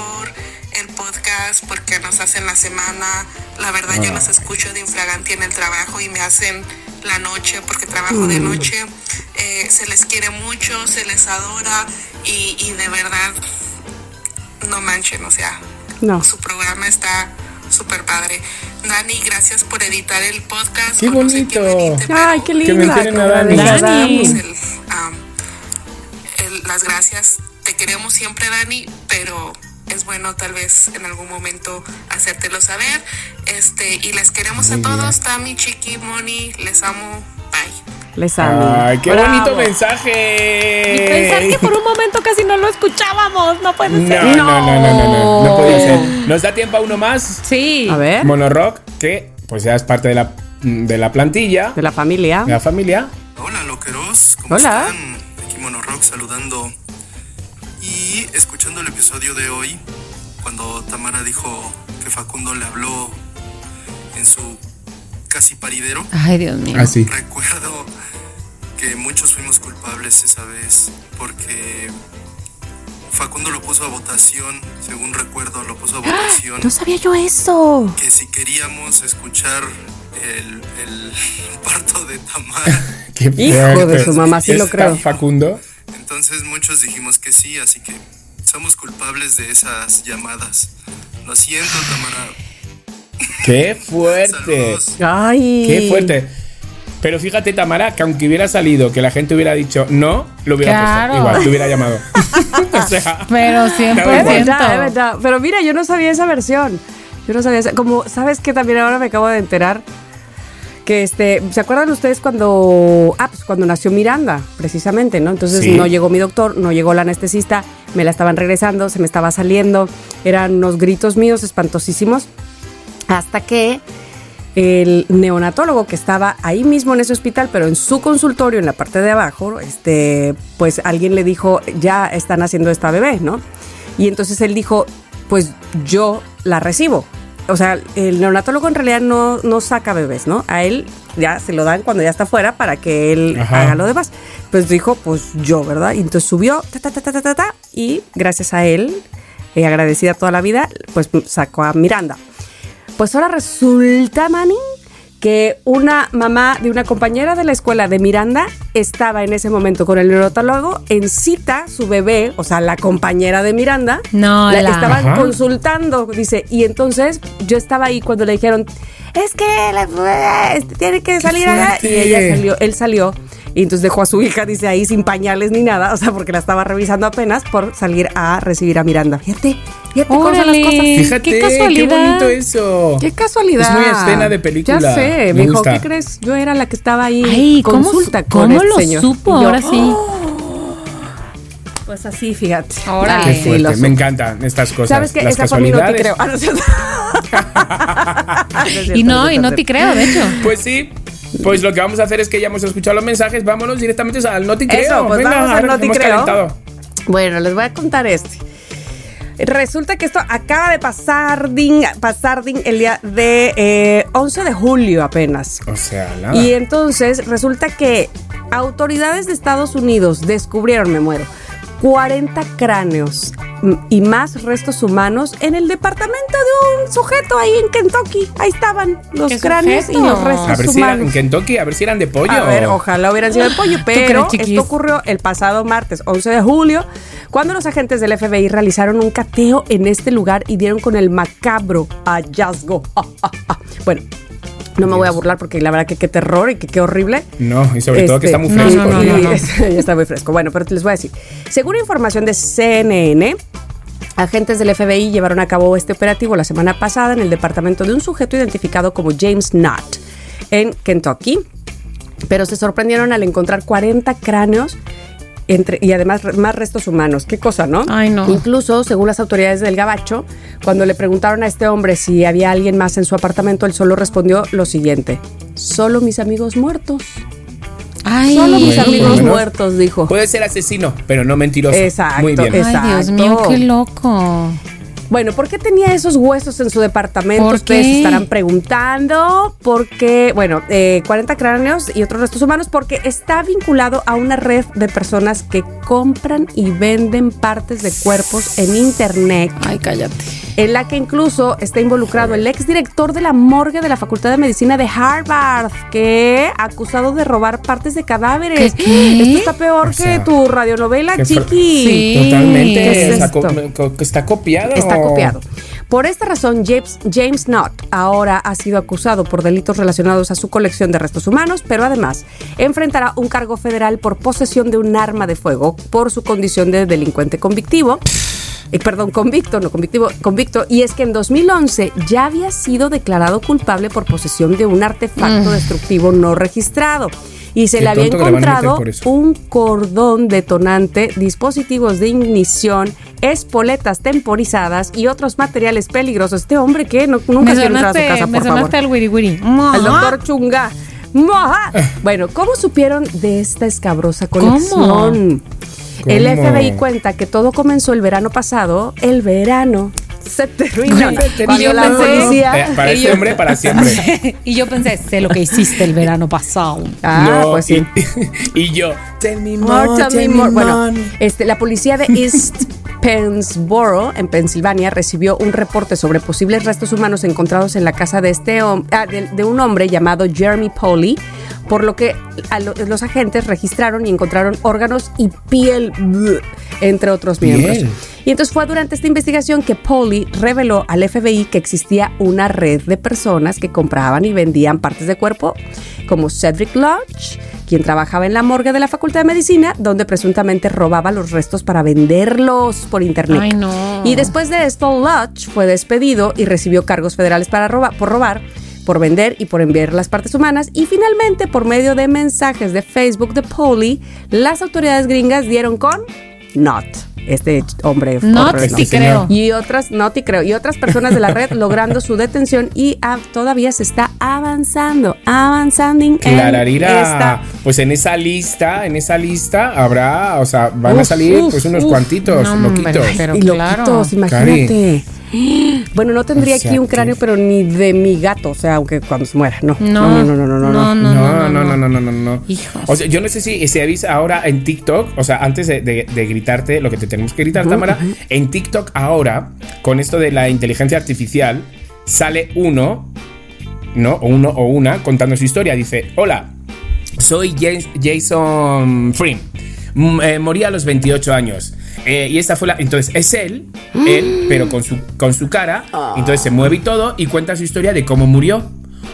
S5: el podcast, porque nos hacen la semana. La verdad, yo los escucho de infragante en el trabajo y me hacen la noche porque trabajo de noche. Eh, se les quiere mucho, se les adora y, y de verdad, no manchen, o sea,
S3: No.
S5: su programa está súper padre. Dani, gracias por editar el podcast.
S2: ¡Qué
S5: O no sé quién
S2: bonito!
S5: edite, pero
S3: Ay, qué
S2: Que
S3: linda.
S2: me enteren a
S3: como la de
S2: Dani.
S3: Dani.
S5: pues, el, am, el- las gracias. Te queremos siempre, Dani, pero es bueno tal vez en algún momento hacértelo saber. Este, y les queremos a todos, Tami, Chiqui, Moni, les amo. Bye.
S3: Les amo.
S2: Ay, qué
S3: Bravo.
S2: bonito mensaje.
S1: Y pensar que por un momento casi no lo escuchábamos. No puede ser.
S2: No, no, no, no, no, no, no podía ser.
S1: No.
S2: ¿Nos da tiempo a uno más?
S1: Sí.
S3: A ver,
S2: Monorock, que pues ya es parte de la, de la plantilla,
S3: de la familia.
S2: de la familia.
S6: Hola, loqueros. ¿Cómo
S3: Hola.
S6: están? Aquí Monorock saludando y escuchando el episodio de hoy, cuando Tamara dijo que Facundo le habló en su casi paridero.
S1: Ay, Dios mío.
S2: Así.
S6: Recuerdo que muchos fuimos culpables esa vez porque Facundo lo puso a votación, según recuerdo, lo puso a votación.
S1: ¡Ah! No sabía yo eso.
S6: Que si queríamos escuchar el, el parto de Tamara,
S2: Qué
S3: Hijo de
S2: fuerte.
S3: su mamá, sí lo
S2: ¿Está
S3: creo.
S2: Facundo.
S6: entonces muchos dijimos que sí, así que somos culpables de esas llamadas. Lo siento, Tamara.
S2: Qué fuerte.
S6: Saludos.
S3: Ay.
S2: Qué fuerte. Pero fíjate, Tamara, que aunque hubiera salido, que la gente hubiera dicho no, lo hubiera
S1: Claro.
S2: puesto. Igual, te hubiera llamado. o sea,
S1: Pero
S3: Es
S1: 100%.
S3: verdad, es verdad. Pero mira, yo no sabía esa versión. Yo no sabía esa. Como, ¿sabes qué? También ahora me acabo de enterar que este. ¿Se acuerdan ustedes cuando. Ah, pues cuando nació Miranda, precisamente, ¿no? Entonces
S2: Sí.
S3: no llegó mi doctor, no llegó la anestesista, me la estaban regresando, se me estaba saliendo. Eran unos gritos míos espantosísimos. Hasta que el neonatólogo que estaba ahí mismo en ese hospital, pero en su consultorio, en la parte de abajo, este, pues alguien le dijo, ya están haciendo esta bebé, ¿no? Y entonces él dijo, pues yo la recibo. O sea, el neonatólogo en realidad no, no saca bebés, ¿no? A él ya se lo dan cuando ya está fuera para que él
S2: Ajá.
S3: haga lo demás. Pues dijo, pues yo, ¿verdad? Y entonces subió, ta, ta, ta, ta, ta, ta, ta, y gracias a él, eh, agradecida toda la vida, pues sacó a Miranda. Pues ahora resulta, Manny, que una mamá de una compañera de la escuela de Miranda estaba en ese momento con el neurotólogo en cita, su bebé, o sea, la compañera de Miranda.
S1: No,
S3: la
S1: la-
S3: estaban
S2: Ajá.
S3: consultando, dice, y entonces yo estaba ahí cuando le dijeron, es que la- este, tiene que salir acá", Y
S2: fuerte.
S3: ella salió, él salió, y entonces dejó a su hija, dice ahí, sin pañales ni nada, o sea, porque la estaba revisando apenas por salir a recibir a Miranda. Fíjate, fíjate cómo son las
S1: Órale.
S3: cosas.
S2: fíjate,
S1: Qué
S2: qué,
S1: casualidad.
S2: bonito eso.
S3: ¡Qué casualidad!
S2: Es muy escena de película.
S3: Ya sé,
S2: Me
S3: me dijo,
S2: gusta.
S3: ¿qué crees? Yo era la que estaba ahí
S1: Ay, ¿cómo,
S3: consulta
S1: cómo
S3: con este
S1: lo
S3: señor.
S1: supo?
S3: Y yo,
S1: Ahora sí.
S3: Pues así, fíjate.
S1: Órale.
S2: Qué
S1: Sí,
S2: fuerte.
S3: lo
S2: me
S3: supo.
S2: encantan estas cosas.
S3: ¿Sabes qué?
S2: Las
S3: Esa fue mi noti,
S2: casualidades.
S3: creo. Ah, no es cierto. No es cierto,
S1: Y no,
S3: es
S1: y no
S3: cierto.
S1: te creo, de hecho.
S2: Pues sí. Pues lo que vamos a hacer es que ya hemos escuchado los mensajes, vámonos directamente al No te
S3: Eso,
S2: creo.
S3: pues
S2: Venga,
S3: vamos al
S2: ahora
S3: No
S2: que
S3: te
S2: hemos
S3: creo.
S2: calentado.
S3: Bueno, les voy a contar este. Resulta que esto acaba de pasar, Ding, pasar Ding, el día de eh, 11 de julio apenas.
S2: O sea, nada.
S3: Y entonces resulta que autoridades de Estados Unidos descubrieron, me muero, 40 cráneos mm, y más restos humanos en el departamento de un sujeto ahí en Kentucky. Ahí estaban los
S1: ¿Qué
S3: cráneos y los
S1: sujeto?
S2: a
S3: restos
S2: ver si eran en
S3: humanos.
S2: Kentucky, a ver si eran de pollo.
S3: A ver, ojalá hubieran sido el pollo, pero
S1: crees, chiquis?
S3: esto ocurrió el pasado martes 11 de julio, cuando los agentes del FBI realizaron un cateo en este lugar y dieron con el macabro hallazgo. Bueno, no me voy a burlar porque la verdad que qué terror y que qué horrible.
S2: No, y sobre todo que
S3: Este,
S2: está muy
S1: no,
S2: fresco.
S1: no, no,
S2: ¿no?
S1: no.
S3: y es- está muy fresco. Bueno, pero te les voy a decir. Según información de CNN, agentes del FBI llevaron a cabo este operativo la semana pasada en el departamento de un sujeto identificado como James Nutt en Kentucky, pero se sorprendieron al encontrar 40 cráneos entre, y además re- más restos humanos. Qué cosa, ¿no?
S1: Ay, no.
S3: Incluso, según las autoridades del Gabacho, cuando le preguntaron a este hombre si había alguien más en su apartamento, él solo respondió lo siguiente: Solo mis amigos muertos.
S1: Ay,
S3: Solo mis
S2: Bueno, por
S3: amigos
S2: lo menos.
S3: muerto, dijo.
S2: Puede ser asesino, pero no mentiroso.
S3: Exacto,
S2: Muy bien.
S3: es-
S1: Ay, Dios mío,
S3: Exacto.
S1: qué loco.
S3: Bueno, ¿por qué tenía esos huesos en su departamento?
S1: ¿Por
S3: Ustedes
S1: qué?
S3: estarán preguntando. Porque, bueno, eh, 40 cráneos y otros restos humanos, porque está vinculado a una red de personas que compran y venden partes de cuerpos en internet,
S1: Ay, cállate.
S3: en la que incluso está involucrado el exdirector de la morgue de la Facultad de Medicina de Harvard, que acusado de robar partes de cadáveres.
S1: ¿Qué, qué?
S3: Esto está peor
S2: O
S3: que
S2: sea,
S3: tu radionovela,
S2: qué fr-
S3: chiqui.
S1: Sí.
S2: Totalmente.
S3: ¿Qué es
S2: está,
S3: esto?
S2: co- co- está copiado.
S3: Está copiado. Por esta razón, James, James Knott ahora ha sido acusado por delitos relacionados a su colección de restos humanos, pero además enfrentará un cargo federal por posesión de un arma de fuego por su condición de delincuente convictivo. Eh, perdón, convicto, no convictivo, convicto. Y es que en 2011 ya había sido declarado culpable por posesión de un
S1: Mm.
S3: artefacto destructivo no registrado. Y se
S2: Qué
S3: le había
S2: tonto que le van a meter
S3: encontrado
S2: por eso.
S3: un cordón detonante, dispositivos de ignición, espoletas temporizadas y otros materiales peligrosos. Este hombre que no, nunca
S1: Me
S3: quiero entrar a su
S1: sonaste,
S3: casa,
S1: me
S3: por
S1: sonaste
S3: favor.
S1: al wiri wiri.
S3: Al doctor Chunga. Moja.
S2: Eh.
S3: Bueno, ¿cómo supieron de esta escabrosa colección? El
S2: ¿Cómo?
S3: FBI cuenta que todo comenzó el verano pasado. El verano se termina.
S1: Y
S3: Cuando
S1: yo
S3: la
S1: pensé-
S3: policía-
S2: Eh, para este hombre, para siempre.
S1: y yo pensé, sé lo que hiciste el verano pasado.
S3: Ah,
S2: No,
S3: pues sí.
S2: Y, y yo. Tell me
S3: More,
S2: more,
S3: tell me
S2: tell me
S3: more.
S2: more.
S3: Bueno, este, la policía de East Pennsboro, en Pensilvania, recibió un reporte sobre posibles restos humanos encontrados en la casa de, este hom- ah, de, de un hombre llamado Jeremy Polly, por lo que a lo- los agentes registraron y encontraron órganos y piel, bleh, entre otros miembros.
S2: Piel.
S3: Y entonces fue durante esta investigación que Polly reveló al FBI que existía una red de personas que compraban y vendían partes de cuerpo, como Cedric Lodge, quien trabajaba en la morgue de la Facultad de Medicina, donde presuntamente robaba los restos para venderlos por internet.
S1: Ay, no.
S3: Y después de esto, Lodge fue despedido y recibió cargos federales para roba- por robar por vender y por enviar las partes humanas y finalmente por medio de mensajes de Facebook de Polly, las autoridades gringas dieron con Not, este ch- hombre
S1: No,
S3: horroroso.
S1: sí creo.
S3: Y otras, no te creo, y otras personas de la red logrando su detención y ah, todavía se está avanzando, avanzando en
S2: Clararira.
S3: esta-
S2: Pues en esa lista, en esa lista habrá, o sea, van a
S3: Uf,
S2: salir
S3: uf,
S2: pues unos
S3: uf.
S2: cuantitos,
S1: No, hombre,
S2: loquitos.
S1: pero
S3: y
S1: claro.
S3: loquitos, imagínate. Bueno, no tendría
S2: O sea,
S3: aquí un
S2: que-
S3: cráneo, pero ni de mi gato, o sea, aunque cuando se muera, no. No, no, no, no, no. no.
S2: No, no, no, no, no, no, no.
S1: Hijos.
S2: O sea, yo no sé si se avisa ahora en TikTok, o sea, antes de, de- de gritarte lo que te tenemos que gritar, Tamara, en TikTok ahora, con esto de la inteligencia artificial, sale uno, ¿no? O uno o una contando su historia. Dice, hola, soy James- Jason Frim. Mm, eh, morí a los 28 años. Eh, y esta fue la. Entonces es él, él, pero con su, con su cara. Entonces se mueve y todo y cuenta su historia de cómo murió.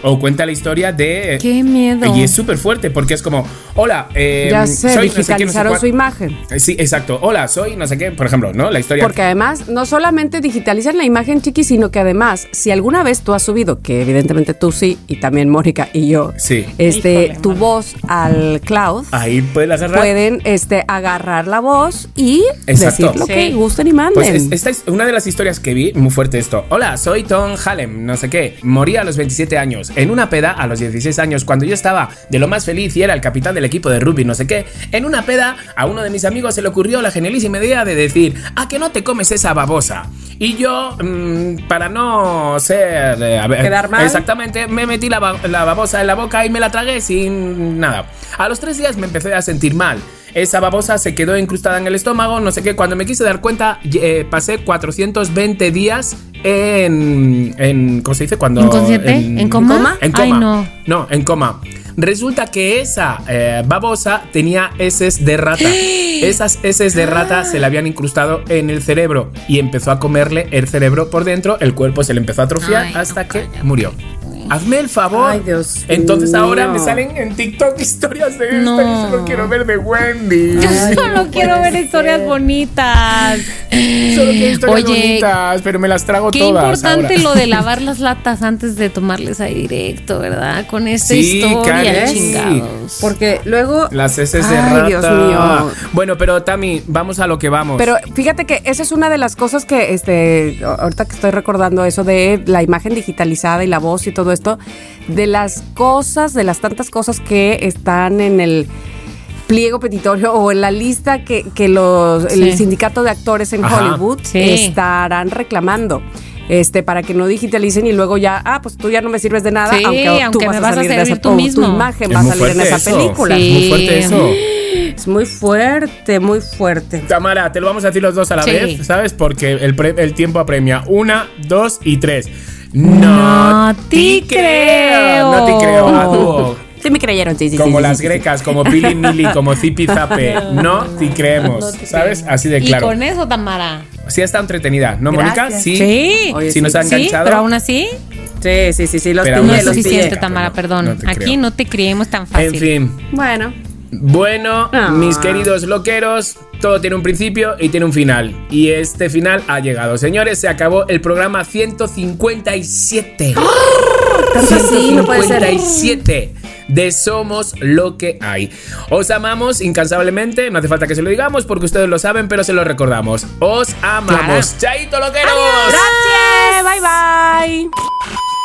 S2: O cuenta la historia de.
S1: Qué miedo.
S2: Y es súper fuerte porque es como, hola, eh,
S3: Ya sé,
S2: soy no sé qué, no sé
S3: digitalizaron
S2: cuál-
S3: su imagen.
S2: Eh, Sí, exacto. Hola, soy no sé qué, por ejemplo, ¿no? La historia.
S3: Porque además no solamente digitalizan la imagen chiqui, sino que además, si alguna vez tú has subido, que evidentemente tú sí, y también Mónica y yo,
S2: Sí.
S3: este,
S1: Híjole,
S3: tu
S1: mano.
S3: voz al cloud,
S2: Ahí puedes agarrar.
S3: pueden este, agarrar la voz y
S2: Exacto.
S3: decir lo
S1: Sí.
S3: que gusten y manden.
S2: Pues es- esta es una de las historias que vi, muy fuerte esto. Hola, soy Tom Halem, no sé qué. Morí a los 27 años, en una peda a los 16 años, cuando yo estaba de lo más feliz y era el capitán del equipo de rugby, no sé qué. En una peda, a uno de mis amigos se le ocurrió la genialísima idea de decir, ¿a que no te comes esa babosa? Y yo, mm, para no ser... eh, a ver,
S3: Quedar mal.
S2: Exactamente, me metí la, ba- la babosa en la boca y me la tragué sin nada. A los tres días me empecé a sentir mal. Esa babosa se quedó incrustada en el estómago, no sé qué. Cuando me quise dar cuenta, y- eh, pasé 420 días en, en... ¿Cómo se dice? Cuando...
S1: ¿Inconsciente? ¿En coma?
S2: En
S1: Ay,
S2: coma.
S1: no.
S2: No, en coma. Resulta que esa eh, babosa tenía heces de rata. Esas heces de rata se le habían incrustado en el cerebro y empezó a comerle el cerebro por dentro, el cuerpo se le empezó a atrofiar
S1: Ay, no,
S2: hasta que murió. Hazme el favor.
S3: Ay, Dios
S2: Entonces ahora
S3: mío.
S2: me salen en TikTok historias de
S1: No.
S2: esta y solo quiero ver de Wendy.
S1: Yo solo quiero ver historias bonitas.
S2: Solo quiero historias
S1: Oye,
S2: bonitas, pero me las trago
S1: Qué
S2: todas.
S1: importante
S2: ahora.
S1: lo de lavar las latas antes de tomarles ahí directo, ¿verdad? Con esta
S2: Sí,
S1: historia, ¿eh?
S2: Karen, sí.
S1: chingados.
S3: Porque luego...
S2: Las heces de rata.
S3: Ay, Dios mío.
S2: Bueno, pero Tami, vamos a lo que vamos.
S3: Pero fíjate que esa es una de las cosas que, este, ahorita que estoy recordando eso de la imagen digitalizada y la voz y todo esto, de las cosas, de las tantas cosas que están en el pliego petitorio o en la lista que, que los, el
S1: Sí.
S3: sindicato de actores en
S2: Ajá.
S3: Hollywood
S1: Sí.
S3: estarán reclamando. Este, para que no digitalicen y luego ya, ah, pues tú ya no me sirves de nada,
S1: Sí,
S3: aunque, tú
S1: aunque
S3: vas
S1: me
S3: a
S1: vas a
S3: salir de
S1: servir
S3: esa,
S1: tú
S3: o
S1: mismo.
S3: tu imagen
S2: Es
S3: va a
S2: muy
S3: salir en
S2: fuerte
S3: esa
S2: eso.
S3: película.
S2: Es muy fuerte
S1: Sí.
S2: eso.
S3: Es muy fuerte, muy fuerte.
S2: Tamara, te lo vamos a decir los dos a la
S1: Sí.
S2: vez, ¿sabes? Porque el, pre- el tiempo apremia. Una, dos y tres. No,
S1: No
S2: ti
S1: te creo.
S2: No te creo. a dúo.
S3: Sí me creyeron, sí, sí, sí,
S2: Como
S3: sí,
S2: las
S3: sí, sí.
S2: grecas, como Pili Mili, como Zipi Zape. No te creemos.
S1: No te
S2: ¿Sabes?
S1: creo.
S2: Así de
S1: Y
S2: claro.
S1: con eso, Tamara.
S2: Sí, está entretenida. ¿No, Mónica?
S3: Gracias.
S2: Sí.
S1: Sí.
S3: Oye,
S2: Si nos
S3: sí.
S2: ha
S1: Sí,
S2: enganchado.
S1: pero aún así
S3: Sí, sí, sí, sí, los
S2: Pero
S3: pillé,
S1: no
S2: aún
S1: es
S3: los
S2: así
S3: pillé.
S1: suficiente,
S2: pillé.
S1: Tamara,
S2: Pero no
S1: perdón.
S2: te
S1: Aquí
S2: creo.
S1: no te creemos tan fácil.
S2: En fin.
S3: Bueno,
S2: Bueno,
S3: Ah.
S2: mis queridos loqueros, todo tiene un principio y tiene un final. Y este final ha llegado. Señores, se acabó el programa 157.
S3: Ah, sí, no puede ser.
S2: 157 de Somos lo que hay. Os amamos incansablemente, no hace falta que se lo digamos porque ustedes lo saben, pero se lo recordamos. Os amamos. Chaito loqueros.
S3: gracias, Eh, bye bye.